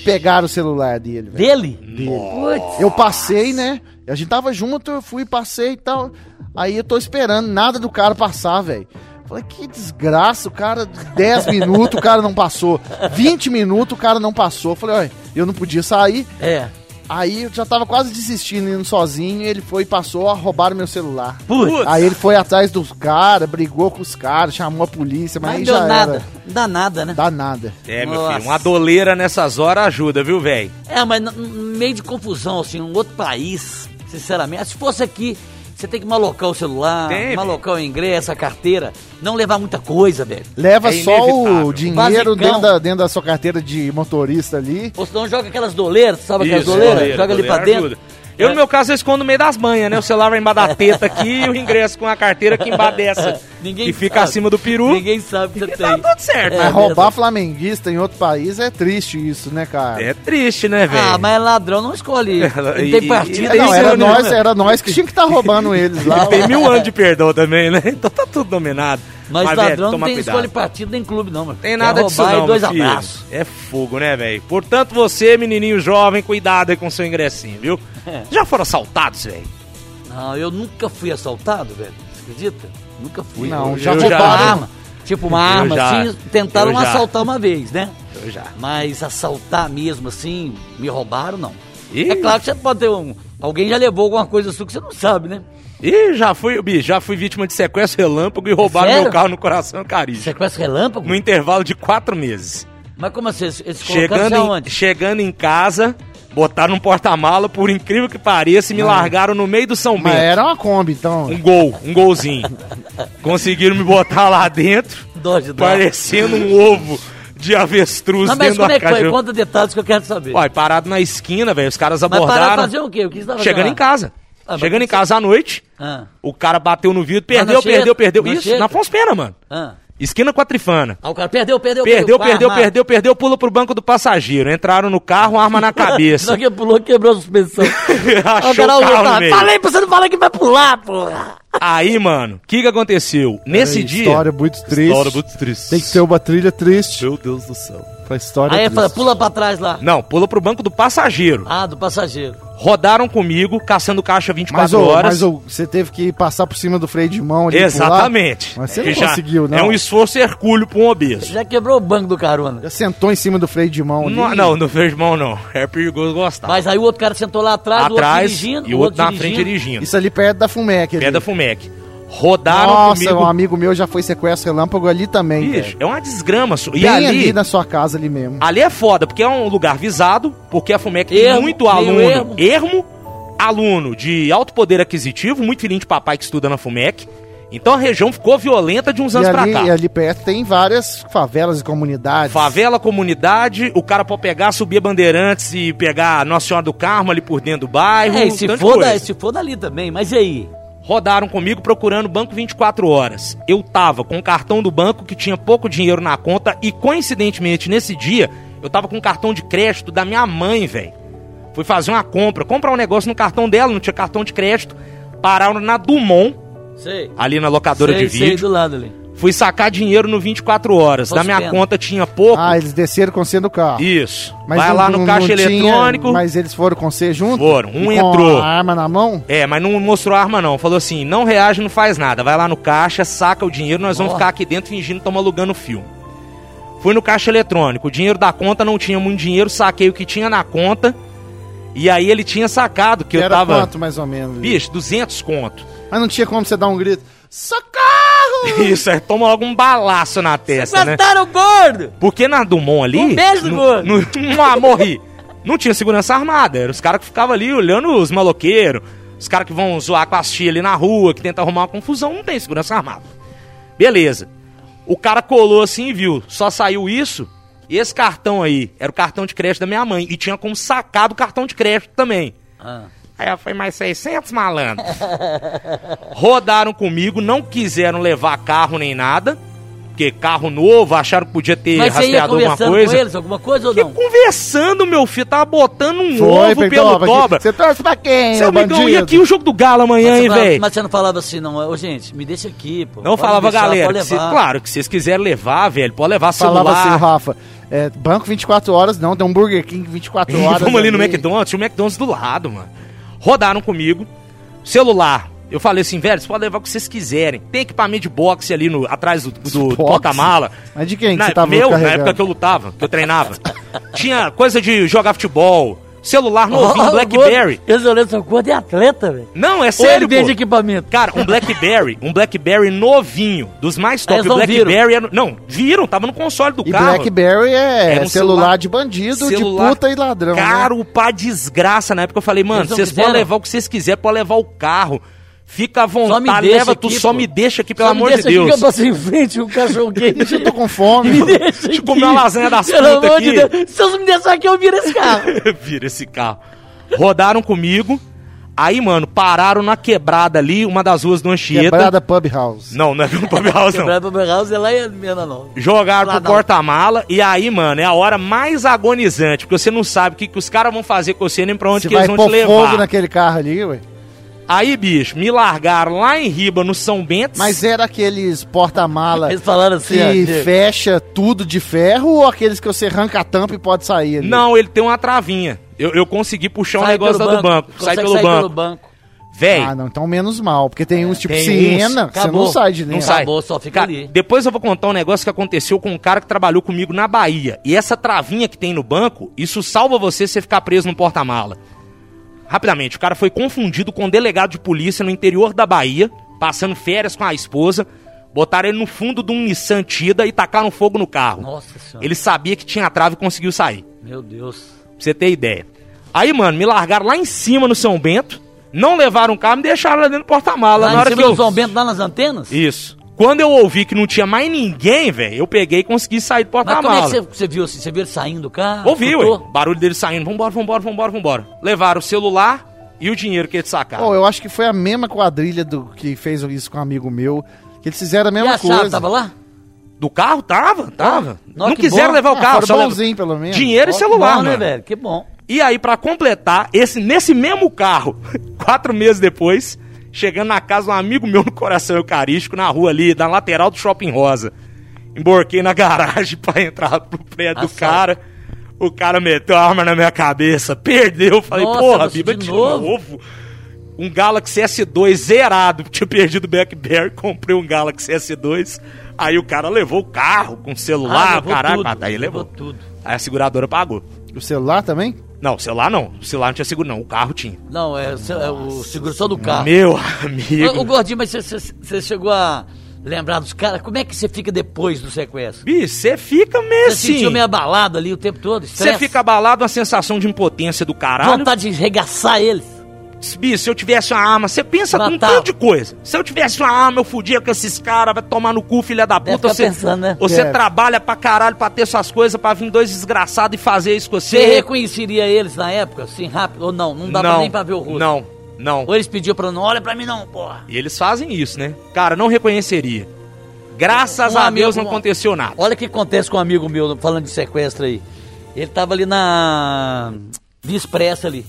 Speaker 1: pegaram o celular dele, velho.
Speaker 3: Dele? Putz.
Speaker 1: Eu passei, né? A gente tava junto, eu fui, passei e tal. Aí eu tô esperando nada do cara passar, velho. Falei, que desgraça, o cara, 10 minutos o cara não passou, 20 minutos o cara não passou. Falei, olha, eu não podia sair.
Speaker 3: É.
Speaker 1: Aí eu já tava quase desistindo, indo sozinho, ele foi e passou, ó, roubaram meu celular.
Speaker 2: Putz.
Speaker 1: Aí ele foi atrás dos caras, brigou com os caras, chamou a polícia, mas,
Speaker 3: Mas
Speaker 1: aí
Speaker 3: não deu
Speaker 1: já
Speaker 3: nada.
Speaker 1: era.
Speaker 3: Não dá nada, né?
Speaker 1: Dá nada.
Speaker 2: É, meu
Speaker 3: Nossa.
Speaker 2: filho. Uma doleira nessas horas ajuda, viu, velho?
Speaker 3: É, mas no no meio de confusão, assim, um outro país, sinceramente. Se fosse aqui, você tem que malocar o celular,
Speaker 2: Tem, velho.
Speaker 3: malocar o ingresso, a carteira, não levar muita coisa, velho.
Speaker 1: Leva
Speaker 2: É
Speaker 1: só
Speaker 2: inevitável.
Speaker 1: o dinheiro
Speaker 3: Basicão.
Speaker 1: dentro da, dentro da sua carteira de motorista ali.
Speaker 3: Ou senão joga aquelas doleiras, sabe aquelas
Speaker 2: Isso,
Speaker 3: doleiras?
Speaker 2: doleira,
Speaker 3: joga ali
Speaker 2: doleira
Speaker 3: pra dentro. É.
Speaker 2: ajuda. Eu, no meu caso, eu escondo no meio das manhas, né? O celular vai embaixo da teta aqui e o ingresso com a carteira que embaixo dessa.
Speaker 3: É. Ninguém
Speaker 2: e fica
Speaker 3: sabe.
Speaker 2: acima do peru.
Speaker 3: Ninguém sabe que você
Speaker 2: Tá
Speaker 3: tem.
Speaker 2: tudo certo.
Speaker 3: É,
Speaker 1: Mas
Speaker 2: né?
Speaker 1: roubar
Speaker 3: mesmo.
Speaker 1: flamenguista em outro país é triste isso, né, cara?
Speaker 2: É triste, né, velho?
Speaker 3: Ah, mas ladrão não escolhe. Não
Speaker 2: E-
Speaker 3: tem
Speaker 2: e-
Speaker 3: partida.
Speaker 1: É, não,
Speaker 2: isso,
Speaker 1: era
Speaker 2: né?
Speaker 1: nós, era nós que tinha que estar roubando eles lá.
Speaker 2: Ele tem mil um. anos de perdão também, né? Então tá tudo dominado.
Speaker 3: Mas,
Speaker 2: velho,
Speaker 3: ladrão não
Speaker 2: toma
Speaker 3: tem
Speaker 2: cuidado.
Speaker 3: escolhe partido nem clube, não, mano.
Speaker 2: Tem nada
Speaker 3: Quer
Speaker 2: disso
Speaker 3: roubar
Speaker 2: não,
Speaker 3: e dois
Speaker 2: meu filho.
Speaker 3: abraços.
Speaker 2: É fogo, né, velho? Portanto, você, menininho jovem, cuidado aí com seu ingressinho, viu?
Speaker 3: É.
Speaker 2: Já foram assaltados, velho?
Speaker 3: Não, eu nunca fui assaltado, velho. Você acredita? Nunca fui.
Speaker 1: Não,
Speaker 3: Eu-
Speaker 1: já
Speaker 3: tipo
Speaker 1: roubaram.
Speaker 3: uma arma. Tipo uma
Speaker 2: Eu
Speaker 3: arma,
Speaker 2: já.
Speaker 3: assim, tentaram
Speaker 2: Eu já.
Speaker 3: assaltar uma vez, né?
Speaker 2: Eu já.
Speaker 3: Mas assaltar mesmo, assim, me roubaram, não.
Speaker 2: Ih.
Speaker 3: É claro que você pode ter um... Alguém já levou alguma coisa sua que você não sabe, né?
Speaker 2: Ih, já fui, bicho, já fui vítima de sequestro relâmpago e roubaram
Speaker 3: É sério?
Speaker 2: meu carro no coração carício.
Speaker 3: Sequestro relâmpago?
Speaker 2: No intervalo de quatro meses.
Speaker 3: Mas como assim? Eles eles colocaram você
Speaker 2: Chegando em,
Speaker 3: aonde?
Speaker 2: chegando em casa, botaram um porta-mala, por incrível que pareça,
Speaker 3: Ah.
Speaker 2: e me largaram no meio do São
Speaker 1: Mas
Speaker 2: Bento.
Speaker 1: era uma Kombi,
Speaker 3: é-
Speaker 1: então.
Speaker 2: Um gol, um golzinho. Conseguiram me botar lá dentro,
Speaker 3: Dó de dó.
Speaker 2: parecendo um ovo de avestruz
Speaker 3: Não, mas
Speaker 2: dentro
Speaker 3: como
Speaker 2: da
Speaker 3: é que
Speaker 2: caixa.
Speaker 3: foi? Conta detalhes que eu quero saber.
Speaker 2: Uai, parado na esquina, velho, os caras
Speaker 3: mas para
Speaker 2: abordaram.
Speaker 3: fazer o quê? O que você tava
Speaker 2: Chegando
Speaker 3: fazendo
Speaker 2: em casa.
Speaker 3: Ah, mas
Speaker 2: chegando em
Speaker 3: você-
Speaker 2: casa à noite,
Speaker 3: lá? Ah,
Speaker 2: o cara bateu no vidro, perdeu,
Speaker 3: na chega-
Speaker 2: perdeu, perdeu.
Speaker 3: na
Speaker 2: Isso,
Speaker 3: chega.
Speaker 2: na Fons Pena, mano.
Speaker 3: ah.
Speaker 2: Esquina com a Trifana.
Speaker 3: Ah, o cara perdeu, perdeu,
Speaker 2: Perdeu,
Speaker 3: com a
Speaker 2: perdeu,
Speaker 3: arma.
Speaker 2: perdeu, perdeu, pula pro banco do passageiro. Entraram no carro, arma na cabeça.
Speaker 3: Só que pulou, quebrou a suspensão.
Speaker 2: Achou
Speaker 3: Lateral
Speaker 2: o carro no
Speaker 3: voltado.
Speaker 2: meio.
Speaker 3: tá, Falei pra você não falar que vai pular, porra.
Speaker 2: Aí, mano, o que, que aconteceu? Nesse
Speaker 1: Era
Speaker 2: dia.
Speaker 1: História muito triste.
Speaker 2: História muito triste.
Speaker 1: Tem que ser uma trilha triste
Speaker 2: Meu Deus do céu.
Speaker 1: pra história
Speaker 3: Aí ele
Speaker 1: triste.
Speaker 3: fala, pula pra trás lá.
Speaker 2: Não, pula pro banco do passageiro.
Speaker 3: Ah, do passageiro.
Speaker 2: Rodaram comigo, caçando caixa 24
Speaker 1: mas, ô,
Speaker 2: horas.
Speaker 1: mas ô, você teve que passar por cima do freio de mão ali.
Speaker 2: Exatamente.
Speaker 1: pular, mas você
Speaker 2: Que
Speaker 1: não conseguiu, não.
Speaker 2: É um esforço hercúleo pra um obeso.
Speaker 3: Já quebrou o banco do né? carona.
Speaker 1: Já sentou em cima do freio de mão tá ali.
Speaker 2: Não, não, no irmão não. É perigoso gostar.
Speaker 3: Mas aí o outro cara sentou lá atrás, o outro
Speaker 2: Atrás
Speaker 3: dirigindo.
Speaker 2: e o outro na frente
Speaker 3: dirigindo.
Speaker 2: dirigindo.
Speaker 1: Isso ali perto da Fumec. ali.
Speaker 2: Pedra Fumec. Rodaram
Speaker 1: Nossa, um
Speaker 2: comigo.
Speaker 1: amigo meu já foi sequestro relâmpago ali também,
Speaker 2: Bicho,
Speaker 1: velho.
Speaker 2: é uma desgrama. so- E
Speaker 1: Bem
Speaker 2: ali,
Speaker 1: ali né? na sua casa ali mesmo.
Speaker 2: ali é foda, porque é um lugar visado, porque a Fumec tem
Speaker 3: Ermo,
Speaker 2: muito
Speaker 3: meio
Speaker 2: aluno.
Speaker 3: ermo.
Speaker 2: Ermo. aluno de alto poder aquisitivo, muito filhinho de papai que estuda na Fumec. Então a região ficou violenta de uns
Speaker 1: E
Speaker 2: anos
Speaker 1: ali, é-
Speaker 2: pra
Speaker 1: e
Speaker 2: cá.
Speaker 1: ali perto tem várias favelas e comunidades.
Speaker 2: Favela, comunidade, o cara pode pegar, subir a Bandeirantes e pegar a Nossa Senhora do Carmo ali por dentro do bairro.
Speaker 3: É, e
Speaker 2: um tanto
Speaker 3: se
Speaker 2: de
Speaker 3: for,
Speaker 2: coisa.
Speaker 3: da, se for dali também, mas e aí?
Speaker 2: rodaram comigo procurando banco 24 horas. Eu tava com o cartão do banco que tinha pouco dinheiro na conta e coincidentemente nesse dia eu tava com o cartão de crédito da minha mãe, velho. Fui fazer uma compra, comprar um negócio no cartão dela, não tinha cartão de crédito. Pararam na Dumont,
Speaker 3: Sei.
Speaker 2: ali na locadora
Speaker 3: sei,
Speaker 2: de vídeo.
Speaker 3: sei, do lado ali.
Speaker 2: Fui sacar dinheiro no 24 horas.
Speaker 3: Tô
Speaker 2: da minha
Speaker 3: sabendo.
Speaker 2: conta tinha pouco.
Speaker 1: Ah, eles desceram com você no carro.
Speaker 2: Isso. é Vai lá
Speaker 1: não-
Speaker 2: no
Speaker 1: não-
Speaker 2: caixa
Speaker 1: não tinha,
Speaker 2: eletrônico.
Speaker 1: mas eles foram com você junto?
Speaker 2: Foram. Um
Speaker 1: E Com
Speaker 2: entrou.
Speaker 1: a arma na mão?
Speaker 2: É, mas não mostrou arma não. Falou assim, não reage, não faz nada. Vai lá no caixa, saca o dinheiro, nós vamos
Speaker 3: Ó.
Speaker 2: ficar aqui dentro fingindo que estamos alugando o filme. Fui no caixa eletrônico, o dinheiro da conta não tinha muito dinheiro, saquei o que tinha na conta. E aí ele tinha sacado que eu
Speaker 1: Era
Speaker 2: tava...
Speaker 1: quanto, mais ou menos?
Speaker 2: Bicho, 200 conto.
Speaker 1: Mas não tinha como você dar um grito. Socorro!
Speaker 2: Isso, aí toma logo um balaço na testa, né?
Speaker 3: Gastaram o gordo!
Speaker 2: Porque na Dumont ali.
Speaker 3: Um beijo,
Speaker 2: no-
Speaker 3: gordo.
Speaker 2: no- Ah, morri. Não tinha segurança armada. Eram os caras que ficavam ali olhando os maloqueiros. Os caras que vão zoar com as tia ali na rua, que tentam arrumar uma confusão. Não tem segurança armada. Beleza. O cara colou assim e viu. Só saiu isso. Esse cartão aí era o cartão de crédito da minha mãe. E tinha como sacar do cartão de crédito também.
Speaker 3: Ah,
Speaker 2: Aí ela foi mais 600, malandro. Rodaram comigo, não quiseram levar carro nem nada. Porque carro novo, acharam que podia ter
Speaker 3: Mas você ia
Speaker 2: rastreado alguma
Speaker 3: conversando
Speaker 2: coisa.
Speaker 3: com eles, alguma coisa ou
Speaker 2: Que
Speaker 3: não?
Speaker 2: conversando, meu filho, tava botando um ovo pelo
Speaker 1: dobra.
Speaker 2: dobra.
Speaker 1: Você trouxe pra quem,
Speaker 2: Seu
Speaker 1: ô
Speaker 2: amigão,
Speaker 1: bandido?
Speaker 2: e aqui o jogo do Galo amanhã,
Speaker 3: Mas
Speaker 2: é,
Speaker 3: você
Speaker 2: hein,
Speaker 3: falava-
Speaker 2: velho?
Speaker 3: Mas você não falava assim, não, ô, gente, me deixa aqui, pô.
Speaker 2: Não
Speaker 3: Pode
Speaker 2: falava,
Speaker 3: deixar,
Speaker 2: galera.
Speaker 3: pode
Speaker 2: que cês-
Speaker 3: levar.
Speaker 2: claro que se vocês quiserem levar, velho, pode levar
Speaker 1: Falava
Speaker 2: celular.
Speaker 1: assim, Rafa. é, banco 24 horas, não, tem um Burger King 24 horas.
Speaker 2: Vamos ali no McDonald's, tinha o McDonald's do lado, mano. Rodaram comigo, celular. Eu falei assim, velho, vocês podem levar o que vocês quiserem. Tem equipamento de boxe ali no, atrás do, do, do
Speaker 1: Boxe?
Speaker 2: porta-mala.
Speaker 1: Mas de quem que
Speaker 2: Na-
Speaker 1: você tava
Speaker 2: meu, na
Speaker 1: carregando?
Speaker 2: época que eu lutava, que eu treinava. Tinha coisa de jogar futebol, celular novinho,
Speaker 3: Ó,
Speaker 2: Blackberry.
Speaker 3: o gordo- Esse olhando seu gordo é atleta, velho.
Speaker 2: Não, é
Speaker 3: Ou ele
Speaker 2: sério,
Speaker 3: vende
Speaker 2: pô.
Speaker 3: equipamento.
Speaker 2: Cara, um Blackberry, um Blackberry novinho, dos mais top.
Speaker 3: Eles
Speaker 2: O
Speaker 3: não viram.
Speaker 2: Blackberry era- Não, viram, tava no console do
Speaker 1: E
Speaker 2: carro.
Speaker 1: Blackberry é
Speaker 2: Era
Speaker 1: celular,
Speaker 2: um celular-
Speaker 1: de bandido,
Speaker 2: celular
Speaker 1: de puta e ladrão. né?
Speaker 2: Caro pra desgraça. Na época eu falei, mano,
Speaker 3: Eles não
Speaker 2: vocês podem
Speaker 3: quiseram?
Speaker 2: levar o que vocês quiserem, pode levar o carro. Fica à
Speaker 3: me
Speaker 2: vontade,
Speaker 3: deixa
Speaker 2: leva tu,
Speaker 3: aqui,
Speaker 2: só
Speaker 3: pô.
Speaker 2: me deixa aqui, pelo
Speaker 3: Só me
Speaker 2: amor de
Speaker 3: deixa aqui
Speaker 2: Deus.
Speaker 3: que eu passo em frente um cachorro quente.
Speaker 1: Eu tô com fome.
Speaker 3: Me deixa
Speaker 2: Deixa eu
Speaker 3: aqui.
Speaker 2: comer uma lasanha das
Speaker 3: Pelo
Speaker 2: putas
Speaker 3: amor de
Speaker 2: aqui.
Speaker 3: Deus. Se vocês me deixarem aqui, eu viro esse carro.
Speaker 2: Vira esse carro. Rodaram comigo. Aí, mano, pararam na quebrada ali, uma das ruas do Anchieta.
Speaker 1: Quebrada Pub House.
Speaker 2: Não, não é no Pub House, não.
Speaker 3: Quebrar pra pegar o lá e Mena não.
Speaker 2: Jogaram
Speaker 3: Lá
Speaker 2: pro
Speaker 3: não.
Speaker 2: porta-mala. E aí, mano, é a hora mais agonizante. Porque você não sabe o que, que os caras vão fazer com você, nem pra onde
Speaker 1: Você
Speaker 2: que eles
Speaker 1: vai
Speaker 2: vão
Speaker 1: pôr
Speaker 2: te levar.
Speaker 1: fogo naquele carro ali, ué.
Speaker 2: Aí, bicho, me largaram lá em Riba, no São Bento.
Speaker 1: Mas era aqueles porta-mala
Speaker 3: Eles falaram assim,
Speaker 2: ah,
Speaker 3: ó,
Speaker 1: que
Speaker 3: Diego,
Speaker 1: fecha tudo de ferro ou aqueles que você arranca a tampa e pode sair ali?
Speaker 2: Não, ele tem uma travinha. Eu, eu consegui puxar um
Speaker 3: sai
Speaker 2: negócio
Speaker 3: pelo
Speaker 2: lá do banco. Sai
Speaker 3: consegue
Speaker 2: pelo
Speaker 3: sair
Speaker 2: banco.
Speaker 3: banco.
Speaker 2: Véi,
Speaker 1: Ah, não, então menos mal, porque tem uns tipo
Speaker 2: É, tem uns-
Speaker 1: Siena, que você
Speaker 3: acabou,
Speaker 1: não sai de
Speaker 2: não
Speaker 1: dentro.
Speaker 2: sai.
Speaker 3: Acabou, só fica
Speaker 2: Cara,
Speaker 3: ali.
Speaker 2: Depois eu vou contar um negócio que aconteceu com um cara que trabalhou comigo na Bahia. E essa travinha que tem no banco, isso salva você se você ficar preso no porta-mala. Rapidamente, o cara foi confundido com um delegado de polícia no interior da Bahia, passando férias com a esposa. Botaram ele no fundo de um Nissan Tida e tacaram fogo no carro.
Speaker 3: Nossa senhora.
Speaker 2: Ele sabia que tinha a trave e conseguiu sair.
Speaker 3: Meu Deus.
Speaker 2: Pra você ter ideia. Aí, mano, me largaram lá em cima no São Bento, não levaram o carro, me deixaram lá dentro do porta-mala.
Speaker 3: Lá
Speaker 2: Tá Na
Speaker 3: em
Speaker 2: hora
Speaker 3: cima
Speaker 2: que
Speaker 3: do
Speaker 2: eu...
Speaker 3: São Bento, lá nas antenas?
Speaker 2: Isso. Quando eu ouvi que não tinha mais ninguém, velho, eu peguei e consegui sair do
Speaker 3: Mas como é que você,
Speaker 2: porta-mala.
Speaker 3: você viu assim? Você viu ele saindo do carro?
Speaker 2: Ouvi, ué.
Speaker 3: Escutou?
Speaker 2: Barulho dele saindo. Vambora, vambora, vambora, vambora. Levaram o celular e o dinheiro que eles sacaram.
Speaker 1: Pô, eu acho que foi a mesma quadrilha do que fez isso com um amigo meu, que eles fizeram a
Speaker 3: E
Speaker 1: mesma
Speaker 3: a
Speaker 1: coisa.
Speaker 3: chave tava lá?
Speaker 2: Do carro? Tava, tava.
Speaker 3: nó,
Speaker 2: não
Speaker 3: que
Speaker 2: quiseram
Speaker 3: bom.
Speaker 2: levar o
Speaker 1: Ah,
Speaker 2: carro,
Speaker 1: foram
Speaker 2: só levaram...
Speaker 1: bonzinho, pelo menos.
Speaker 2: Dinheiro e
Speaker 1: Ó,
Speaker 2: celular,
Speaker 3: bom, né,
Speaker 2: mano.
Speaker 3: velho? Que bom.
Speaker 2: E aí, pra completar, esse, nesse mesmo carro, quatro meses depois, chegando na casa de um amigo meu no Coração Eucarístico, na rua ali, na lateral do Shopping Rosa. Emborquei na garagem pra entrar pro prédio do
Speaker 3: Assalto.
Speaker 2: cara. O cara meteu a arma na minha cabeça, perdeu. Falei,
Speaker 3: Nossa,
Speaker 2: porra,
Speaker 3: você
Speaker 2: Biba,
Speaker 3: de
Speaker 2: de
Speaker 3: novo?
Speaker 2: novo? Um Galaxy S2 zerado, tinha perdido o Blackberry, comprei um Galaxy S2. Aí o cara levou o carro com o celular,
Speaker 3: Ah, levou
Speaker 2: caraca,
Speaker 3: tudo,
Speaker 2: aí levou.
Speaker 3: levou tudo.
Speaker 2: Aí a seguradora pagou.
Speaker 1: O celular também?
Speaker 2: Não, o celular não. O celular não tinha seguro, não. O carro tinha.
Speaker 3: Não, é, o seu- é o seguro só do carro.
Speaker 2: Meu
Speaker 3: Ô,
Speaker 2: amigo.
Speaker 3: ô, Gordinho, mas você- você você chegou a lembrar dos caras? Como é que você fica depois do sequestro?
Speaker 2: Bicho, você fica meio
Speaker 3: Você
Speaker 2: assim.
Speaker 3: sentiu meio abalado ali o tempo todo?
Speaker 2: Você
Speaker 3: estresse?
Speaker 2: fica abalado, uma sensação de impotência do caralho.
Speaker 3: Vontade de arregaçar eles.
Speaker 2: Bicho, se eu tivesse uma arma, você pensa num
Speaker 3: Matava.
Speaker 2: tanto de coisa. Se eu tivesse uma arma, eu fudia com esses caras, vai tomar no cu, filha da
Speaker 3: Deve
Speaker 2: puta.
Speaker 3: ficar
Speaker 2: Você,
Speaker 3: pensando, né?
Speaker 2: você
Speaker 1: Deve.
Speaker 2: trabalha pra caralho pra ter suas coisas, pra vir dois desgraçados e fazer isso com
Speaker 3: Você
Speaker 2: você.
Speaker 3: reconheceria eles na época, assim, rápido? Ou não? Não dava nem pra ver o rosto.
Speaker 2: Não, não.
Speaker 3: Ou eles pediam pra não, olha pra mim não, porra.
Speaker 2: E eles fazem isso, né? Cara, não reconheceria. Graças
Speaker 3: Um
Speaker 2: a
Speaker 3: amigo-
Speaker 2: Deus não
Speaker 3: um-
Speaker 2: aconteceu nada.
Speaker 3: Olha o que acontece com um amigo meu, falando de sequestro aí. Ele tava ali na Via Expressa ali.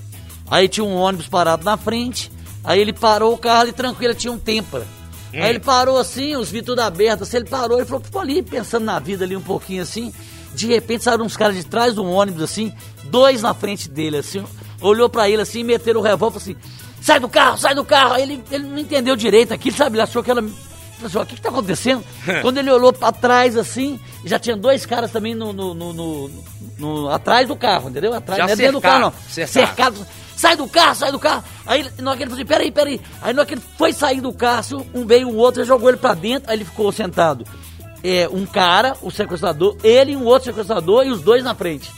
Speaker 3: Aí tinha um ônibus parado na frente. Aí ele parou o carro ali tranquilo, tinha um tempra. Aí ele parou assim, os vidros tudo aberto, assim, ele parou, ele falou, pô, ali pensando na vida ali um pouquinho assim. De repente saíram uns caras de trás do ônibus assim, dois na frente dele assim, olhou pra ele assim, meteram o revólver assim, sai do carro, sai do carro. Aí ele, ele não entendeu direito aquilo, sabe? Ele achou que ela. Ele Falou, assim, "Ó, o que, que tá acontecendo? Quando ele olhou pra trás assim, já tinha dois caras também no, no- no- no- no- atrás do carro, entendeu? Atrás,
Speaker 2: Já
Speaker 3: não é dentro do carro,
Speaker 2: cercaram,
Speaker 3: não.
Speaker 2: cercaram.
Speaker 3: Cercado carro, sai do carro, sai do carro. Aí na hora que ele falou assim, peraí, peraí. Aí na hora que ele foi sair do carro, assim, um veio o outro, ele jogou ele pra dentro, aí ele ficou sentado. É, um cara, o sequestrador, ele e um outro sequestrador e os dois na frente.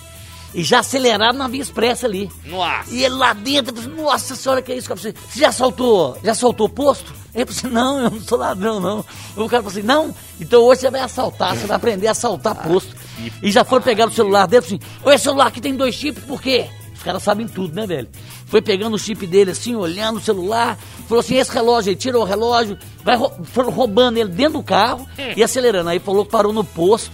Speaker 3: E já aceleraram na via expressa ali.
Speaker 2: Nossa.
Speaker 3: E ele lá dentro, ele falou, nossa senhora, que é isso? Cara? Você já soltou, já soltou o posto? Ele falou assim, não, eu não sou ladrão, não. O cara falou assim, não, então hoje você vai assaltar, você vai aprender a assaltar posto. E já foram pegar o celular dele, assim, ô, esse celular aqui tem dois chips, por quê? Os caras sabem tudo, né, velho? Foi pegando o chip dele assim, olhando o celular, falou assim, esse relógio aí, tirou o relógio, vai rou- foram roubando ele dentro do carro e acelerando. Aí falou que parou no posto,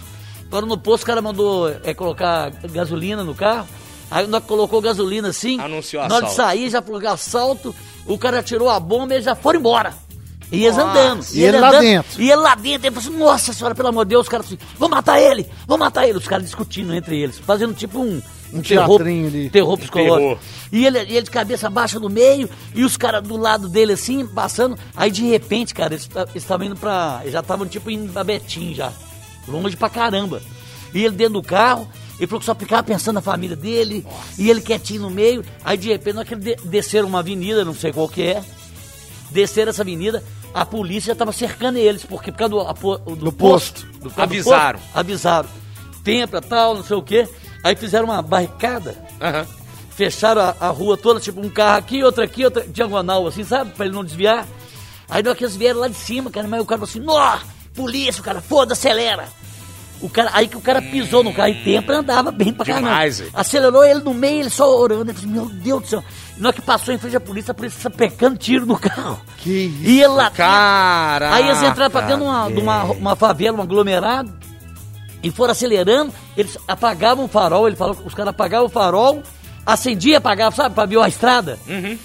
Speaker 3: Parou no posto, o cara mandou é, colocar gasolina no carro. Aí nós colocou gasolina assim.
Speaker 2: Anunciou
Speaker 3: Na hora de
Speaker 2: assalto.
Speaker 3: sair, já falou assalto. O cara tirou a bomba e eles já foram embora. E eles
Speaker 2: Ah,
Speaker 3: andando.
Speaker 1: E ele lá
Speaker 3: andando,
Speaker 1: dentro.
Speaker 3: E ele lá dentro. Ele falou assim, nossa senhora, pelo amor de Deus. Os caras assim, vou matar ele, vou matar ele. Os caras discutindo entre eles. Fazendo tipo um... Um terror,
Speaker 1: teatrinho ali.
Speaker 3: terror psicológico.
Speaker 2: Terror.
Speaker 3: E ele, e ele de cabeça baixa no meio, e os caras do lado dele assim, passando. Aí de repente, cara, eles ta- eles estavam indo pra. eles Já estavam tipo indo pra Betim já. Longe pra caramba. E ele dentro do carro, ele falou que só ficava pensando na família dele, e ele quietinho no meio. Aí de repente, na hora que ele de- desceram uma avenida, não sei qual que é, desceram essa avenida, a polícia já tava cercando eles, porque por causa do, apo- do
Speaker 1: Do posto.
Speaker 3: do- por causa do
Speaker 2: Avisaram.
Speaker 3: posto, avisaram. Tempra, tal, não sei o quê. Aí fizeram uma barricada
Speaker 2: Aham.
Speaker 3: fecharam a, a rua toda, tipo um carro aqui, outro aqui, outra diagonal, assim, sabe? Pra ele não desviar. Aí na hora que eles vieram lá de cima, cara, mas o cara falou assim, nó, polícia, o cara, foda, acelera. O cara, aí que o cara pisou no carro e tempo andava bem pra
Speaker 2: Demais,
Speaker 3: caramba.
Speaker 2: velho.
Speaker 3: Acelerou ele no meio, ele só orando. Ele falou, assim, meu Deus do céu. Na hora que passou em frente à polícia, a polícia pecando tiro no carro.
Speaker 1: Que isso.
Speaker 3: E ele lá
Speaker 2: Caraca,
Speaker 3: Aí eles entraram pra dentro de uma, de uma,
Speaker 2: velho.
Speaker 3: uma favela, um aglomerado, e foram acelerando, eles apagavam o farol, ele falou que os caras apagavam o farol, acendia, apagava, sabe, pra ver a estrada.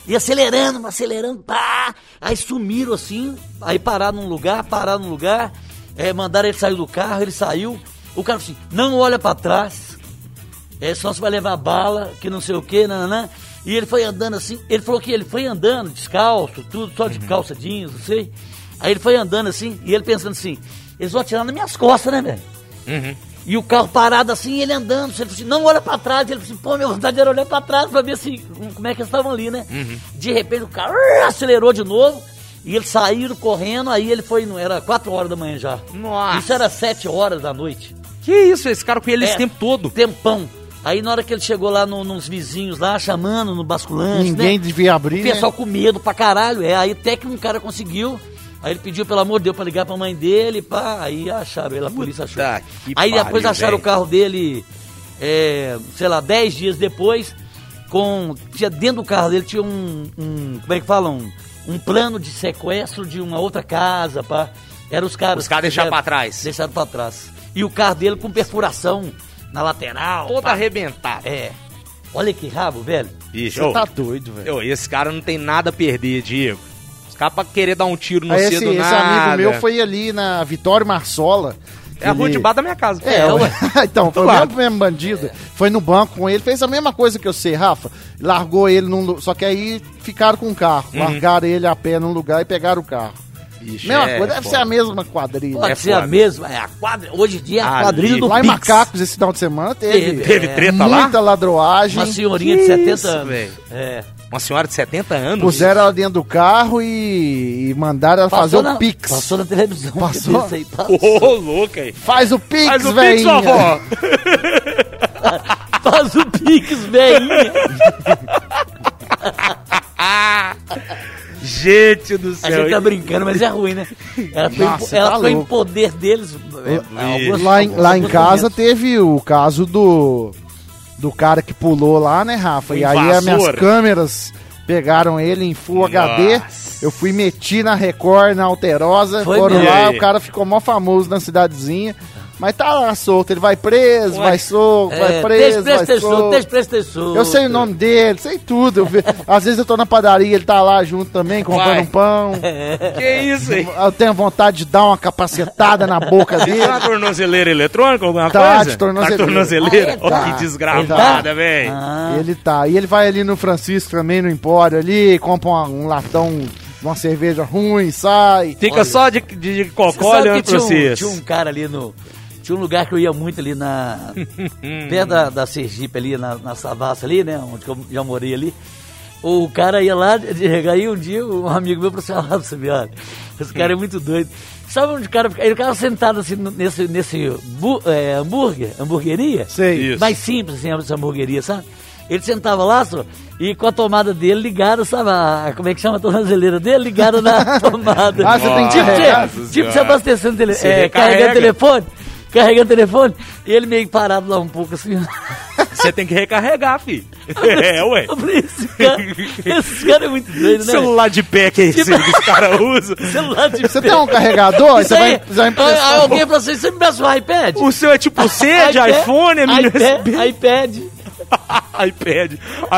Speaker 3: E acelerando, acelerando, pá! Aí sumiram assim, aí pararam num lugar, pararam num lugar, eh, mandaram ele sair do carro, ele saiu. O cara falou assim, não olha pra trás, é, só se vai levar bala, que não sei o que, nananã. E ele foi andando assim, ele falou que ele foi andando descalço, tudo, só de calça jeans, não sei. Aí ele foi andando assim, e ele pensando assim, eles vão atirar nas minhas costas, né, velho?
Speaker 2: Uhum.
Speaker 3: E o carro parado assim, ele andando, ele falou assim, não olha pra trás. Ele falou assim, pô, minha vontade era olhar pra trás pra ver se, como é que eles estavam ali, né? De repente o carro ah, acelerou de novo, e eles saíram correndo, aí ele foi, não era 4 horas da manhã já.
Speaker 2: Nossa.
Speaker 3: Isso era 7 horas da noite.
Speaker 2: Que isso, esse cara com ele
Speaker 3: É,
Speaker 2: esse tempo todo.
Speaker 3: Tempão. Aí na hora que ele chegou lá no- nos vizinhos lá, chamando no basculante,
Speaker 1: Ninguém
Speaker 3: né?
Speaker 1: devia abrir.
Speaker 3: O
Speaker 2: é.
Speaker 1: né?
Speaker 3: pessoal com medo pra caralho, é. Aí até que um cara conseguiu. Aí ele pediu, pelo amor de Deus, pra ligar pra mãe dele, pá. Aí acharam ele, a polícia achou.
Speaker 2: Puta que
Speaker 3: Aí depois
Speaker 2: pariu,
Speaker 3: acharam
Speaker 2: velho.
Speaker 3: o carro dele, é, sei lá, 10 dias depois, com. Tinha dentro do carro dele, tinha um. um- como é que fala? Um, um plano de sequestro de uma outra casa, pá. Eram os caras.
Speaker 2: Os caras
Speaker 3: que
Speaker 2: deixaram pra
Speaker 3: fizeram-
Speaker 2: trás.
Speaker 3: Deixaram pra trás. E o carro dele com perfuração na lateral.
Speaker 2: Todo
Speaker 3: pá.
Speaker 2: arrebentado.
Speaker 3: É. Olha que rabo, velho.
Speaker 2: Bicho,
Speaker 1: Você
Speaker 2: ô,
Speaker 1: tá doido, velho.
Speaker 2: ô, esse cara não tem nada a perder, Diego. Os caras pra querer dar um tiro no
Speaker 1: Aí
Speaker 2: cedo
Speaker 1: esse, esse
Speaker 2: nada.
Speaker 1: amigo meu foi ali na Vitória Marsola.
Speaker 2: É a rua
Speaker 1: Ele-
Speaker 2: de baixo da minha casa.
Speaker 1: É,
Speaker 3: É,
Speaker 1: eu-
Speaker 3: ué.
Speaker 1: então, foi o
Speaker 2: lado.
Speaker 1: mesmo, mesmo bandido. Foi no banco com ele, fez a mesma coisa que eu sei, Rafa. Largou ele num. lu- Só que aí ficaram com o carro.
Speaker 3: Uhum.
Speaker 1: Largaram ele a pé num lugar e pegaram o carro.
Speaker 2: Bicho,
Speaker 1: mesma
Speaker 2: é,
Speaker 1: coisa, deve
Speaker 2: pô.
Speaker 1: ser a mesma quadrilha.
Speaker 3: Pode
Speaker 2: É
Speaker 3: ser
Speaker 2: foda.
Speaker 3: a mesma. É a quadra, hoje em dia é a
Speaker 2: Ali.
Speaker 3: quadrilha do
Speaker 1: Lá em
Speaker 3: Pix.
Speaker 1: Macacos, esse final de semana, teve.
Speaker 3: Teve.
Speaker 2: Teve
Speaker 3: É,
Speaker 2: treta lá?
Speaker 1: Muita ladroagem.
Speaker 3: Uma senhorinha
Speaker 2: Que
Speaker 3: de 70
Speaker 2: isso,
Speaker 3: anos.
Speaker 2: velho.
Speaker 3: É.
Speaker 2: Uma senhora de 70 anos?
Speaker 1: Puseram ela dentro do carro e, e mandaram ela fazer
Speaker 3: na,
Speaker 1: o Pix.
Speaker 3: Passou na televisão.
Speaker 1: Passou?
Speaker 3: Isso aí, tá?
Speaker 2: Ô,
Speaker 3: passou.
Speaker 2: louco aí.
Speaker 1: Faz o Pix,
Speaker 2: Mas o Pix,
Speaker 1: velhinha.
Speaker 2: vovó.
Speaker 3: Faz o Pix, velhinha.
Speaker 2: Gente do
Speaker 3: A
Speaker 2: céu.
Speaker 3: gente tá brincando, mas é ruim, né? Ela foi,
Speaker 1: Nossa,
Speaker 3: ela
Speaker 1: tá
Speaker 3: foi em
Speaker 1: louco.
Speaker 3: poder deles. é, algumas-
Speaker 1: Lá em, lá em
Speaker 3: alguns
Speaker 1: casa
Speaker 3: momentos.
Speaker 1: teve o caso do do cara que pulou lá, né, Rafa? E aí
Speaker 2: Um Invasor.
Speaker 1: as minhas câmeras pegaram ele em Full HD.
Speaker 2: Nossa.
Speaker 1: Eu fui meti na Record, na Alterosa,
Speaker 3: Foi
Speaker 1: foram
Speaker 3: mesmo.
Speaker 1: lá,
Speaker 2: E aí?
Speaker 1: o cara ficou mó famoso na cidadezinha. Mas tá lá solto, ele vai preso,
Speaker 2: Ué.
Speaker 1: vai solto, um
Speaker 3: É,
Speaker 1: vai preso, vai solto. Eu sei o nome dele, sei tudo. eu vi- Às vezes eu tô na padaria, ele tá lá junto também, comprando
Speaker 2: Vai.
Speaker 1: um pão.
Speaker 2: Que isso, hein?
Speaker 1: Eu tenho vontade de dar uma capacetada na boca
Speaker 2: Tem uma
Speaker 1: dele.
Speaker 2: Tá tornozeleira eletrônica, alguma
Speaker 1: Tá,
Speaker 2: coisa?
Speaker 1: de tornozeleira.
Speaker 2: Tá tornozeleira?
Speaker 3: Ah, é?
Speaker 2: Ó,
Speaker 1: Tá.
Speaker 2: que desgravada,
Speaker 3: Tá.
Speaker 2: velho.
Speaker 3: Ah.
Speaker 1: Ele tá. E ele vai ali no Francisco também, no Empório ali, compra uma- um latão, uma cerveja ruim, sai.
Speaker 2: Fica
Speaker 3: Olha.
Speaker 2: só de, de, de
Speaker 3: Você
Speaker 2: cocó
Speaker 3: sabe
Speaker 2: olhando
Speaker 3: que
Speaker 2: pra
Speaker 3: tinha um,
Speaker 2: vocês.
Speaker 3: tinha um cara ali no. Tinha um lugar que eu ia muito ali na. perto da, da Sergipe, ali, na, na Savassi ali, né? Onde eu já morei ali. O cara ia lá, de regar, e um dia um amigo meu falou assim: "Olha lá pra você ver, olha, esse cara é muito doido. Sabe onde o cara fica? Ele ficava sentado assim no- nesse, nesse bu- é, hambúrguer, hamburgueria?
Speaker 1: Sei.
Speaker 2: Isso.
Speaker 3: Mais simples, assim, essa hamburgueria, sabe? Ele sentava lá, só, e com a tomada dele ligada, sabe? a- como é que chama a tornozeleira dele? Ligada na tomada.
Speaker 1: Ah, você tem que
Speaker 3: tipo,
Speaker 1: carregar.
Speaker 3: tipo, tipo se abastecendo, tele,
Speaker 2: Você
Speaker 3: é,
Speaker 2: recarrega.
Speaker 3: carregando telefone, carregando telefone, e ele meio que parado lá um pouco assim.
Speaker 2: Você tem que recarregar, fi. É, ué.
Speaker 3: Eu falei, esse cara, esse cara é muito doido, né?
Speaker 2: Celular de pé que é esse que os caras usam.
Speaker 3: Celular de
Speaker 1: Você tem um carregador?
Speaker 3: Isso
Speaker 1: Você vai,
Speaker 3: aí,
Speaker 1: você vai
Speaker 3: aí,
Speaker 1: emprestar.
Speaker 3: alguém falou assim, você me dá seu iPad?
Speaker 2: O seu é tipo C de
Speaker 3: iPad,
Speaker 2: iPhone, é menino?
Speaker 3: iPad, iPad.
Speaker 2: iPad.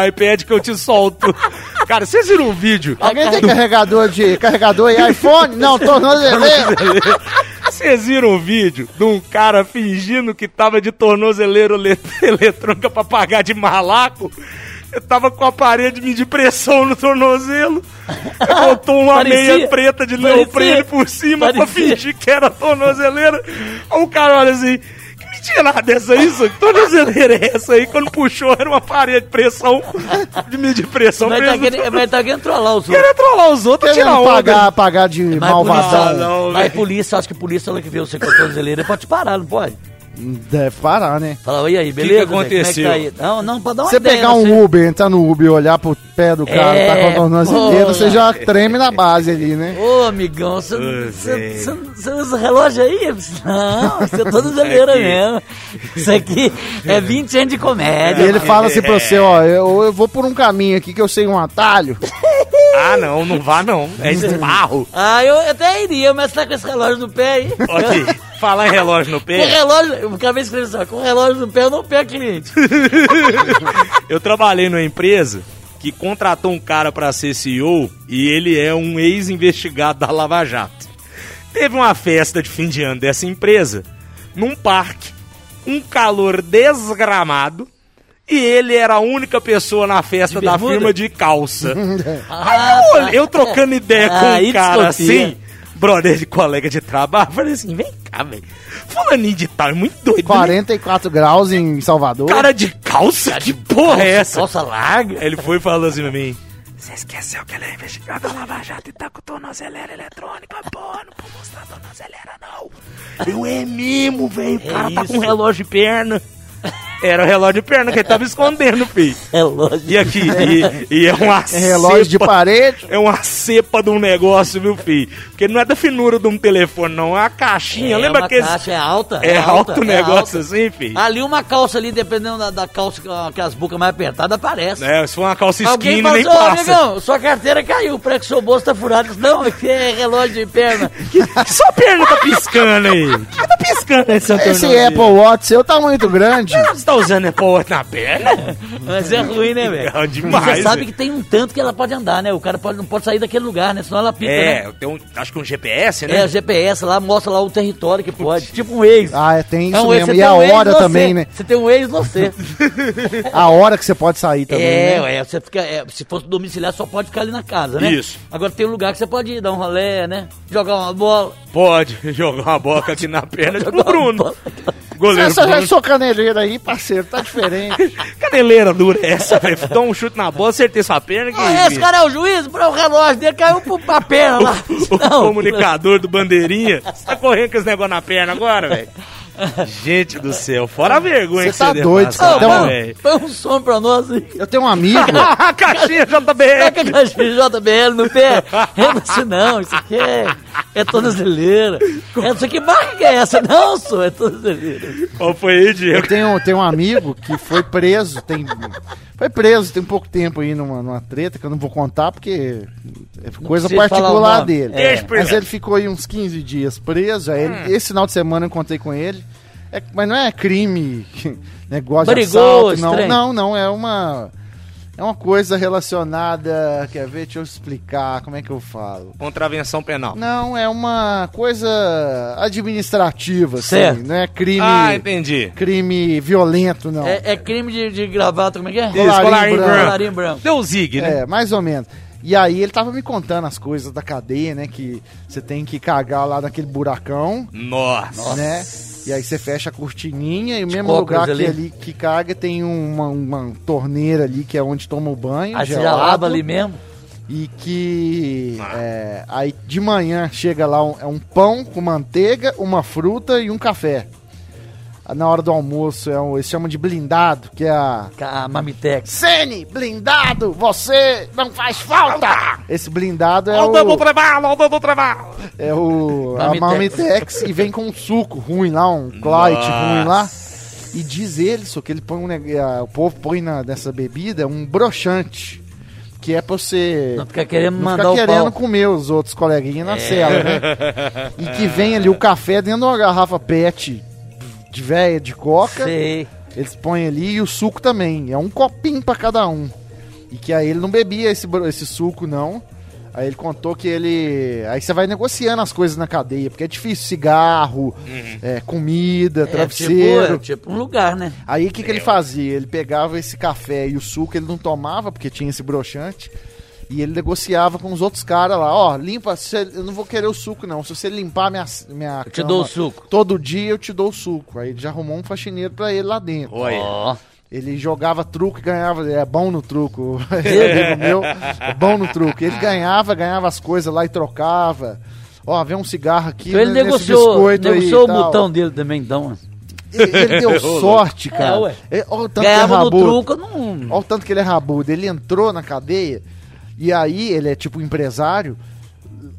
Speaker 2: iPad que eu te solto. Cara, vocês viram um vídeo?
Speaker 3: ah,
Speaker 1: Alguém tem carregador de carregador e iPhone? Não, é, tornozeleira.
Speaker 2: Vocês viram um vídeo de um cara fingindo que tava de tornozeleiro ele- eletrônica pra pagar de malaco? Eu tava com a parede de medir pressão no tornozelo. Botou uma
Speaker 3: Parecia-
Speaker 2: meia preta de
Speaker 3: parecia-
Speaker 2: neoprene por cima pra
Speaker 3: parecia.
Speaker 2: fingir que era tornozeleira. Aí o cara olha assim. "Que Mentirada essa aí, isso? Que tornozeleira é essa aí? Quando puxou, era uma parede de pressão, de medir pressão.
Speaker 3: Mas tá
Speaker 2: mesmo.
Speaker 3: querendo- mas tá querendo trollar os outros.
Speaker 2: Queria trollar os outros, tirar
Speaker 1: Querendo
Speaker 2: onda.
Speaker 1: pagar, pagar de
Speaker 3: Mas
Speaker 1: malvadão.
Speaker 3: polícia,
Speaker 2: Ah, não,
Speaker 3: mas
Speaker 2: velho.
Speaker 3: polícia, acho que polícia é ela que vê você com a tornozeleira pode parar, não pode?
Speaker 1: Deve parar, né?
Speaker 3: Fala, e aí, beleza? velho? Como é que tá
Speaker 2: aconteceu?
Speaker 3: aí? Não, não, pra dar uma
Speaker 1: Você
Speaker 3: ideia,
Speaker 1: pegar um
Speaker 3: você-
Speaker 1: Uber, entrar no Uber e olhar pro pé do cara
Speaker 3: É,
Speaker 1: tá com a tornozeleira,
Speaker 3: porra.
Speaker 1: você já treme na base ali, né?
Speaker 3: Ô, amigão, você
Speaker 2: Ô,
Speaker 3: você-
Speaker 2: velho.
Speaker 3: você- você usa relógio aí? Eu disse, Não, você é tornozeleira
Speaker 2: Aqui.
Speaker 3: mesmo. Isso aqui é 20 anos de
Speaker 1: E
Speaker 3: comédia.
Speaker 1: ele fala assim pra você, ó, eu, eu vou por um caminho aqui que eu sei um atalho.
Speaker 2: Ah, não, não vá não.
Speaker 3: Hum.
Speaker 2: É esbarro.
Speaker 3: Ah, eu até iria, mas tá com esse relógio no pé aí.
Speaker 2: Ok, falar em relógio no
Speaker 3: Com o
Speaker 2: pé,
Speaker 3: relógio, eu acabei de escrever só, com o relógio no pé eu não pego cliente.
Speaker 2: eu trabalhei numa empresa que contratou um cara pra ser CEO e ele é um ex-investigado da Lava Jato. Teve uma festa de fim de ano dessa empresa, num parque, um calor desgramado, e ele era a única pessoa na festa
Speaker 3: De
Speaker 2: da
Speaker 3: bermuda? Uhum.
Speaker 2: firma de calça.
Speaker 3: Ah,
Speaker 2: Olha, eu trocando ideia com
Speaker 3: Ah,
Speaker 2: um
Speaker 3: aí
Speaker 2: cara
Speaker 3: desconfia.
Speaker 2: assim, brother de colega de trabalho, eu falei assim, vem cá, velho. Fulaninho de tal, é muito doido. né?
Speaker 1: 44 graus em Salvador.
Speaker 2: Cara de calça? Que porra é essa?
Speaker 3: Calça larga.
Speaker 2: Ele foi e falou assim pra mim. Você esqueceu que ele é investigado da Lava Jato e tá com tornozeleira eletrônica, pô, não vou mostrar tornozeleira, não. Eu é mimo, velho, o
Speaker 3: É
Speaker 2: cara tá com
Speaker 3: isso.
Speaker 2: um relógio de perna. Era o relógio de perna que ele tava escondendo, filho.
Speaker 3: Relógio.
Speaker 2: E aqui, e, e é uma
Speaker 1: É relógio de
Speaker 2: cepa-
Speaker 1: parede.
Speaker 2: é uma cepa de um negócio, viu, filho? Porque não é da finura de um telefone, não. É uma caixinha. Lembra
Speaker 3: uma
Speaker 2: que esse-
Speaker 3: caixa, é alta.
Speaker 2: é,
Speaker 3: alta,
Speaker 2: alto o negócio
Speaker 3: alta.
Speaker 2: assim, filho?
Speaker 3: Ali uma calça ali, dependendo da, da calça, com- com as bocas mais apertadas, aparece.
Speaker 1: Né?
Speaker 2: É, se for uma calça
Speaker 3: Alguém
Speaker 2: skinny,
Speaker 3: fala
Speaker 2: nem
Speaker 3: assim, ô
Speaker 2: passa.
Speaker 3: amigão, sua carteira caiu, para que seu bolso tá furado. Eu disse, Não, aqui é relógio de perna.
Speaker 2: Que sua perna tá piscando aí? O que tá piscando aí, Santo
Speaker 1: Esse Apple Watch seu tá muito grande.
Speaker 2: Você tá usando Apple Watch na perna?
Speaker 3: Mas é ruim, né, velho?
Speaker 2: É demais,
Speaker 3: Você sabe
Speaker 2: velho.
Speaker 3: que tem um tanto que ela pode andar, né? O cara pode, não pode sair daquele lugar, né? Senão ela pica,
Speaker 2: É,
Speaker 3: né?
Speaker 2: eu tenho, um- acho que um GPS, né?
Speaker 3: É, o GPS lá mostra lá o território que pode. Tipo um ex.
Speaker 1: Ah, é, tem isso
Speaker 3: É um ex,
Speaker 1: mesmo.
Speaker 3: você
Speaker 1: E
Speaker 3: tem
Speaker 1: a
Speaker 3: um ex
Speaker 1: hora
Speaker 3: você.
Speaker 1: também, né?
Speaker 3: Você tem um ex você.
Speaker 1: A hora que você pode sair também,
Speaker 3: é,
Speaker 1: né?
Speaker 3: é, você fica, é, se fosse domiciliar, só pode ficar ali na casa, né?
Speaker 2: Isso.
Speaker 3: Agora tem um lugar que você pode ir, dar um rolé, né? Jogar uma bola.
Speaker 2: Pode jogar uma boca aqui na perna
Speaker 3: Jogar
Speaker 2: do
Speaker 3: uma
Speaker 2: Bruno.
Speaker 3: bola.
Speaker 2: Goleiro
Speaker 1: Essa já
Speaker 2: Bruno.
Speaker 1: é sua caneleira aí, parceiro, tá diferente.
Speaker 2: Caneleira dura essa, velho. Dá um chute na bola, acertei sua perna. que-
Speaker 3: Ah, esse cara é o juiz? Pra o relógio dele caiu pro- pra perna lá.
Speaker 2: O comunicador do Bandeirinha. Você tá correndo com esse negócio na perna agora, velho? Gente do céu, fora a vergonha
Speaker 1: Você
Speaker 2: que
Speaker 1: tá
Speaker 2: deve
Speaker 1: doido,
Speaker 2: passar,
Speaker 1: você tá uma-
Speaker 2: né, velho.
Speaker 3: Põe um som pra nós aí.
Speaker 1: Eu tenho um amigo.
Speaker 2: A caixinha tá JBL.
Speaker 3: Pega a JBL no pé. É isso não, isso aqui é, é tornozeleira. É, isso aqui, marca que é essa? Não, senhor, é tornozeleira.
Speaker 2: Qual foi aí, Diego?
Speaker 1: Eu tenho, tenho um amigo que foi preso, tem. Foi preso tem pouco tempo aí numa, numa treta que eu não vou contar porque é coisa
Speaker 3: precisa falar o
Speaker 1: particular
Speaker 3: nome.
Speaker 1: dele.
Speaker 2: É.
Speaker 1: Mas ele ficou aí uns 15 dias preso. Aí ele- esse final de semana eu encontrei com ele. É- mas não é crime, negócio
Speaker 3: Brigou,
Speaker 1: de assalto, não.
Speaker 3: estranho.
Speaker 1: Não, não, é uma... É uma coisa relacionada... Quer ver? Deixa eu explicar como é que eu falo.
Speaker 2: Contravenção penal.
Speaker 1: Não, é uma coisa administrativa, assim.
Speaker 3: Certo.
Speaker 1: Não é crime,
Speaker 2: Ah, entendi.
Speaker 1: crime violento, não.
Speaker 3: É, é crime de, de gravata, como é que é?
Speaker 1: Colarinho branco.
Speaker 3: Colarinho branco.
Speaker 2: Deu o zig, né?
Speaker 1: É, mais ou menos. E aí ele tava me contando as coisas da cadeia, né? Que você tem que cagar lá naquele buracão,
Speaker 2: Nossa.
Speaker 1: né? E aí você fecha a cortininha e o mesmo
Speaker 3: cobras
Speaker 1: lugar que,
Speaker 3: ali.
Speaker 1: ali que caga tem uma, uma torneira ali que é onde toma o banho,
Speaker 3: Aí você já
Speaker 1: gelado,
Speaker 3: lava ali mesmo.
Speaker 1: e que é, aí de manhã chega lá um, é um pão com manteiga, uma fruta e um café. Na hora do almoço é um, eles chamam de blindado, que é a
Speaker 3: Ca- A Mamitex.
Speaker 1: Sene, blindado, você não faz falta! Esse blindado é
Speaker 2: Olha o dano
Speaker 1: o,
Speaker 2: trabalho, olha o dano trabalho.
Speaker 1: é o a
Speaker 3: Marmitex.
Speaker 1: Marmitex e vem com um suco ruim lá, um Clyde ruim lá. E diz ele, só que ele põe um, neg- a- o povo põe na, nessa bebida um broxante, que é pra você
Speaker 3: Não fica querendo
Speaker 1: não
Speaker 3: mandar
Speaker 1: ficar
Speaker 3: o
Speaker 1: querendo
Speaker 3: pau. É.
Speaker 1: comer os outros coleguinhas na cela, né? E que vem ali o café dentro de uma garrafa pet de véia de coca.
Speaker 3: Sei.
Speaker 1: Eles põem ali e o suco também. É um copinho pra cada um. E que aí ele não bebia esse, bro- esse suco, não. Aí ele contou que ele. Aí você vai negociando as coisas na cadeia, porque é difícil cigarro, é, comida,
Speaker 3: Uhum. É tipo,
Speaker 1: travesseiro.
Speaker 3: é tipo um lugar, né?
Speaker 1: Aí o que, que ele fazia? Ele pegava esse café e o suco, ele não tomava, porque tinha esse broxante. E ele negociava com os outros caras lá, ó, limpa, cê- eu não vou querer o suco não, se você limpar minha, minha
Speaker 3: Eu te dou o
Speaker 1: cama
Speaker 3: suco.
Speaker 1: todo dia, eu te dou o suco. Aí ele já arrumou um faxineiro pra ele lá dentro.
Speaker 2: Olha.
Speaker 3: Ó.
Speaker 1: Ele jogava truco e ganhava. É bom no truco. Esse amigo meu é bom no truco. Ele ganhava, ganhava as coisas lá e trocava. Ó, vem um cigarro aqui.
Speaker 3: Então ele
Speaker 1: nesse
Speaker 3: negociou,
Speaker 1: biscoito aí
Speaker 3: negociou
Speaker 1: e
Speaker 3: o
Speaker 1: tal.
Speaker 3: botão dele também, então.
Speaker 1: Ele, ele deu sorte, cara.
Speaker 3: É, ué.
Speaker 1: Ele- Ó, o tanto que é
Speaker 3: Ganhava no
Speaker 1: rabudo.
Speaker 3: truco, não.
Speaker 1: Olha o tanto que ele é rabudo. Ele entrou na cadeia e aí ele é tipo um empresário.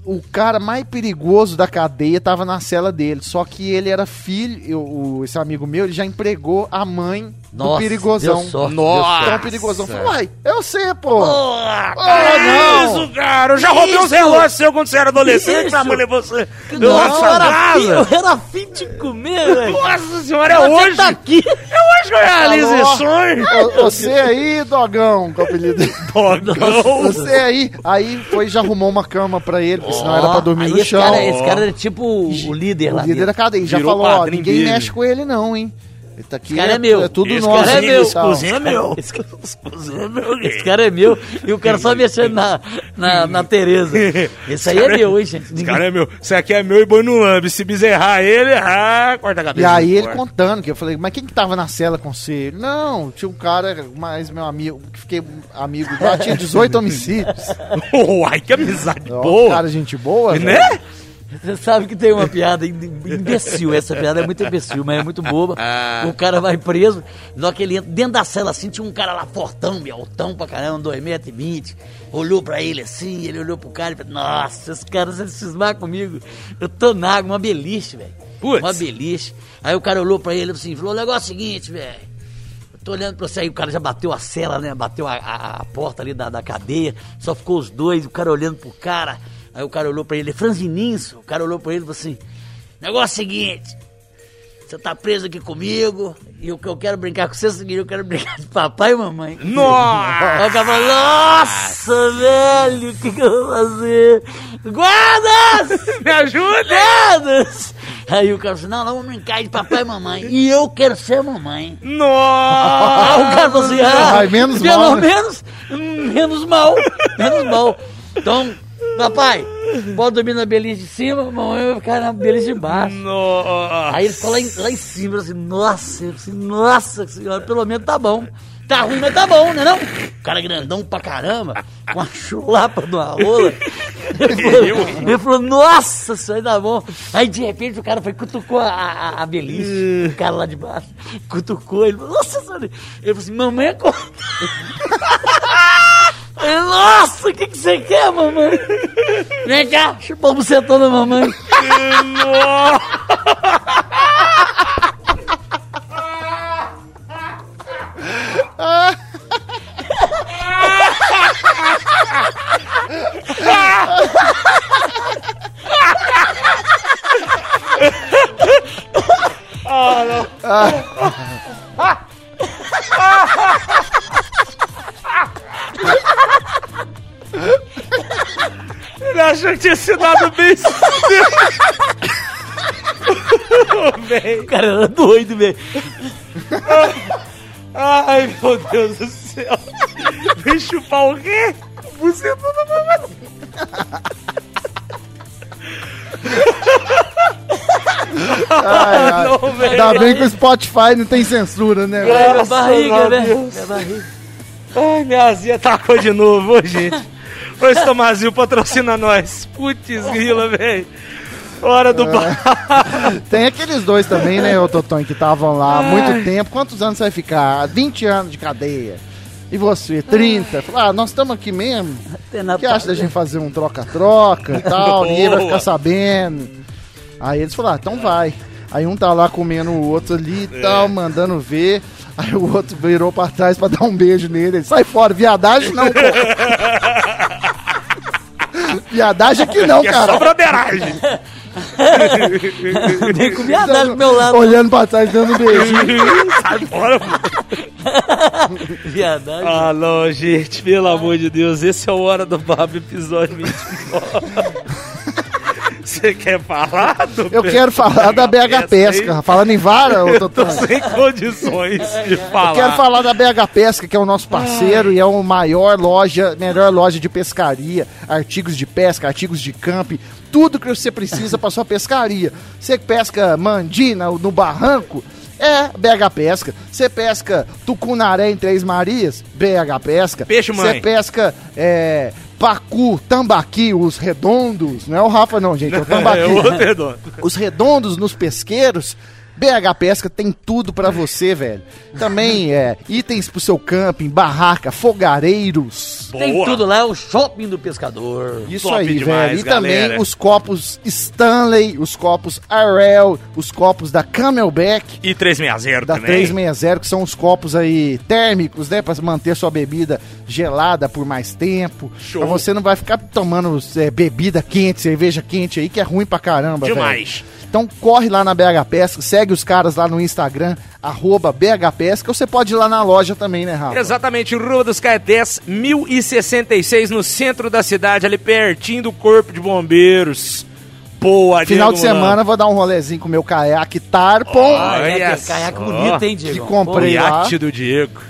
Speaker 1: O cara mais perigoso da cadeia tava na cela dele. Só que ele era filho. eu- o- esse amigo meu, ele já empregou a mãe do
Speaker 3: Nossa,
Speaker 1: perigosão.
Speaker 3: deu sorte,
Speaker 2: Nossa.
Speaker 1: Então o perigosão falou, uai, eu sei, pô.
Speaker 3: Porra,
Speaker 1: Ah,
Speaker 2: Que
Speaker 1: não.
Speaker 2: Isso, cara, eu já roubei uns
Speaker 3: Isso.
Speaker 2: relógios seu quando você era adolescente,
Speaker 3: Isso.
Speaker 2: pra mulher você.
Speaker 3: Nossa, eu
Speaker 2: Nossa,
Speaker 3: era fim,
Speaker 2: casa.
Speaker 3: eu era fim de comer, velho.
Speaker 2: Nossa senhora, é
Speaker 3: Você
Speaker 2: hoje.
Speaker 3: tá aqui.
Speaker 2: É hoje que eu realizo
Speaker 1: Alô?
Speaker 2: esse sonho.
Speaker 1: Ô, Você aí, dogão, com o apelido.
Speaker 2: Dogão.
Speaker 1: Você aí. Aí foi e já arrumou uma cama pra ele, porque senão era pra dormir
Speaker 3: Aí
Speaker 1: no
Speaker 3: esse
Speaker 1: chão.
Speaker 3: Cara, esse cara era tipo o o líder lá.
Speaker 1: o líder da
Speaker 3: dentro.
Speaker 1: cadeia. Já
Speaker 2: Virou
Speaker 1: falou, ó,
Speaker 2: padrinho
Speaker 1: ninguém
Speaker 2: dele.
Speaker 1: mexe com ele não, hein. Ele tá aqui,
Speaker 3: Esse cara é meu.
Speaker 1: É tudo
Speaker 2: Esse
Speaker 1: nosso.
Speaker 3: cara é
Speaker 1: e
Speaker 3: meu.
Speaker 1: tal.
Speaker 2: Cozinha é meu.
Speaker 3: Esse cara-
Speaker 2: Cozinha é meu.
Speaker 3: Esse cara é meu e o cara só mexendo na, na, na Tereza. Esse aí é meu, hein, gente?
Speaker 2: Esse cara é meu. Isso aqui é meu e boi no lambe. Se bezerrar ele, ah, corta a
Speaker 1: E
Speaker 2: cabeça.
Speaker 1: aí ele
Speaker 2: Corta.
Speaker 1: contando, que eu falei, mas quem que tava na cela com você? Ele, Não, tinha um cara, mais meu amigo, que fiquei amigo, lá tinha 18 homicídios.
Speaker 2: Uai, que amizade
Speaker 1: Ó,
Speaker 2: boa.
Speaker 1: Cara, gente boa.
Speaker 2: né?
Speaker 1: velho.
Speaker 3: Você sabe que tem uma piada im- imbecil. Essa piada é muito imbecil, mas é muito boba. O cara vai preso, na hora que ele entra dentro da cela assim, tinha um cara lá fortão, meu, altão pra caramba, 2,20m. Olhou pra ele assim, ele olhou pro cara e falou: Nossa, esse cara, se ele cismar comigo, eu tô na água, uma beliche, velho.
Speaker 2: Putz.
Speaker 3: Uma beliche. Aí o cara olhou pra ele assim, falou: O negócio é o seguinte, velho. Eu tô olhando pra você aí, o cara já bateu a cela, né? Bateu a, a- a porta ali da, da cadeia, só ficou os dois, o cara olhando pro cara. Aí o cara olhou pra ele, franzininho, o cara olhou pra ele e falou assim: negócio é o seguinte, você tá preso aqui comigo, e o que eu quero brincar com você é o seguinte, eu quero brincar de papai e mamãe.
Speaker 2: Nossa.
Speaker 3: Aí o cara falou, nossa, velho, o que, que eu vou fazer? Guardas!
Speaker 2: Me ajuda.
Speaker 3: Guardas! Aí o cara falou, não, não, vamos brincar de papai e mamãe. E eu quero ser mamãe. Ah, o
Speaker 2: Nossa.
Speaker 3: cara falou assim, ah,
Speaker 1: Ai, menos
Speaker 3: pelo
Speaker 1: mal, né?
Speaker 3: menos, menos mal, menos mal. Então, papai, pode dormir na beliche de cima, mamãe vai ficar na beliche de baixo.
Speaker 2: Nossa.
Speaker 3: Aí ele ficou lá em, lá em cima, assim, nossa, eu falei, nossa senhora, pelo menos tá bom. Tá ruim, mas tá bom, né não? O cara grandão pra caramba, com a chulapa de uma rola. Ele falou, ele falou, nossa senhora, tá bom. Aí de repente o cara foi, cutucou a, a, a beliche, o cara lá de baixo, cutucou, ele falou, nossa senhora. Ele falou assim, mamãe acorda. Falei, Nossa, o que, que você quer, mamãe? Vem cá, chupa o bucetão da mamãe.
Speaker 2: achando que tinha sido dado bem. Ô, véi.
Speaker 3: O cara era doido, velho.
Speaker 2: Ai, meu Deus do céu. Vem chupar o quê? Você toda mamada.
Speaker 1: Ai, ai.
Speaker 2: Não, velho.
Speaker 1: Ainda bem que o Spotify não tem censura, né? velho?
Speaker 2: Graças
Speaker 3: Minha barriga,
Speaker 2: a
Speaker 3: né?
Speaker 2: Deus.
Speaker 3: Minha barriga.
Speaker 2: Ai, minha azia tacou de novo, ô, gente. Ô, Estomazil, patrocina nós. Putz, grila, velho. Hora
Speaker 1: Ah.
Speaker 2: do bar.
Speaker 1: Tem aqueles dois também, né, ô Totonho, que estavam lá há muito tempo. Quantos anos você vai ficar? 20 anos de cadeia. E você, 30? Fala, ah, nós estamos aqui mesmo.
Speaker 3: Tem
Speaker 1: O
Speaker 3: na
Speaker 1: que acha da gente fazer um troca-troca e tal? Ninguém vai ficar sabendo. Aí eles falaram, ah, então vai. Aí um tá lá comendo o outro ali e tal, mandando ver. Aí o outro virou pra trás pra dar um beijo nele. Ele, sai fora, viadagem não, pô. viadagem aqui não,
Speaker 2: Que é
Speaker 1: cara.
Speaker 2: só broderagem.
Speaker 3: Nem com viadagem pro meu lado.
Speaker 1: Olhando pra trás, dando um beijinho.
Speaker 2: Sai fora, pô.
Speaker 3: Viadagem.
Speaker 2: Ah, não, gente. Pelo amor de Deus. Esse é o Hora do Babo, episódio 29. Você quer falar? do
Speaker 1: Eu
Speaker 2: pe-
Speaker 1: quero falar da BH Pesca. Falando em vara, ô
Speaker 2: Tô
Speaker 1: Totônio.
Speaker 2: sem condições de falar.
Speaker 1: Quero falar da BH Pesca, que é o nosso parceiro e é a maior loja, melhor loja de pescaria, artigos de pesca, artigos de camping, tudo que você precisa para sua pescaria. Você que pesca mandina no barranco, é BH Pesca. Você pesca tucunaré em Três Marias, BH Pesca.
Speaker 2: Peixe, mãe.
Speaker 1: Você pesca é, pacu, tambaqui, os redondos. Não é o Rafa não, gente, é o tambaqui.
Speaker 2: É outro redondo.
Speaker 1: Os redondos nos pesqueiros. BH Pesca tem tudo pra você, velho. Também é itens pro seu camping, barraca, fogareiros.
Speaker 3: Tem
Speaker 2: Boa.
Speaker 3: tudo lá, é o shopping do pescador.
Speaker 1: Isso
Speaker 2: Top
Speaker 1: aí,
Speaker 2: demais,
Speaker 1: velho. E
Speaker 2: galera.
Speaker 1: também os copos Stanley, os copos Arel, os copos da Camelback,
Speaker 2: E 360
Speaker 1: da
Speaker 2: também.
Speaker 1: 360, que são os copos aí térmicos, né, Pra manter sua bebida gelada por mais tempo.
Speaker 2: Show.
Speaker 1: Pra você não vai ficar tomando é, bebida quente, cerveja quente aí, que é ruim pra caramba, velho.
Speaker 2: Demais.
Speaker 1: Então corre lá na BH Pesca, segue os caras lá no Instagram, arroba BH Pesca, ou você pode ir lá na loja também, né, Rafa?
Speaker 2: Exatamente, Rua dos Caetés, 1066, no centro da cidade, ali pertinho do Corpo de Bombeiros. Boa,
Speaker 1: Final
Speaker 2: Diego
Speaker 1: de
Speaker 2: Mulano.
Speaker 1: semana vou dar um rolezinho com o meu caiaque Tarpon,
Speaker 2: Olha
Speaker 3: é aquele
Speaker 2: só.
Speaker 3: caiaque bonito, hein, Diego?
Speaker 1: Que comprei. Olha
Speaker 2: O
Speaker 1: lá.
Speaker 2: iate do Diego.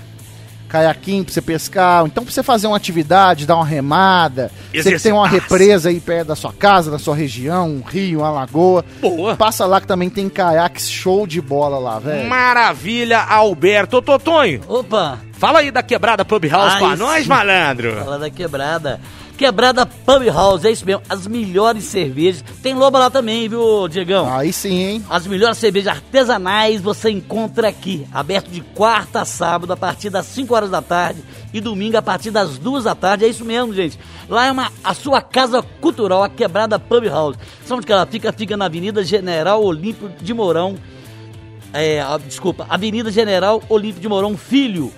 Speaker 1: caiaquinho pra você pescar, ou então pra você fazer uma atividade, dar uma remada, você que tem uma
Speaker 2: Exercitar-se.
Speaker 1: represa aí perto da sua casa, da sua região, um rio, uma lagoa,
Speaker 2: Boa.
Speaker 1: passa lá que também tem caiaque show de bola lá, velho.
Speaker 2: É. Maravilha, Alberto. Ô, Totonho,
Speaker 3: Opa,
Speaker 2: fala aí da quebrada Pub House
Speaker 3: Ai,
Speaker 2: pra nós,
Speaker 3: sim.
Speaker 2: malandro.
Speaker 3: fala da quebrada. Quebrada Pub House, é isso mesmo. As melhores cervejas. Tem loba lá também, viu, Diegão?
Speaker 1: Aí sim, hein?
Speaker 3: As melhores cervejas artesanais você encontra aqui, aberto de quarta a sábado a partir das 5 horas da tarde e domingo a partir das 2 da tarde. É isso mesmo, gente. Lá é uma, a sua casa cultural, a Quebrada Pub House. Sabe onde que ela fica? Fica na Avenida General Olímpio de Mourão. É, a- desculpa, Avenida General Olímpio de Mourão Filho,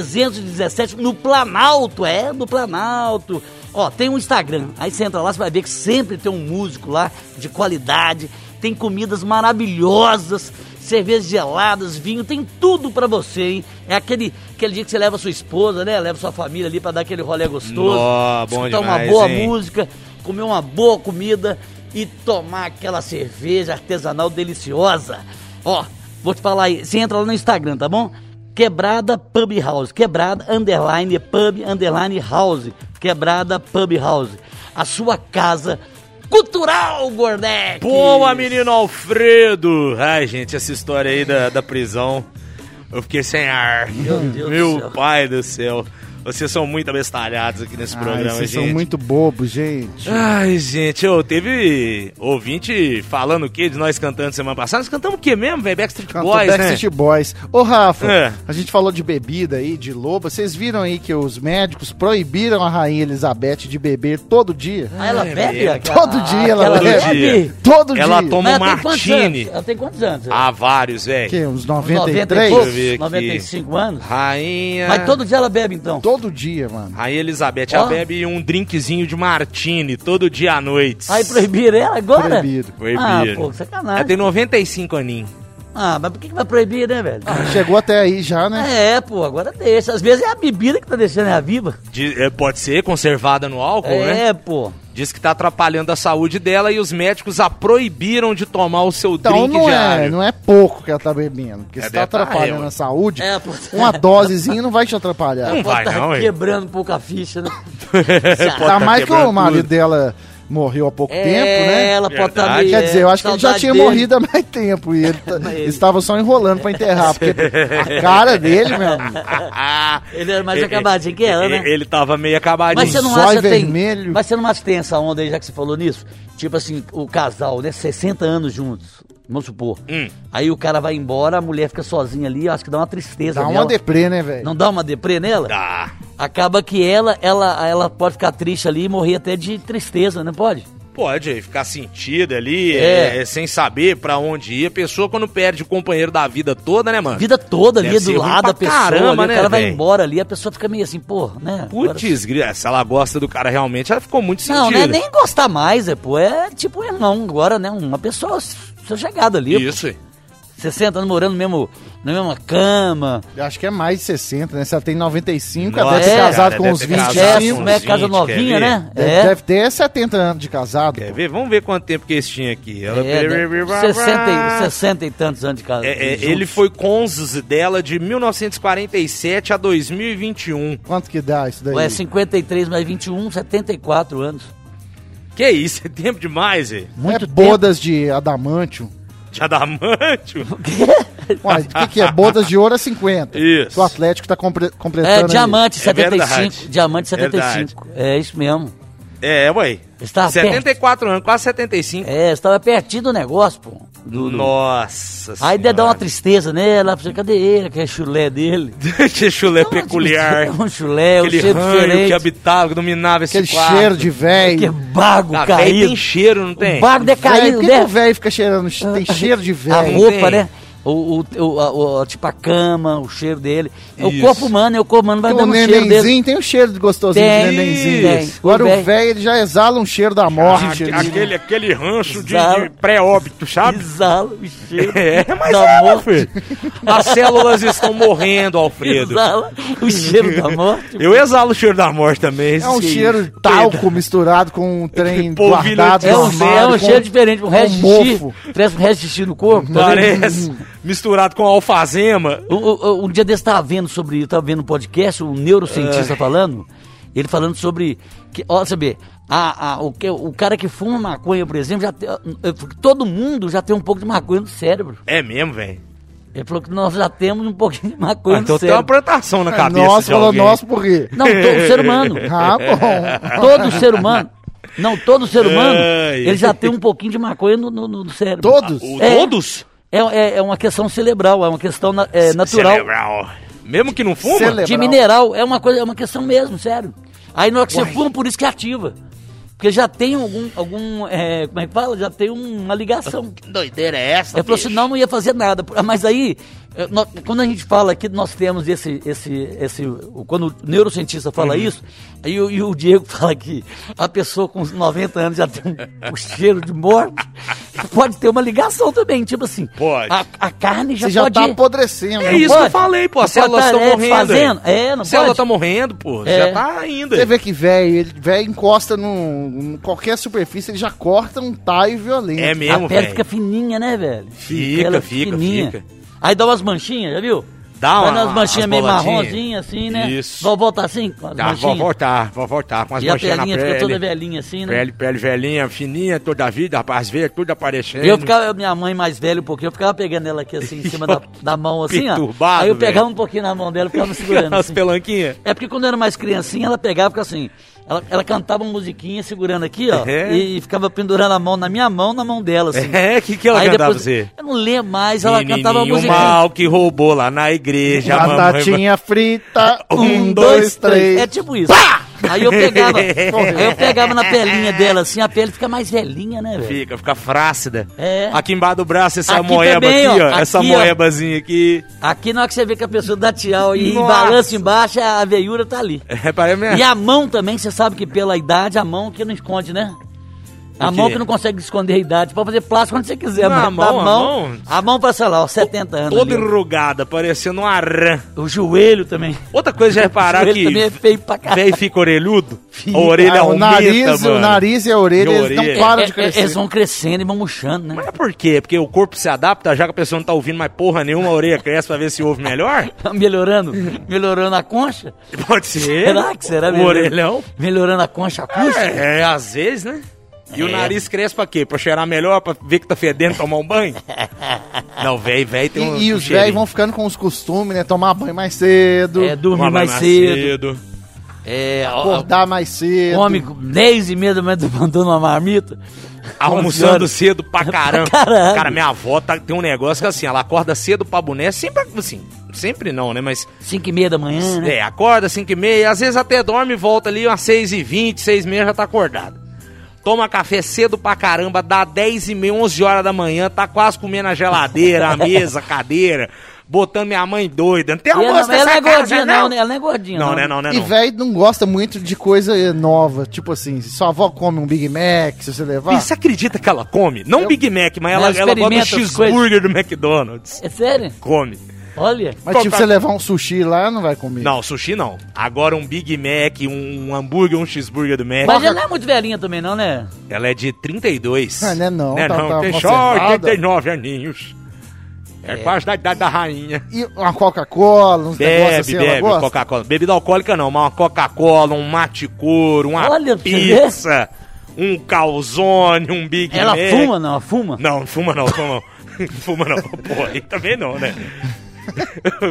Speaker 3: 317, no Planalto, é, no Planalto. Ó, tem um Instagram, aí você entra lá, você vai ver que sempre tem um músico lá de qualidade, tem comidas maravilhosas, cervejas geladas, vinho, tem tudo pra você, hein? É aquele, aquele dia que você leva sua esposa, né? Leva sua família ali pra dar aquele rolê gostoso,
Speaker 2: Nó, bom
Speaker 3: escutar
Speaker 2: demais,
Speaker 3: uma boa
Speaker 2: hein?
Speaker 3: música, comer uma boa comida e tomar aquela cerveja artesanal deliciosa. Ó, vou te falar aí, você entra lá no Instagram, tá bom? Quebrada Pub House, quebrada underline pub underline house, quebrada Pub House. A sua casa cultural, Gordex!
Speaker 2: Boa, menino Alfredo. Ai, gente, essa história aí da, da prisão. Eu fiquei sem ar. Meu,
Speaker 3: Deus do céu.
Speaker 2: pai do céu. Vocês são muito abestalhados aqui nesse
Speaker 1: Ai,
Speaker 2: programa,
Speaker 1: vocês
Speaker 2: gente.
Speaker 1: são muito bobos, gente.
Speaker 2: Ai, gente, eu teve ouvinte falando o que de nós cantando semana passada. Nós cantamos o que mesmo, velho? Backstreet
Speaker 1: Cantou
Speaker 2: Boys, né?
Speaker 1: Backstreet Boys. Ô, Rafa,
Speaker 2: É.
Speaker 1: a gente falou de bebida aí, de loba. Vocês viram aí que os médicos proibiram a rainha Elizabeth de beber todo dia?
Speaker 3: Ah, ela
Speaker 2: É
Speaker 3: bebe?
Speaker 2: mesmo.
Speaker 3: aquela-
Speaker 1: Todo dia ela
Speaker 3: aquela
Speaker 2: Todo
Speaker 1: bebe.
Speaker 2: dia.
Speaker 1: Todo
Speaker 2: Ela
Speaker 1: dia.
Speaker 2: toma
Speaker 3: Mas
Speaker 2: um
Speaker 3: ela tem quantos
Speaker 2: martini.
Speaker 3: anos? Ela tem quantos anos?
Speaker 1: Ah,
Speaker 2: Há Ah, vários, velho.
Speaker 1: Que, uns
Speaker 3: Uns 90 e
Speaker 1: 93?
Speaker 2: Deixa eu ver
Speaker 3: poucos,
Speaker 2: aqui. É.
Speaker 3: 95 anos?
Speaker 2: Rainha.
Speaker 3: Mas todo dia ela bebe, então.
Speaker 1: Todo dia, mano.
Speaker 2: Rainha Elizabeth, ela
Speaker 3: Ó.
Speaker 2: bebe um drinkzinho de martini todo dia à noite.
Speaker 3: Aí proibiram ela agora?
Speaker 1: Proibido.
Speaker 3: Ah,
Speaker 2: Proibiram.
Speaker 3: pô, que sacanagem.
Speaker 2: Ela tem 95 aninhos.
Speaker 3: Ah, mas por que, que vai proibir, né, velho?
Speaker 1: Chegou até aí já, né?
Speaker 3: É, pô, agora deixa. Às vezes é a bebida que tá deixando ela viva.
Speaker 2: De- é, pode ser conservada no álcool, né?
Speaker 3: É, pô.
Speaker 2: Diz que tá atrapalhando a saúde dela e os médicos a proibiram de tomar o seu
Speaker 1: Então
Speaker 2: drink
Speaker 1: não
Speaker 2: diário.
Speaker 1: é, não é pouco que ela tá bebendo, porque
Speaker 2: É
Speaker 1: se tá
Speaker 2: detalhe,
Speaker 1: atrapalhando
Speaker 2: ué.
Speaker 1: a saúde,
Speaker 3: É, pô.
Speaker 1: uma dosezinha não vai te atrapalhar.
Speaker 2: Não vai,
Speaker 3: Pô, tá
Speaker 2: não, hein?
Speaker 3: quebrando um pouco a ficha, né?
Speaker 2: Pode
Speaker 1: Tá
Speaker 2: tá
Speaker 1: mais que
Speaker 2: quebrando
Speaker 1: o marido
Speaker 2: tudo.
Speaker 1: dela morreu há pouco tempo, né?
Speaker 3: É, Ela pode estar
Speaker 2: Verdade.
Speaker 3: meio.
Speaker 1: Quer dizer, eu acho que ele já
Speaker 3: saudade
Speaker 1: tinha
Speaker 3: dele.
Speaker 1: morrido há mais tempo e ele, tá-
Speaker 3: Ele-
Speaker 1: estava só enrolando pra enterrar, porque a cara dele, meu amigo,
Speaker 3: Ele era mais acabadinho que ela, né?
Speaker 2: Ele, ele tava meio acabadinho.
Speaker 3: Mas você não
Speaker 1: zóio
Speaker 3: acha que tem,
Speaker 1: vermelho.
Speaker 3: mas você não acha que tem essa onda aí, já que você falou nisso? Tipo assim, o casal, né, 60 anos juntos, vamos supor.
Speaker 2: Hum.
Speaker 3: Aí o cara vai embora, a mulher fica sozinha ali, eu acho que dá uma tristeza
Speaker 1: dá uma
Speaker 3: nela.
Speaker 1: deprê, né, velho?
Speaker 3: Não dá uma deprê nela?
Speaker 2: Dá.
Speaker 3: Acaba que ela, ela, ela pode ficar triste ali e morrer até de tristeza, não pode?
Speaker 2: Pode ficar sentida ali,
Speaker 3: É.
Speaker 2: é, sem saber pra onde ir. A pessoa quando perde o companheiro da vida toda, né, mano?
Speaker 3: Vida toda ali,
Speaker 2: Deve ser
Speaker 3: do
Speaker 2: ruim
Speaker 3: lado
Speaker 2: pra
Speaker 3: da pessoa,
Speaker 2: caramba,
Speaker 3: ali,
Speaker 2: né,
Speaker 3: o cara vai
Speaker 2: véi?
Speaker 3: embora ali, a pessoa fica meio assim, pô, né? agora-
Speaker 2: Putz, grila, se ela gosta do cara realmente, ela ficou muito sentida.
Speaker 3: Não, não é nem gostar mais, é, pô, é tipo irmão agora, né, uma pessoa sossegada ali, pô.
Speaker 2: Isso.
Speaker 3: 60 anos morando no mesmo, na mesma cama.
Speaker 1: Eu Acho que é mais de 60, né? Se ela tem 95, ela
Speaker 2: Nossa,
Speaker 1: deve ter
Speaker 3: cara,
Speaker 1: casado com
Speaker 2: deve
Speaker 1: uns
Speaker 2: ter
Speaker 1: 25.
Speaker 2: casado
Speaker 3: Chefe,
Speaker 2: com
Speaker 3: como é
Speaker 2: uns
Speaker 3: casa
Speaker 2: 20,
Speaker 3: novinha,
Speaker 2: quer ver?
Speaker 3: né?
Speaker 1: Deve,
Speaker 3: É.
Speaker 1: deve ter 70 anos de casado.
Speaker 2: Quer
Speaker 1: pô.
Speaker 2: ver? Vamos ver quanto tempo que esse tinha aqui. Ela...
Speaker 3: É, né? 60, e- 60 e tantos anos de casa.
Speaker 2: É, é,
Speaker 3: juntos.
Speaker 2: ele foi cônjuge dela de 1947 a 2021.
Speaker 1: Quanto que dá isso daí?
Speaker 3: Ué, 53 mais 21, 74 anos.
Speaker 2: Que isso, é tempo demais, velho.
Speaker 1: é bodas de adamantio.
Speaker 2: De adamantio.
Speaker 1: Ué, o que, que é? Bodas de ouro é 50.
Speaker 2: Isso.
Speaker 1: O Atlético tá compre-
Speaker 3: É,
Speaker 1: completando. aí.
Speaker 3: diamante,
Speaker 2: É
Speaker 3: 75.
Speaker 2: verdade.
Speaker 3: diamante, 75. É isso mesmo.
Speaker 2: É, ué.
Speaker 3: Está
Speaker 2: 74 anos, quase 75.
Speaker 3: Tá É, você estava pertinho do negócio, pô. Do- do-
Speaker 2: Nossa
Speaker 3: Aí deve dar uma
Speaker 2: Senhora.
Speaker 3: tristeza nela, né? cadê ele, aquele chulé dele?
Speaker 2: que
Speaker 3: Tá
Speaker 2: chulé É peculiar.
Speaker 3: Um chulé, um
Speaker 2: Aquele
Speaker 3: cheiro
Speaker 2: ranho que
Speaker 3: diferente.
Speaker 2: habitava, que dominava esse
Speaker 1: Aquele
Speaker 2: quarto.
Speaker 1: cheiro de
Speaker 3: Que
Speaker 1: velho.
Speaker 3: bago
Speaker 2: Ah, velho
Speaker 3: caído.
Speaker 2: tem cheiro, não tem?
Speaker 3: O bago
Speaker 1: Velho, Por
Speaker 3: decaído,
Speaker 1: que, que
Speaker 3: né?
Speaker 1: o velho fica cheirando? Tem cheiro de
Speaker 3: a
Speaker 1: velho.
Speaker 3: roupa,
Speaker 2: tem.
Speaker 3: né? O, o, o- a- o- tipo a cama, o cheiro dele. É
Speaker 2: Isso.
Speaker 3: o corpo humano, é o corpo humano, vai
Speaker 1: Tem
Speaker 3: dar
Speaker 1: o
Speaker 3: um cheiro dele.
Speaker 1: nenenzinho, tem o cheiro de gostosinho
Speaker 3: Tem,
Speaker 1: de nenenzinho.
Speaker 3: tem.
Speaker 1: Agora
Speaker 3: O
Speaker 1: o
Speaker 3: véi-
Speaker 1: velho ele já exala um cheiro da
Speaker 2: Ah,
Speaker 1: morte.
Speaker 2: aque-
Speaker 1: ele-
Speaker 2: aquele, aquele rancho de,
Speaker 3: Exato.
Speaker 2: de pré-óbito, sabe?
Speaker 3: Exala o cheiro.
Speaker 2: É, mas
Speaker 3: da
Speaker 2: é, meu
Speaker 3: morte.
Speaker 2: filho. As células estão morrendo, Alfredo.
Speaker 3: Exala o cheiro da morte.
Speaker 2: Eu exalo o cheiro da morte também. tá
Speaker 1: É um
Speaker 2: sim.
Speaker 1: cheiro de talco misturado com um trem
Speaker 2: polvilho
Speaker 1: guardado
Speaker 2: de
Speaker 3: É
Speaker 1: no
Speaker 3: um,
Speaker 1: armário,
Speaker 3: é um
Speaker 1: com-
Speaker 3: cheiro diferente, um resto de
Speaker 1: com
Speaker 3: xixi.
Speaker 1: mofo.
Speaker 3: Parece um resto de xixi no corpo. Tá vendo?
Speaker 2: Parece misturado com alfazema.
Speaker 3: O- o- o- Um dia desse tava vendo sobre, tava vendo um podcast, um
Speaker 2: É.
Speaker 3: neurocientista falando, ele falando sobre, que, ó, sabe, a, a- o, que- o cara que fuma maconha, por exemplo, já tem- eh, todo mundo já tem um pouco de maconha no cérebro.
Speaker 2: É mesmo, velho.
Speaker 3: Ele falou que nós já temos um pouquinho de maconha
Speaker 2: Ah,
Speaker 3: no
Speaker 2: então tem uma
Speaker 3: cérebro.
Speaker 2: plantação na cabeça
Speaker 1: Nossa,
Speaker 2: de
Speaker 1: É, falou
Speaker 2: alguém.
Speaker 1: nossa por quê?
Speaker 3: Não, todo ser humano.
Speaker 1: Ah, bom.
Speaker 3: Todo ser humano. Não, todo ser humano,
Speaker 2: Ai.
Speaker 3: ele já tem um pouquinho de maconha no, no- no cérebro.
Speaker 1: Todos?
Speaker 2: O-
Speaker 3: É.
Speaker 2: Todos?
Speaker 3: É, é- é uma questão cerebral, é uma questão na- é, natural.
Speaker 2: Cerebral. Mesmo que não fuma?
Speaker 1: Cele-
Speaker 3: De mineral é uma coisa, é uma questão mesmo, sério. Aí na hora que você fuma, por isso que ativa. Porque já tem algum, algum é, como é que fala? Já tem um- uma ligação.
Speaker 2: Que doideira é essa?
Speaker 3: Ele falou assim, não, não ia fazer nada. Mas aí, eh, nó- quando a gente fala que nós temos esse, esse, esse o- quando o neurocientista
Speaker 2: Uhum.
Speaker 3: fala isso, aí o- e o Diego fala que a pessoa com uns 90 anos já tem um, um cheiro de morte, pode ter uma ligação também, tipo assim.
Speaker 2: Pode.
Speaker 3: A, a carne já
Speaker 1: Você já
Speaker 3: pode...
Speaker 1: tá apodrecendo.
Speaker 2: É
Speaker 1: né?
Speaker 2: isso
Speaker 3: pode.
Speaker 2: que eu falei, pô.
Speaker 3: Não
Speaker 2: As células
Speaker 3: pode tá,
Speaker 2: estão
Speaker 3: é,
Speaker 2: morrendo.
Speaker 3: desfazendo.
Speaker 2: aí.
Speaker 3: É, não
Speaker 2: A célula
Speaker 3: pode.
Speaker 2: tá morrendo, pô.
Speaker 3: É.
Speaker 2: Já tá ainda.
Speaker 1: Você vê que velho, ele velho encosta num, em qualquer superfície, ele já corta um taio violento.
Speaker 2: É mesmo,
Speaker 3: a pele
Speaker 2: velho.
Speaker 3: fica fininha, né, velho?
Speaker 2: Fica,
Speaker 3: Ela
Speaker 2: fica, fica.
Speaker 3: Aí dá umas manchinhas, já viu?
Speaker 2: Dá uma-
Speaker 3: Vai umas manchinhas
Speaker 2: umas
Speaker 3: meio
Speaker 2: boladinhas.
Speaker 3: marronzinhas, assim, né?
Speaker 2: Isso.
Speaker 3: Vovó tá assim, com as
Speaker 2: Tá, vou
Speaker 3: manchinhas.
Speaker 2: voltar, vou voltar com as
Speaker 3: E a
Speaker 2: manchinhas na
Speaker 3: pelinha fica toda
Speaker 2: pele.
Speaker 3: velhinha, assim, né?
Speaker 2: Pele, pele velhinha, fininha toda a vida, rapaz, vê tudo aparecendo.
Speaker 3: Eu ficava, minha mãe mais velha um pouquinho, eu ficava pegando ela aqui assim, em cima da, da mão, assim, ó.
Speaker 2: Perturbado,
Speaker 3: Aí eu pegava
Speaker 2: velho.
Speaker 3: um pouquinho na mão dela e ficava me segurando.
Speaker 2: As
Speaker 3: Assim.
Speaker 2: pelanquinhas.
Speaker 3: É porque quando eu era mais criancinha, ela pegava e ficava assim. Ela, ela cantava uma musiquinha segurando aqui, ó.
Speaker 2: É.
Speaker 3: E, ficava pendurando a mão na minha mão, na mão dela, assim.
Speaker 2: É, que que ela
Speaker 3: Aí
Speaker 2: cantava assim?
Speaker 3: depois-
Speaker 2: você?
Speaker 3: Eu não lembro mais, ela cantava uma
Speaker 2: Menininho
Speaker 3: musiquinha.
Speaker 2: um mal que roubou lá na igreja, a mamãe...
Speaker 1: Batatinha frita,
Speaker 2: Um,
Speaker 1: um, dois, três.
Speaker 3: É tipo isso. Aí eu pegava, aí eu pegava na pelinha dela assim, a pele fica mais velhinha, né, velho?
Speaker 2: Fica, fica frácida.
Speaker 3: É.
Speaker 2: Aqui embaixo do braço, essa
Speaker 3: Aqui
Speaker 2: moeba
Speaker 3: também,
Speaker 2: aqui, ó.
Speaker 3: ó,
Speaker 2: Essa
Speaker 3: aqui, ó.
Speaker 2: moebazinha aqui.
Speaker 3: Aqui na hora que você vê que a pessoa dá tchau e
Speaker 2: Nossa.
Speaker 3: balança embaixo, a veiura tá ali.
Speaker 2: É, parece mesmo.
Speaker 3: E a mão também, você sabe que pela idade, a mão que não esconde, né? A
Speaker 2: quê?
Speaker 3: mão que não consegue esconder a idade. Pode fazer plástico quando você quiser.
Speaker 2: Não,
Speaker 3: mas
Speaker 2: a mão,
Speaker 3: a
Speaker 2: a
Speaker 3: mão,
Speaker 2: mão-
Speaker 3: a mão pra, sei lá, ó, 70 anos.
Speaker 2: Toda
Speaker 3: ali.
Speaker 2: enrugada, parecendo uma rã.
Speaker 3: O joelho também.
Speaker 2: Outra coisa já reparar
Speaker 3: o joelho também é
Speaker 2: que
Speaker 3: feio pra caralho.
Speaker 2: velho fica orelhudo,
Speaker 3: Fica.
Speaker 2: tipo a orelha
Speaker 1: Ah, o
Speaker 2: aumenta,
Speaker 1: nariz,
Speaker 2: mano.
Speaker 1: o nariz e a orelha,
Speaker 2: E a
Speaker 1: eles não
Speaker 2: orelha.
Speaker 1: param
Speaker 3: É,
Speaker 1: de
Speaker 3: é,
Speaker 1: crescer.
Speaker 3: eles vão crescendo e vão murchando, né?
Speaker 2: Mas é por quê? Porque o corpo se adapta, já que a pessoa não tá ouvindo mais porra nenhuma, a orelha cresce pra ver se ouve melhor?
Speaker 3: Tá Melhorando, melhorando a concha.
Speaker 2: Pode ser.
Speaker 3: Será que será
Speaker 2: O
Speaker 3: mesmo?
Speaker 2: orelhão.
Speaker 3: Melhorando a concha acústica?
Speaker 2: É, é, às vezes, né? E o nariz cresce pra quê? Pra cheirar melhor, pra ver que tá fedendo, tomar um banho? Não, velho, velho tem um
Speaker 1: E, e
Speaker 2: um
Speaker 1: os
Speaker 2: cheirinho.
Speaker 1: velhos vão ficando com os costumes, né? Tomar banho mais cedo,
Speaker 3: É,
Speaker 2: Tomar
Speaker 3: dormir mais
Speaker 2: banho
Speaker 3: cedo. É, ó,
Speaker 1: acordar mais cedo.
Speaker 3: come 10 e meia da manhã mandando uma marmita.
Speaker 2: Almoçando
Speaker 3: 11
Speaker 2: cedo pra caramba.
Speaker 3: caralho.
Speaker 2: Cara, minha avó tá- tem um negócio que assim, ela acorda cedo pra boné, sempre assim, sempre não, né? Mas
Speaker 3: horas, 5 e meia da manhã, né?
Speaker 2: É, acorda 5 e meia, às vezes até dorme e volta ali umas 6 e 20, 6 e meia já tá acordado. Toma café cedo pra caramba, dá 10 e meia, 11 horas da manhã, tá quase comendo a geladeira, a mesa, a cadeira, botando minha mãe doida. Não tem
Speaker 3: E
Speaker 2: almoço
Speaker 3: ela, ela não
Speaker 2: nessa
Speaker 3: é gordinha,
Speaker 2: casa,
Speaker 3: não,
Speaker 2: não.
Speaker 3: né? Ela não é gordinha,
Speaker 2: Não, né, não, né,
Speaker 1: E
Speaker 2: não.
Speaker 1: velho não gosta muito de coisa eh, nova. Tipo assim, se sua avó come um Big Mac, se você levar.
Speaker 2: E
Speaker 3: é
Speaker 2: Você acredita que ela come? Não Big Mac, mas ela,
Speaker 3: Ela
Speaker 2: ela bota o
Speaker 3: experimenta as
Speaker 2: cheeseburger do McDonald's.
Speaker 3: É sério?
Speaker 2: Come.
Speaker 3: Olha.
Speaker 1: Mas tipo,
Speaker 2: Coca-
Speaker 1: você levar um sushi lá, não vai comer.
Speaker 2: Não, sushi não. Agora um Big Mac, um, um hambúrguer, um cheeseburger do Mac.
Speaker 3: Mas ela não é muito velhinha também, não, né?
Speaker 2: Ela é de 32.
Speaker 1: Ah, não é não,
Speaker 2: Né,
Speaker 1: tá-
Speaker 2: não.
Speaker 1: tá
Speaker 2: Tem só
Speaker 1: conservada.
Speaker 2: 89 aninhos. É, quase da idade da rainha.
Speaker 1: E uma Coca-Cola, uns negócios
Speaker 2: Bebe,
Speaker 1: assim, ela
Speaker 2: bebe,
Speaker 1: gosta.
Speaker 2: Coca-Cola. Bebida alcoólica não, mas uma Coca-Cola, um mate couro, uma
Speaker 3: Olha pra você ver.
Speaker 2: pizza, um calzone, um Big
Speaker 3: Ela
Speaker 2: Mac.
Speaker 3: fuma, não? Ela fuma?
Speaker 2: Não, não fuma não, fuma não. fuma não. Pô, aí também não, né?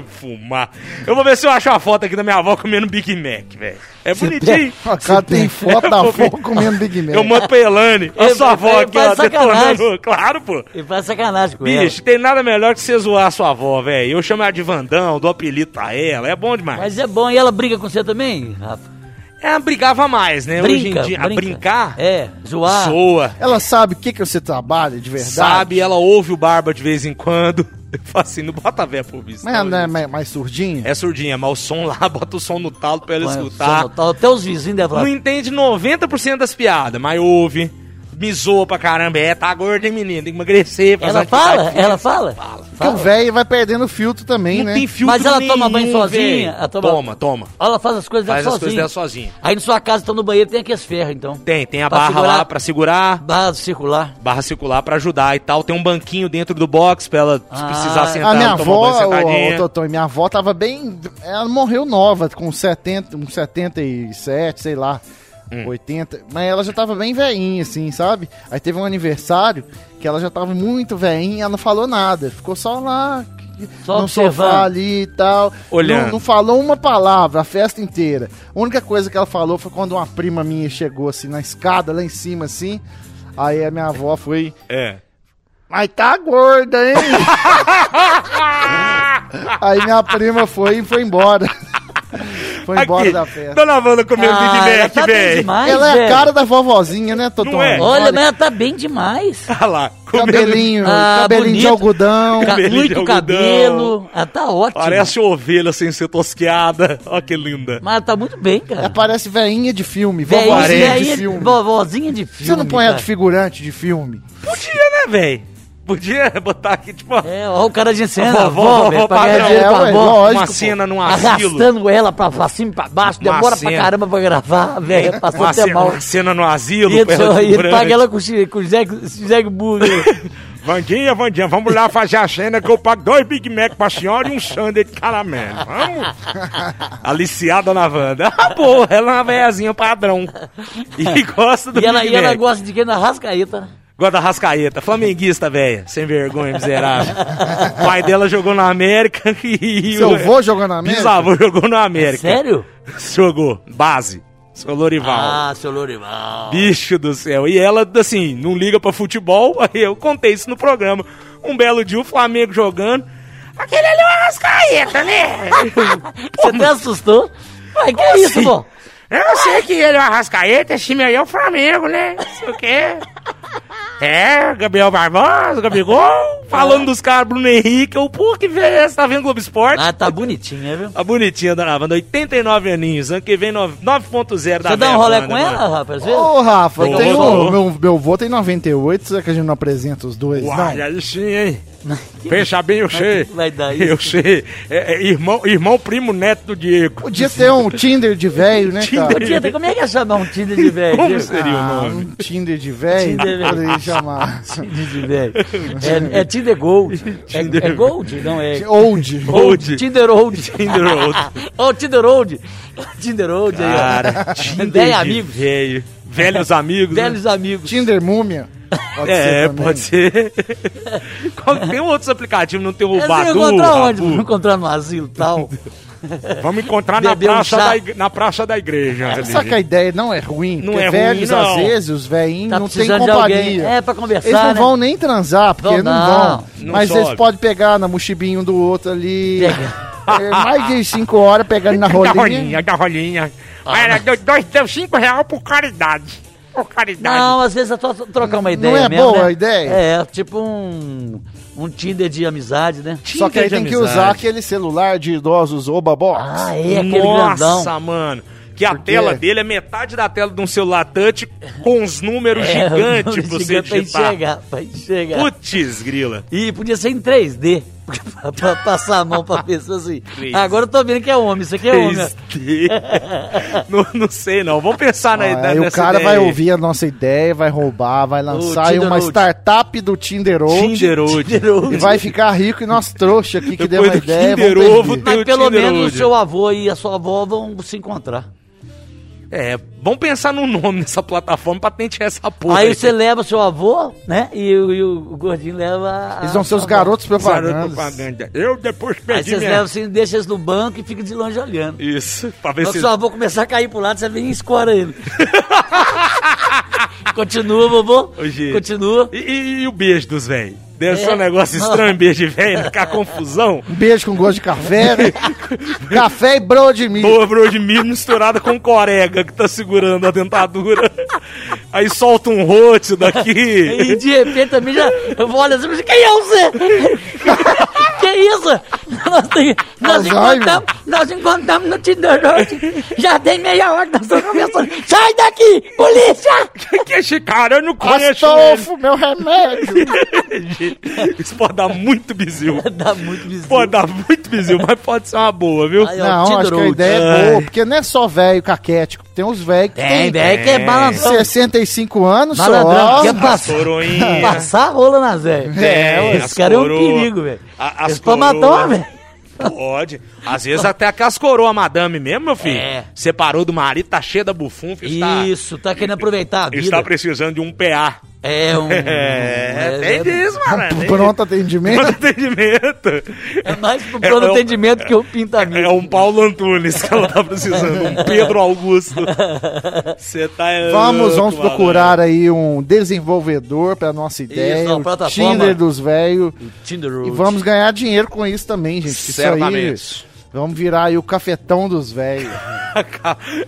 Speaker 2: Fumar. Eu vou ver se eu acho a foto aqui da minha avó comendo Big Mac, velho. É bonitinho.
Speaker 1: A cara tem foto da avó comendo Big Mac.
Speaker 2: Eu mando pra Elane. Olha
Speaker 3: Ele
Speaker 2: sua avó
Speaker 3: faz
Speaker 2: aqui, ó,
Speaker 3: é, sacanagem.
Speaker 2: detonando. Claro, pô.
Speaker 3: Ele faz sacanagem com ela.
Speaker 2: Bicho, tem nada melhor que você zoar a sua avó, velho. Eu chamo ela de Vandão, dou apelido pra ela, é bom demais.
Speaker 3: Mas é bom. E ela briga com você também, Rafa?
Speaker 2: Ela brigava mais, né? Hoje em
Speaker 3: Brinca,
Speaker 2: dia, a
Speaker 3: brinca.
Speaker 2: brincar,
Speaker 3: É, zoar.
Speaker 2: zoa.
Speaker 1: Ela sabe o que, que você trabalha de verdade.
Speaker 2: Sabe, ela ouve o Barba de vez em quando. Eu falo assim, não bota véia por visto.
Speaker 1: Mas ela
Speaker 2: não,
Speaker 1: não é
Speaker 2: gente.
Speaker 1: mais, mais surdinha?
Speaker 2: É surdinha, mas o som lá, bota o som no talo pra ela
Speaker 3: Ué,
Speaker 2: escutar.
Speaker 3: só notar, tá, Até os vizinhos devem
Speaker 2: Não
Speaker 3: falar.
Speaker 2: entende 90% das piadas, mas ouve. Me zoa pra caramba. É, tá gorda, hein, menino? Tem que emagrecer. fazer
Speaker 3: Ela
Speaker 2: atividade
Speaker 3: fala?
Speaker 2: física.
Speaker 3: Ela fala?
Speaker 1: Porque o velho vai perdendo o filtro também,
Speaker 2: Não
Speaker 1: né?
Speaker 2: tem filtro
Speaker 3: Mas ela toma
Speaker 2: nenhum,
Speaker 3: banho sozinha?
Speaker 2: véi.
Speaker 3: Ela toma-
Speaker 2: Toma, toma.
Speaker 3: Ela faz as coisas dela
Speaker 2: Faz as coisas
Speaker 3: sozinha.
Speaker 2: dela sozinha.
Speaker 3: Aí na sua casa, então no banheiro, tem aqueles ferros, então.
Speaker 2: Tem, tem a
Speaker 3: Pra
Speaker 2: barra
Speaker 3: segurar-
Speaker 2: lá pra segurar,
Speaker 3: Barra circular.
Speaker 2: barra circular pra ajudar e tal. Tem um banquinho dentro do box pra ela se
Speaker 3: Ah.
Speaker 2: precisar sentar,
Speaker 1: A minha
Speaker 2: ela toma banho
Speaker 1: avó, o,
Speaker 2: sentadinha.
Speaker 1: o Totão, e minha avó tava bem. Ela morreu nova, com 70, uns 77, sei lá,
Speaker 2: Hum.
Speaker 1: 80. Mas ela já tava bem velhinha, assim, sabe? Aí teve um aniversário que ela já tava muito velhinha, ela não falou nada. Ficou só lá.
Speaker 3: Só
Speaker 1: no sofá
Speaker 3: observando.
Speaker 1: ali e tal.
Speaker 2: Olhando.
Speaker 1: Não, não falou uma palavra a festa inteira. A única coisa que ela falou foi quando uma prima minha chegou assim na escada, lá em cima, assim. Aí a minha avó foi.
Speaker 2: É.
Speaker 1: Mas tá gorda, hein? Aí minha prima foi e foi embora. Foi embora
Speaker 2: Aqui,
Speaker 1: da festa.
Speaker 2: Dona Wanda comendo
Speaker 3: Ah,
Speaker 2: Big
Speaker 3: ela
Speaker 2: Mac,
Speaker 3: tá bem
Speaker 2: velho.
Speaker 3: demais,
Speaker 1: Ela é a
Speaker 3: velho.
Speaker 1: cara da vovozinha, né, Totão?
Speaker 2: Não é?
Speaker 3: Olha, mas ela tá bem demais.
Speaker 2: Tá lá, comendo.
Speaker 1: Cabelinho,
Speaker 3: Ah,
Speaker 1: cabelinho de
Speaker 3: bonito.
Speaker 1: algodão.
Speaker 3: Ca-
Speaker 2: cabelinho de
Speaker 3: muito
Speaker 2: algodão.
Speaker 3: cabelo. Ela tá ótima.
Speaker 2: Parece ovelha sem ser tosqueada. Olha que linda.
Speaker 3: Mas ela tá muito bem,
Speaker 1: Ela
Speaker 3: cara.
Speaker 1: Parece veinha de filme,
Speaker 3: Véia-
Speaker 1: vovozinha de
Speaker 3: véia-
Speaker 1: filme.
Speaker 3: é Vovozinha de filme.
Speaker 1: Você não põe ela de
Speaker 3: cara.
Speaker 1: figurante de filme?
Speaker 2: Podia, né, velho? Podia botar aqui, tipo, uma-
Speaker 3: É, ó, o cara de cena.
Speaker 2: Vovó, vovó
Speaker 3: velho, pra
Speaker 2: padrão.
Speaker 3: ganhar dinheiro
Speaker 1: É,
Speaker 3: pra
Speaker 1: ué,
Speaker 3: vó.
Speaker 1: lógico.
Speaker 2: uma
Speaker 1: pô.
Speaker 2: cena num asilo.
Speaker 3: Arrastando ela pra, pra cima e pra baixo,
Speaker 2: Uma
Speaker 3: demora pra
Speaker 2: cena.
Speaker 3: caramba pra gravar, velho. Passou
Speaker 2: Uma
Speaker 3: até
Speaker 2: cena,
Speaker 3: mal.
Speaker 2: uma cena no asilo.
Speaker 3: E ele
Speaker 2: pra ela
Speaker 3: só- e ele
Speaker 2: segurando.
Speaker 3: paga ela com chi- com o Zeg- Zeg Burger.
Speaker 2: Vandinha, Vandinha, vamos lá fazer a cena que eu pago dois Big Mac pra senhora e um sanduíche de caramelo. Vamos? Aliciada na Wanda. Ah, porra, ela é uma velhazinha padrão. E gosta do
Speaker 3: E ela,
Speaker 2: Big
Speaker 3: e ela
Speaker 2: Mac.
Speaker 3: gosta de quem na rascaeta. né?
Speaker 2: Gosta da Rascaeta, flamenguista, velha. Sem vergonha, miserável. O pai dela jogou na América e...
Speaker 1: Seu
Speaker 2: o-
Speaker 1: avô jogando na mesa?
Speaker 2: Bisavô jogou na América.
Speaker 3: Sério? Ah,
Speaker 2: Jogou. Base. Sou Lorival.
Speaker 3: seu Lorival.
Speaker 2: Bicho do céu. E ela, assim, não liga pra futebol. Aí eu contei isso no programa. Um belo dia, o Flamengo jogando. Aquele ali é uma rascaeta, né?
Speaker 3: Você até assustou? Ué, que é
Speaker 2: assim?
Speaker 3: isso, pô?
Speaker 2: Eu sei que ele é uma rascaeta, esse time aí é o Flamengo, né? Não sei o quê. É, Gabriel Barbosa, Gabigol, falando dos caras, Bruno Henrique, eu, pô, que velho, é essa? tá vendo Globo Esporte?
Speaker 3: Ah, tá bonitinho, é, viu?
Speaker 2: A bonitinha da Navanda, 89 aninhos, ano que vem no- 9.0 da
Speaker 3: Você dá um
Speaker 2: velha
Speaker 3: rolê
Speaker 2: banda,
Speaker 3: com
Speaker 2: Tá né, mano.
Speaker 3: ela, rapaz? às vezes?
Speaker 1: Ô, Rafa,
Speaker 2: Ô,
Speaker 1: eu tenho-
Speaker 2: ô.
Speaker 1: meu, meu vô tem 98, será que a gente não apresenta os dois?
Speaker 2: Uai, aí sim, hein? Fecha bem, eu sei.
Speaker 3: é vai dar isso?
Speaker 2: Eu sei. É, é irmão, irmão, primo, neto do Diego.
Speaker 1: não. Podia ter um Tinder de velho, né,
Speaker 2: Tinder
Speaker 1: cara?
Speaker 2: de-
Speaker 3: Tinder, como é que é chamar um Tinder de velho?
Speaker 2: Como
Speaker 3: viu?
Speaker 2: seria o
Speaker 1: Ah,
Speaker 2: nome?
Speaker 1: um Tinder de velho?
Speaker 3: Tinder é de
Speaker 1: Poderia chamar.
Speaker 3: Tinder de velho. É, é Tinder Gold. É, é Gold? Não, é...
Speaker 1: Old.
Speaker 2: Old.
Speaker 3: Tinder Old.
Speaker 2: Tinder Old.
Speaker 3: Ô, Tinder Old. Tinder Old aí, ó.
Speaker 2: Cara, Tinder
Speaker 3: Velho
Speaker 2: de
Speaker 3: amigos.
Speaker 2: velho. Velhos amigos. né?
Speaker 3: Velhos amigos.
Speaker 1: Tinder múmia? Pode
Speaker 2: É,
Speaker 1: também.
Speaker 2: pode ser. Qual- tem outros aplicativos, não tem o
Speaker 3: Você
Speaker 2: Badu,
Speaker 3: encontrar
Speaker 2: Rabu?
Speaker 3: onde? Vamos encontrar no asilo e tal.
Speaker 2: Vamos encontrar na
Speaker 3: Beber um
Speaker 2: praça,
Speaker 3: chá.
Speaker 2: da igre- na praça da igreja.
Speaker 1: Sabe que a ideia não é ruim?
Speaker 2: Não
Speaker 1: porque
Speaker 2: é ruim,
Speaker 1: velhos,
Speaker 2: não.
Speaker 1: às vezes, os velhinhos
Speaker 3: Tá
Speaker 1: não têm
Speaker 3: precisando de alguém.
Speaker 1: companhia.
Speaker 3: É, pra conversar,
Speaker 1: Eles não
Speaker 3: né?
Speaker 1: vão nem transar, porque
Speaker 3: Vão
Speaker 1: não,
Speaker 3: não.
Speaker 1: vão.
Speaker 2: Não
Speaker 1: Mas
Speaker 2: sobe.
Speaker 1: eles podem pegar na mochibinha um do outro ali.
Speaker 3: Pega.
Speaker 1: É, mais de cinco horas pegando na
Speaker 2: Da
Speaker 1: rolinha.
Speaker 2: rolinha, da rolinha. Olha, deu, dois, deu cinco reais por caridade. Por caridade.
Speaker 3: Não, às vezes é só trocar uma
Speaker 1: Não
Speaker 3: ideia
Speaker 1: é
Speaker 3: mesmo,
Speaker 1: boa
Speaker 3: né?
Speaker 1: a ideia?
Speaker 3: É, tipo um, um Tinder de amizade, né?
Speaker 1: Só que aí tem que usar aquele celular de idosos Oba Box.
Speaker 3: Ah, é, aquele
Speaker 2: Nossa,
Speaker 3: grandão.
Speaker 2: mano. Que a
Speaker 1: Por quê?
Speaker 2: tela dele é metade da tela de um celular touch com os números gigantes um pra você
Speaker 3: É, um gigante pra
Speaker 2: digitar.
Speaker 3: enxergar, pra enxergar.
Speaker 2: Putz, grila.
Speaker 3: E podia ser em 3D, pra, pra passar a mão pra pessoa assim.
Speaker 2: 3D.
Speaker 3: Agora eu tô vendo que é homem, isso aqui é homem. né?
Speaker 2: 3D. não, não sei, não. Vamos pensar na
Speaker 1: Ah,
Speaker 2: ideia
Speaker 1: aí o
Speaker 2: nessa
Speaker 1: cara
Speaker 2: ideia
Speaker 1: vai
Speaker 2: aí.
Speaker 1: ouvir a nossa ideia, vai roubar, vai lançar aí
Speaker 3: Tinder
Speaker 1: uma
Speaker 3: Old.
Speaker 1: startup do Tinder Old
Speaker 2: Tinder Old.
Speaker 1: e vai ficar rico e nós trouxa aqui que deu
Speaker 2: Depois
Speaker 1: uma
Speaker 2: do
Speaker 1: ideia.
Speaker 2: Kinder
Speaker 1: vamos
Speaker 2: Ovo,
Speaker 1: perder.
Speaker 2: tem o
Speaker 3: Mas pelo
Speaker 2: Tinder
Speaker 3: menos o
Speaker 2: hoje.
Speaker 3: seu avô e a sua avó vão se encontrar.
Speaker 2: É, vamos pensar num nome dessa plataforma pra tentar essa porra.
Speaker 3: Aí você leva seu avô, né? E, o- e o gordinho leva. a-
Speaker 1: Eles vão ser os
Speaker 3: a avó.
Speaker 1: garotos propagandas.
Speaker 2: propaganda. Eu depois
Speaker 3: Aí
Speaker 2: perdi
Speaker 3: vocês
Speaker 2: minha...
Speaker 3: levam assim, deixa eles no banco e fica de longe olhando.
Speaker 2: Isso, pra ver
Speaker 3: Quando
Speaker 2: se...
Speaker 3: seu avô começar a cair pro lado, você vem e escora ele. Continua, vovô.
Speaker 2: Ô, gente.
Speaker 3: Continua.
Speaker 2: E, e- e o beijo dos velhos? Deve ser
Speaker 3: É.
Speaker 2: um negócio estranho, beijo de velho, ficar confusão.
Speaker 1: Um beijo com gosto de café, né? café e bro de milho.
Speaker 2: Dobro de milho misturada com corega que tá segurando a dentadura. Aí solta um rote
Speaker 3: E
Speaker 2: daqui.
Speaker 3: de repente também já. Eu vou olhar assim, mas quem é você? que isso? Nós, tem- nós
Speaker 1: Alzheimer.
Speaker 3: encontramos, nós encontramos no Tinder hoje. Já tem meia hora que nós estamos conversando. Sai daqui, polícia!
Speaker 2: É que esse cara? Eu não conheço
Speaker 3: tá
Speaker 2: ele.
Speaker 1: Astolfo, meu remédio.
Speaker 2: Isso pode dar muito bizil.
Speaker 3: Dá muito bizarro.
Speaker 2: Pode dar muito bizil, mas pode ser uma boa, viu?
Speaker 3: Aí, ó,
Speaker 1: Não, acho
Speaker 3: Tinder
Speaker 1: que a
Speaker 3: Old.
Speaker 1: ideia
Speaker 2: Ai.
Speaker 1: é boa, porque não é só velho caquético, tem uns velhos que
Speaker 3: Tem,
Speaker 1: tem,
Speaker 3: velho, que é
Speaker 2: tem.
Speaker 3: balançando.
Speaker 1: 65 anos
Speaker 3: Malandrão,
Speaker 1: só.
Speaker 3: que é passar.
Speaker 2: coroinhas.
Speaker 3: Passar a rola na Zé.
Speaker 2: Tem,
Speaker 3: esse
Speaker 2: as
Speaker 3: cara é um
Speaker 2: coroa.
Speaker 3: perigo, velho.
Speaker 2: A- as
Speaker 3: Eles podem matar
Speaker 2: coroa.
Speaker 3: uma, velho.
Speaker 2: Pode. Às vezes até que as coroa madame mesmo, meu filho.
Speaker 3: É.
Speaker 2: Separou do marido, tá cheia da bufunfa, está,
Speaker 3: Isso, tá querendo aproveitar a vida.
Speaker 2: está precisando de um PA.
Speaker 3: É um.
Speaker 2: É,
Speaker 3: é,
Speaker 2: tem disso, mano. tem
Speaker 1: Tá Pronto atendimento.
Speaker 2: atendimento.
Speaker 3: é mais pro
Speaker 2: É,
Speaker 3: plano
Speaker 2: é um-
Speaker 3: atendimento que eu pinto a mim.
Speaker 2: É um Paulo Antunes que ela tá precisando, um Pedro Augusto. Você tá
Speaker 1: Vamos, vamos
Speaker 2: louco, malandro.
Speaker 1: procurar aí um desenvolvedor para nossa ideia,
Speaker 3: uma
Speaker 1: o
Speaker 3: plataforma.
Speaker 1: Tinder dos velhos.
Speaker 3: Tinder
Speaker 1: E
Speaker 3: Road.
Speaker 1: vamos ganhar dinheiro com isso também, gente. que Isso aí,
Speaker 2: Certamente.
Speaker 1: vamos virar aí o cafetão dos velhos.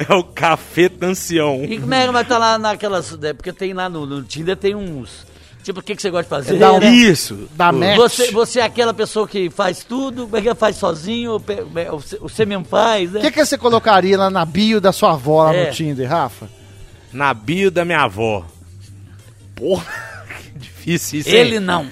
Speaker 2: É o cafeta ancião.
Speaker 3: E como é que vai estar lá naquelas. né, Porque tem lá no, no Tinder tem uns. Tipo, o que, que você gosta de fazer?
Speaker 1: É dar um-
Speaker 3: né?
Speaker 2: Isso.
Speaker 1: Da match.
Speaker 3: Você, você é aquela pessoa que faz tudo, como é que faz sozinho, pe- pe- você você mesmo faz, né?
Speaker 1: O que, que você colocaria lá na bio da sua avó lá
Speaker 3: É.
Speaker 1: no Tinder, Rafa?
Speaker 2: Na bio da minha avó. Porra, que difícil
Speaker 1: é
Speaker 2: isso, hein?
Speaker 3: Ele não.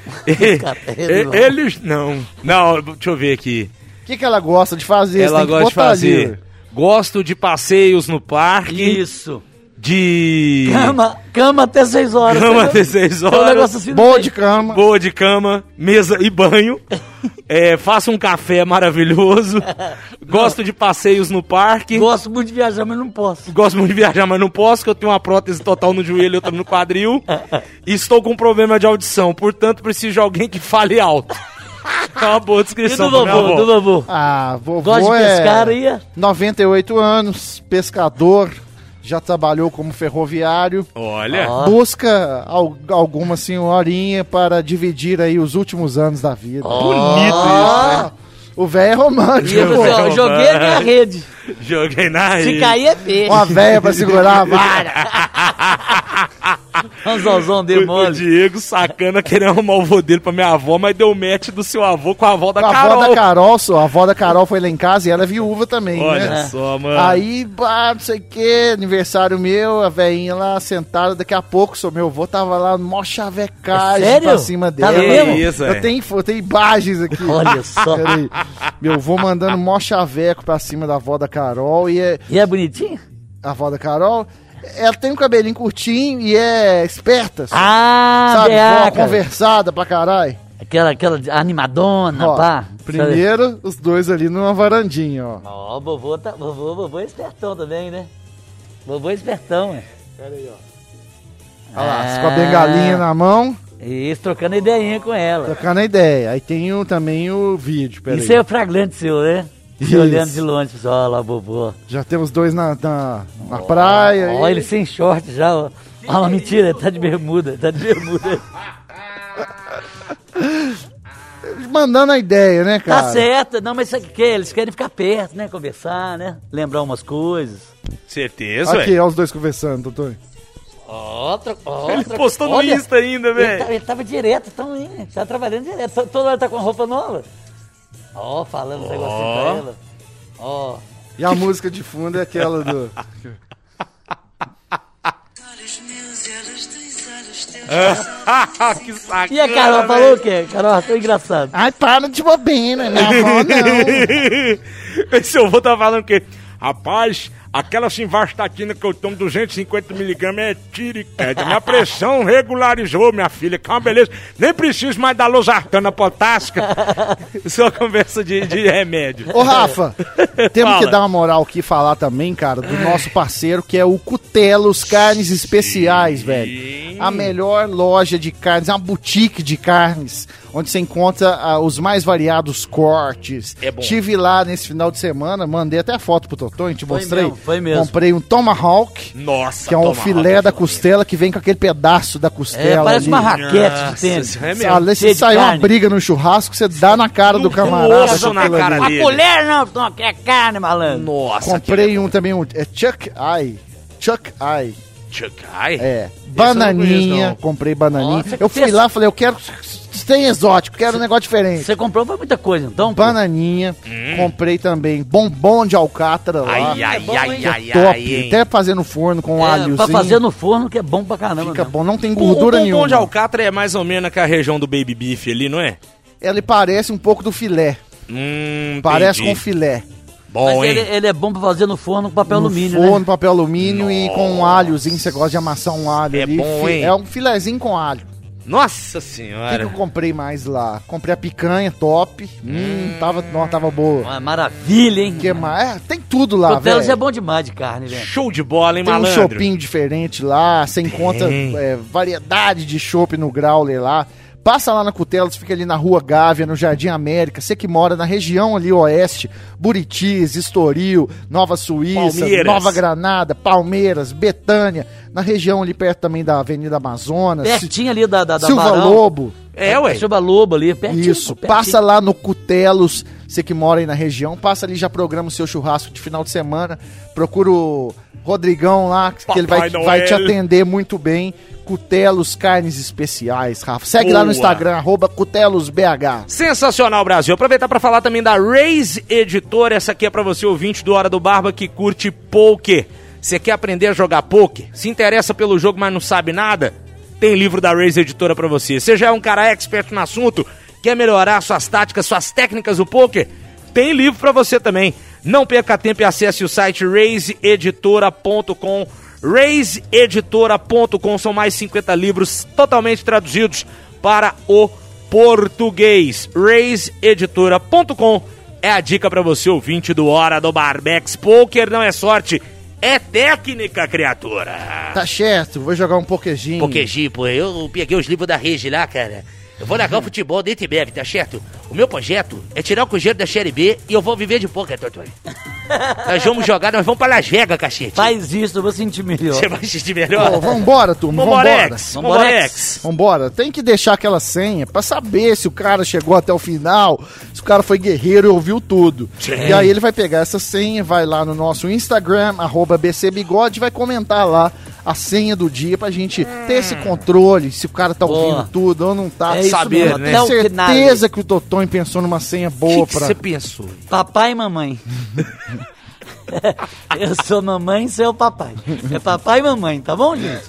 Speaker 3: Cara, ele não.
Speaker 2: E- Eles não. Não, deixa eu ver aqui.
Speaker 1: O que, que ela gosta de fazer? Você
Speaker 2: Ela
Speaker 1: tem que
Speaker 2: gosta de
Speaker 1: botar
Speaker 2: fazer.
Speaker 1: ali.
Speaker 2: Gosto de passeios no parque.
Speaker 3: Isso.
Speaker 2: De.
Speaker 3: Cama, cama até 6 horas.
Speaker 2: Cama
Speaker 3: entendeu?
Speaker 2: até 6
Speaker 3: É um negócio
Speaker 2: horas.
Speaker 3: assim. não
Speaker 1: Boa
Speaker 3: tem-
Speaker 1: de cama.
Speaker 2: Boa de cama, mesa e banho. É, faço um café maravilhoso. Gosto de passeios no parque.
Speaker 3: Gosto muito de viajar, mas não posso.
Speaker 2: Gosto muito de viajar, mas não posso, que eu tenho uma prótese total no joelho e outra no quadril. E estou com um problema de audição, portanto preciso de alguém que fale alto. É uma boa
Speaker 3: E
Speaker 2: descrição.
Speaker 3: do
Speaker 2: pra minha
Speaker 3: vovô,
Speaker 2: avó.
Speaker 3: do vovô.
Speaker 1: Ah, vovô
Speaker 3: Gosta de pescar
Speaker 1: é
Speaker 3: aí? é?
Speaker 1: 98 anos, pescador, já trabalhou como ferroviário.
Speaker 2: Olha,
Speaker 3: Ó.
Speaker 1: Busca al- alguma senhorinha para dividir aí os últimos anos da vida.
Speaker 2: bonito isso, né?
Speaker 1: O velho é
Speaker 3: E eu
Speaker 1: romântico.
Speaker 3: falei, ó,
Speaker 2: João
Speaker 3: joguei a minha
Speaker 2: Barros.
Speaker 3: rede.
Speaker 2: Joguei na
Speaker 3: Se é
Speaker 2: rede.
Speaker 3: cair é peixe.
Speaker 1: Uma velha pra segurar a vara.
Speaker 3: Ranzolzão dele
Speaker 2: O, o
Speaker 3: mole.
Speaker 2: Diego sacana querendo arrumar o vô dele pra minha avó, mas deu match do seu avô com a avó da
Speaker 1: a
Speaker 2: Carol.
Speaker 1: avó da Carol, só, a avó da Carol foi lá em casa e ela é viúva também,
Speaker 2: Olha
Speaker 1: né?
Speaker 2: só, mano.
Speaker 1: Aí, pá, não sei o que, aniversário meu, a veinha lá sentada, daqui a pouco, sou meu avô tava lá, mó chavecagem
Speaker 3: É sério?
Speaker 1: pra cima dela.
Speaker 3: Tava mesmo?
Speaker 2: Isso, é.
Speaker 1: eu, tenho, eu tenho imagens aqui.
Speaker 3: Olha só.
Speaker 1: Peraí. Meu avô mandando mó chaveco pra cima da avó da Carol e é-
Speaker 3: E é bonitinho?
Speaker 1: a avó da Carol, ela tem um cabelinho curtinho e é esperta, só,
Speaker 3: Ah,
Speaker 1: sabe? Vó
Speaker 3: beaca.
Speaker 1: conversada pra caralho.
Speaker 3: Aquela, aquela de- animadona,
Speaker 1: Ó,
Speaker 3: pá.
Speaker 1: primeiro, os dois ali numa varandinha, ó.
Speaker 3: Ó, vovô, tá, vovô, vovô é espertão também, né? Vovô é espertão, é.
Speaker 1: Olha lá, com a
Speaker 3: Ah.
Speaker 1: bengalinha na mão,
Speaker 3: Isso, trocando ideinha com ela.
Speaker 1: trocando a ideia. Aí tem o, também o vídeo, peraí.
Speaker 3: Isso é o flagrante seu, né? Se
Speaker 1: Isso.
Speaker 3: olhando de longe, pessoal, olha lá, vovô.
Speaker 1: Já temos dois na, na, na praia.
Speaker 3: Ó,
Speaker 1: e-
Speaker 3: ele sem short já, ó. Olha lá, mentira, ele tá de bermuda, tá de bermuda.
Speaker 1: Mandando a ideia, né, cara?
Speaker 3: Tá certo, não, mas sabe o que? Eles querem ficar perto, né? Conversar, né? Lembrar umas coisas.
Speaker 2: Certeza,
Speaker 1: Aqui,
Speaker 2: velho.
Speaker 1: olha os dois conversando, Tony.
Speaker 3: Outra, outra.
Speaker 2: Ele postou no
Speaker 3: Olha,
Speaker 2: Insta ainda,
Speaker 3: Ele, tá-
Speaker 2: velho.
Speaker 3: ele tá, tava direto, tão indo, tá trabalhando direto. to- Toda hora tá com a roupa nova. Ó, falando os negocinhos pra ela. Ó.
Speaker 1: E a música de fundo é aquela do.
Speaker 2: que sacana,
Speaker 3: E a Carol falou o quê? Carol, tô engraçado.
Speaker 1: Ai, para de bobina,
Speaker 3: né,
Speaker 1: minha avó não.
Speaker 2: velho. Seu avô tá falando o quê? Rapaz, aquela simvastatina que eu tomo 250mg é tiriquete. Minha pressão regularizou, minha filha. Que é uma beleza. Nem preciso mais da losartana potássica. Só conversa de, de remédio.
Speaker 1: Ô, Rafa, temos
Speaker 2: Fala.
Speaker 1: que dar uma moral aqui e falar também, cara, do nosso parceiro que é o Cutelos Carnes Especiais, velho. A melhor loja de carnes, uma boutique de carnes, onde você encontra ah, os mais variados cortes.
Speaker 2: É bom.
Speaker 1: Tive lá nesse final de semana, mandei até foto pro Totonho, te
Speaker 3: Foi
Speaker 1: mostrei.
Speaker 3: mesmo, foi mesmo.
Speaker 1: Comprei um Tomahawk,
Speaker 2: Nossa,
Speaker 1: que é um
Speaker 2: toma,
Speaker 1: filé
Speaker 2: Rafa,
Speaker 1: da
Speaker 2: toma.
Speaker 1: costela que vem com aquele pedaço da
Speaker 3: É,
Speaker 1: costela.
Speaker 3: parece
Speaker 1: ali.
Speaker 3: uma raquete
Speaker 2: Nossa,
Speaker 3: de tênis.
Speaker 2: isso é mesmo.
Speaker 1: Além
Speaker 3: Cheia
Speaker 1: se
Speaker 3: de
Speaker 1: sair uma
Speaker 3: carne. Então,
Speaker 1: briga no churrasco, você dá na cara do camarada.
Speaker 2: osso
Speaker 1: com
Speaker 2: na
Speaker 1: aquilo ali.
Speaker 2: cara
Speaker 3: A
Speaker 2: dele.
Speaker 3: colher não, não quer carne, malandro.
Speaker 2: é Nossa,
Speaker 1: Comprei um também, um, é Chuck Eye. Chuck Eye.
Speaker 2: que- Tchacai?
Speaker 1: É.
Speaker 2: eu não conheço,
Speaker 1: Bananinha,
Speaker 2: não.
Speaker 1: comprei bananinha.
Speaker 3: Nossa, que
Speaker 1: eu fui
Speaker 3: texto.
Speaker 1: lá falei, eu quero tem exótico, quero um negócio diferente.
Speaker 3: Você comprou foi muita coisa, então? pô?
Speaker 1: Bananinha, comprei também bombom de alcatra lá.
Speaker 2: Hum. Ai, ai,
Speaker 3: bom,
Speaker 2: ai,
Speaker 3: hein?
Speaker 2: ai,
Speaker 1: É top.
Speaker 2: ai, hein?
Speaker 1: Até fazer no forno com
Speaker 3: É,
Speaker 1: um alhozinho.
Speaker 3: pra fazer no forno que é bom pra caramba.
Speaker 1: Fica
Speaker 3: né?
Speaker 1: bom, não tem
Speaker 2: O, o
Speaker 1: gordura
Speaker 2: bombom
Speaker 1: nenhuma.
Speaker 2: de alcatra é mais ou menos aquela região do baby beef ali, não é?
Speaker 1: Ele parece um pouco do filé.
Speaker 2: Hum,
Speaker 1: Parece com
Speaker 2: entendi.
Speaker 1: filé.
Speaker 2: Bom,
Speaker 3: Mas ele,
Speaker 2: hein?
Speaker 3: ele é bom pra fazer no forno com papel
Speaker 1: no
Speaker 3: alumínio,
Speaker 1: forno,
Speaker 3: né?
Speaker 1: papel alumínio e com um alhozinho. Você gosta de amassar um alho
Speaker 2: É
Speaker 1: ali.
Speaker 2: bom,
Speaker 1: Fi-
Speaker 2: hein?
Speaker 1: É um filézinho com alho.
Speaker 2: Nossa
Speaker 1: O que, que
Speaker 2: senhora.
Speaker 1: eu comprei mais lá? Comprei a picanha top. Hum, tava, não, tava boa.
Speaker 3: Uma maravilha, hein?
Speaker 1: O que mais? É, tem tudo lá,
Speaker 3: Cotelos
Speaker 1: velho.
Speaker 3: é bom demais de carne, velho.
Speaker 2: Show de bola, hein,
Speaker 1: Tem um
Speaker 2: malandro?
Speaker 1: chopinho diferente lá, você encontra
Speaker 2: Tem.
Speaker 1: é, variedade de chopp no Growler lá. Passa lá na Cutelos, fica ali na Rua Gávea, no Jardim América. Você que mora na região ali oeste, Buritis, Estoril, Nova Suíça,
Speaker 2: Palmeiras.
Speaker 1: Nova Granada, Palmeiras, Betânia. Na região ali perto também da Avenida Amazonas,
Speaker 3: Pertinho ali da, da, da
Speaker 1: Silva
Speaker 3: Barão.
Speaker 1: Lobo.
Speaker 2: É, ué.
Speaker 3: Silva Lobo ali, pertinho.
Speaker 1: Isso,
Speaker 3: pô, pertinho.
Speaker 1: passa lá no Cutelos, você que mora aí na região, passa ali, já programa o seu churrasco de final de semana, procura o Rodrigão lá, que
Speaker 2: Papai
Speaker 1: ele vai,
Speaker 2: Noel.
Speaker 1: vai te atender muito bem. Cutelos Carnes Especiais, Rafa. Segue lá no
Speaker 2: Boa.
Speaker 1: Instagram, arroba CutelosBH.
Speaker 2: Sensacional, Brasil. Aproveitar para falar também da Raise Editor. Essa aqui é para você, ouvinte do Hora do Barba, que curte poker. Você quer aprender a jogar poker? Se interessa pelo jogo, mas não sabe nada? Tem livro da Raise Editora para você. Você já é um cara expert no assunto? Quer melhorar suas táticas, suas técnicas do poker? Tem livro para você também. Não perca tempo e acesse o site raiseeditora.com. raiseeditora.com são mais 50 livros totalmente traduzidos para o português. RaiseEditora.com é a dica pra você, ouvinte do Hora do Barbex. Poker não é sorte, é técnica, criatura.
Speaker 1: Tá certo, vou jogar um poquejinho.
Speaker 5: Pokeji, pô, Hum. tipo, eu peguei os livros da Regi lá, cara. Eu vou
Speaker 2: Hum.
Speaker 5: largar o futebol dentro e bebe, tá certo? O meu projeto é tirar o Cruzeiro da Série B e eu vou viver de poker, doutor. nós vamos jogar, nós vamos pra Las Vegas, cacete.
Speaker 3: Faz isso, eu vou sentir melhor.
Speaker 5: Você vai assistir
Speaker 1: Ó,
Speaker 5: melhor?
Speaker 1: vambora, turma, vambora.
Speaker 2: Vamborex,
Speaker 3: Vambora.
Speaker 2: Vamborex.
Speaker 1: Vambora, tem que deixar aquela senha pra saber se o cara chegou até o final, se o cara foi guerreiro e ouviu tudo. E aí ele vai pegar essa senha, vai lá no nosso Instagram, arroba BCBigode, vai comentar lá a senha do dia pra gente ter esse controle, se o cara tá
Speaker 3: Hum. Boa.
Speaker 1: ouvindo tudo ou não tá.
Speaker 3: É isso
Speaker 2: Saber,
Speaker 3: mesmo,
Speaker 2: né?
Speaker 1: Tenho
Speaker 3: até o final.
Speaker 1: certeza que o Totonho pensou numa senha boa
Speaker 2: O que que
Speaker 1: pra.
Speaker 2: você pensou?
Speaker 3: Papai e mamãe. Eu sou mamãe, você é o papai. É papai e mamãe, tá bom, gente?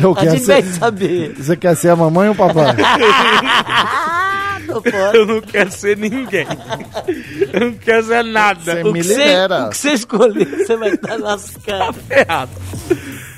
Speaker 1: Eu
Speaker 3: a
Speaker 1: quero
Speaker 3: gente
Speaker 1: ser-
Speaker 3: vai saber.
Speaker 1: Você quer ser a mamãe ou o papai?
Speaker 3: Tô fora.
Speaker 2: Eu não quero ser ninguém. Eu não quero ser nada.
Speaker 1: Você
Speaker 2: O
Speaker 1: me
Speaker 2: que
Speaker 3: Cê-
Speaker 1: libera.
Speaker 3: o que você escolher, você vai estar tá lascado.
Speaker 2: é errado.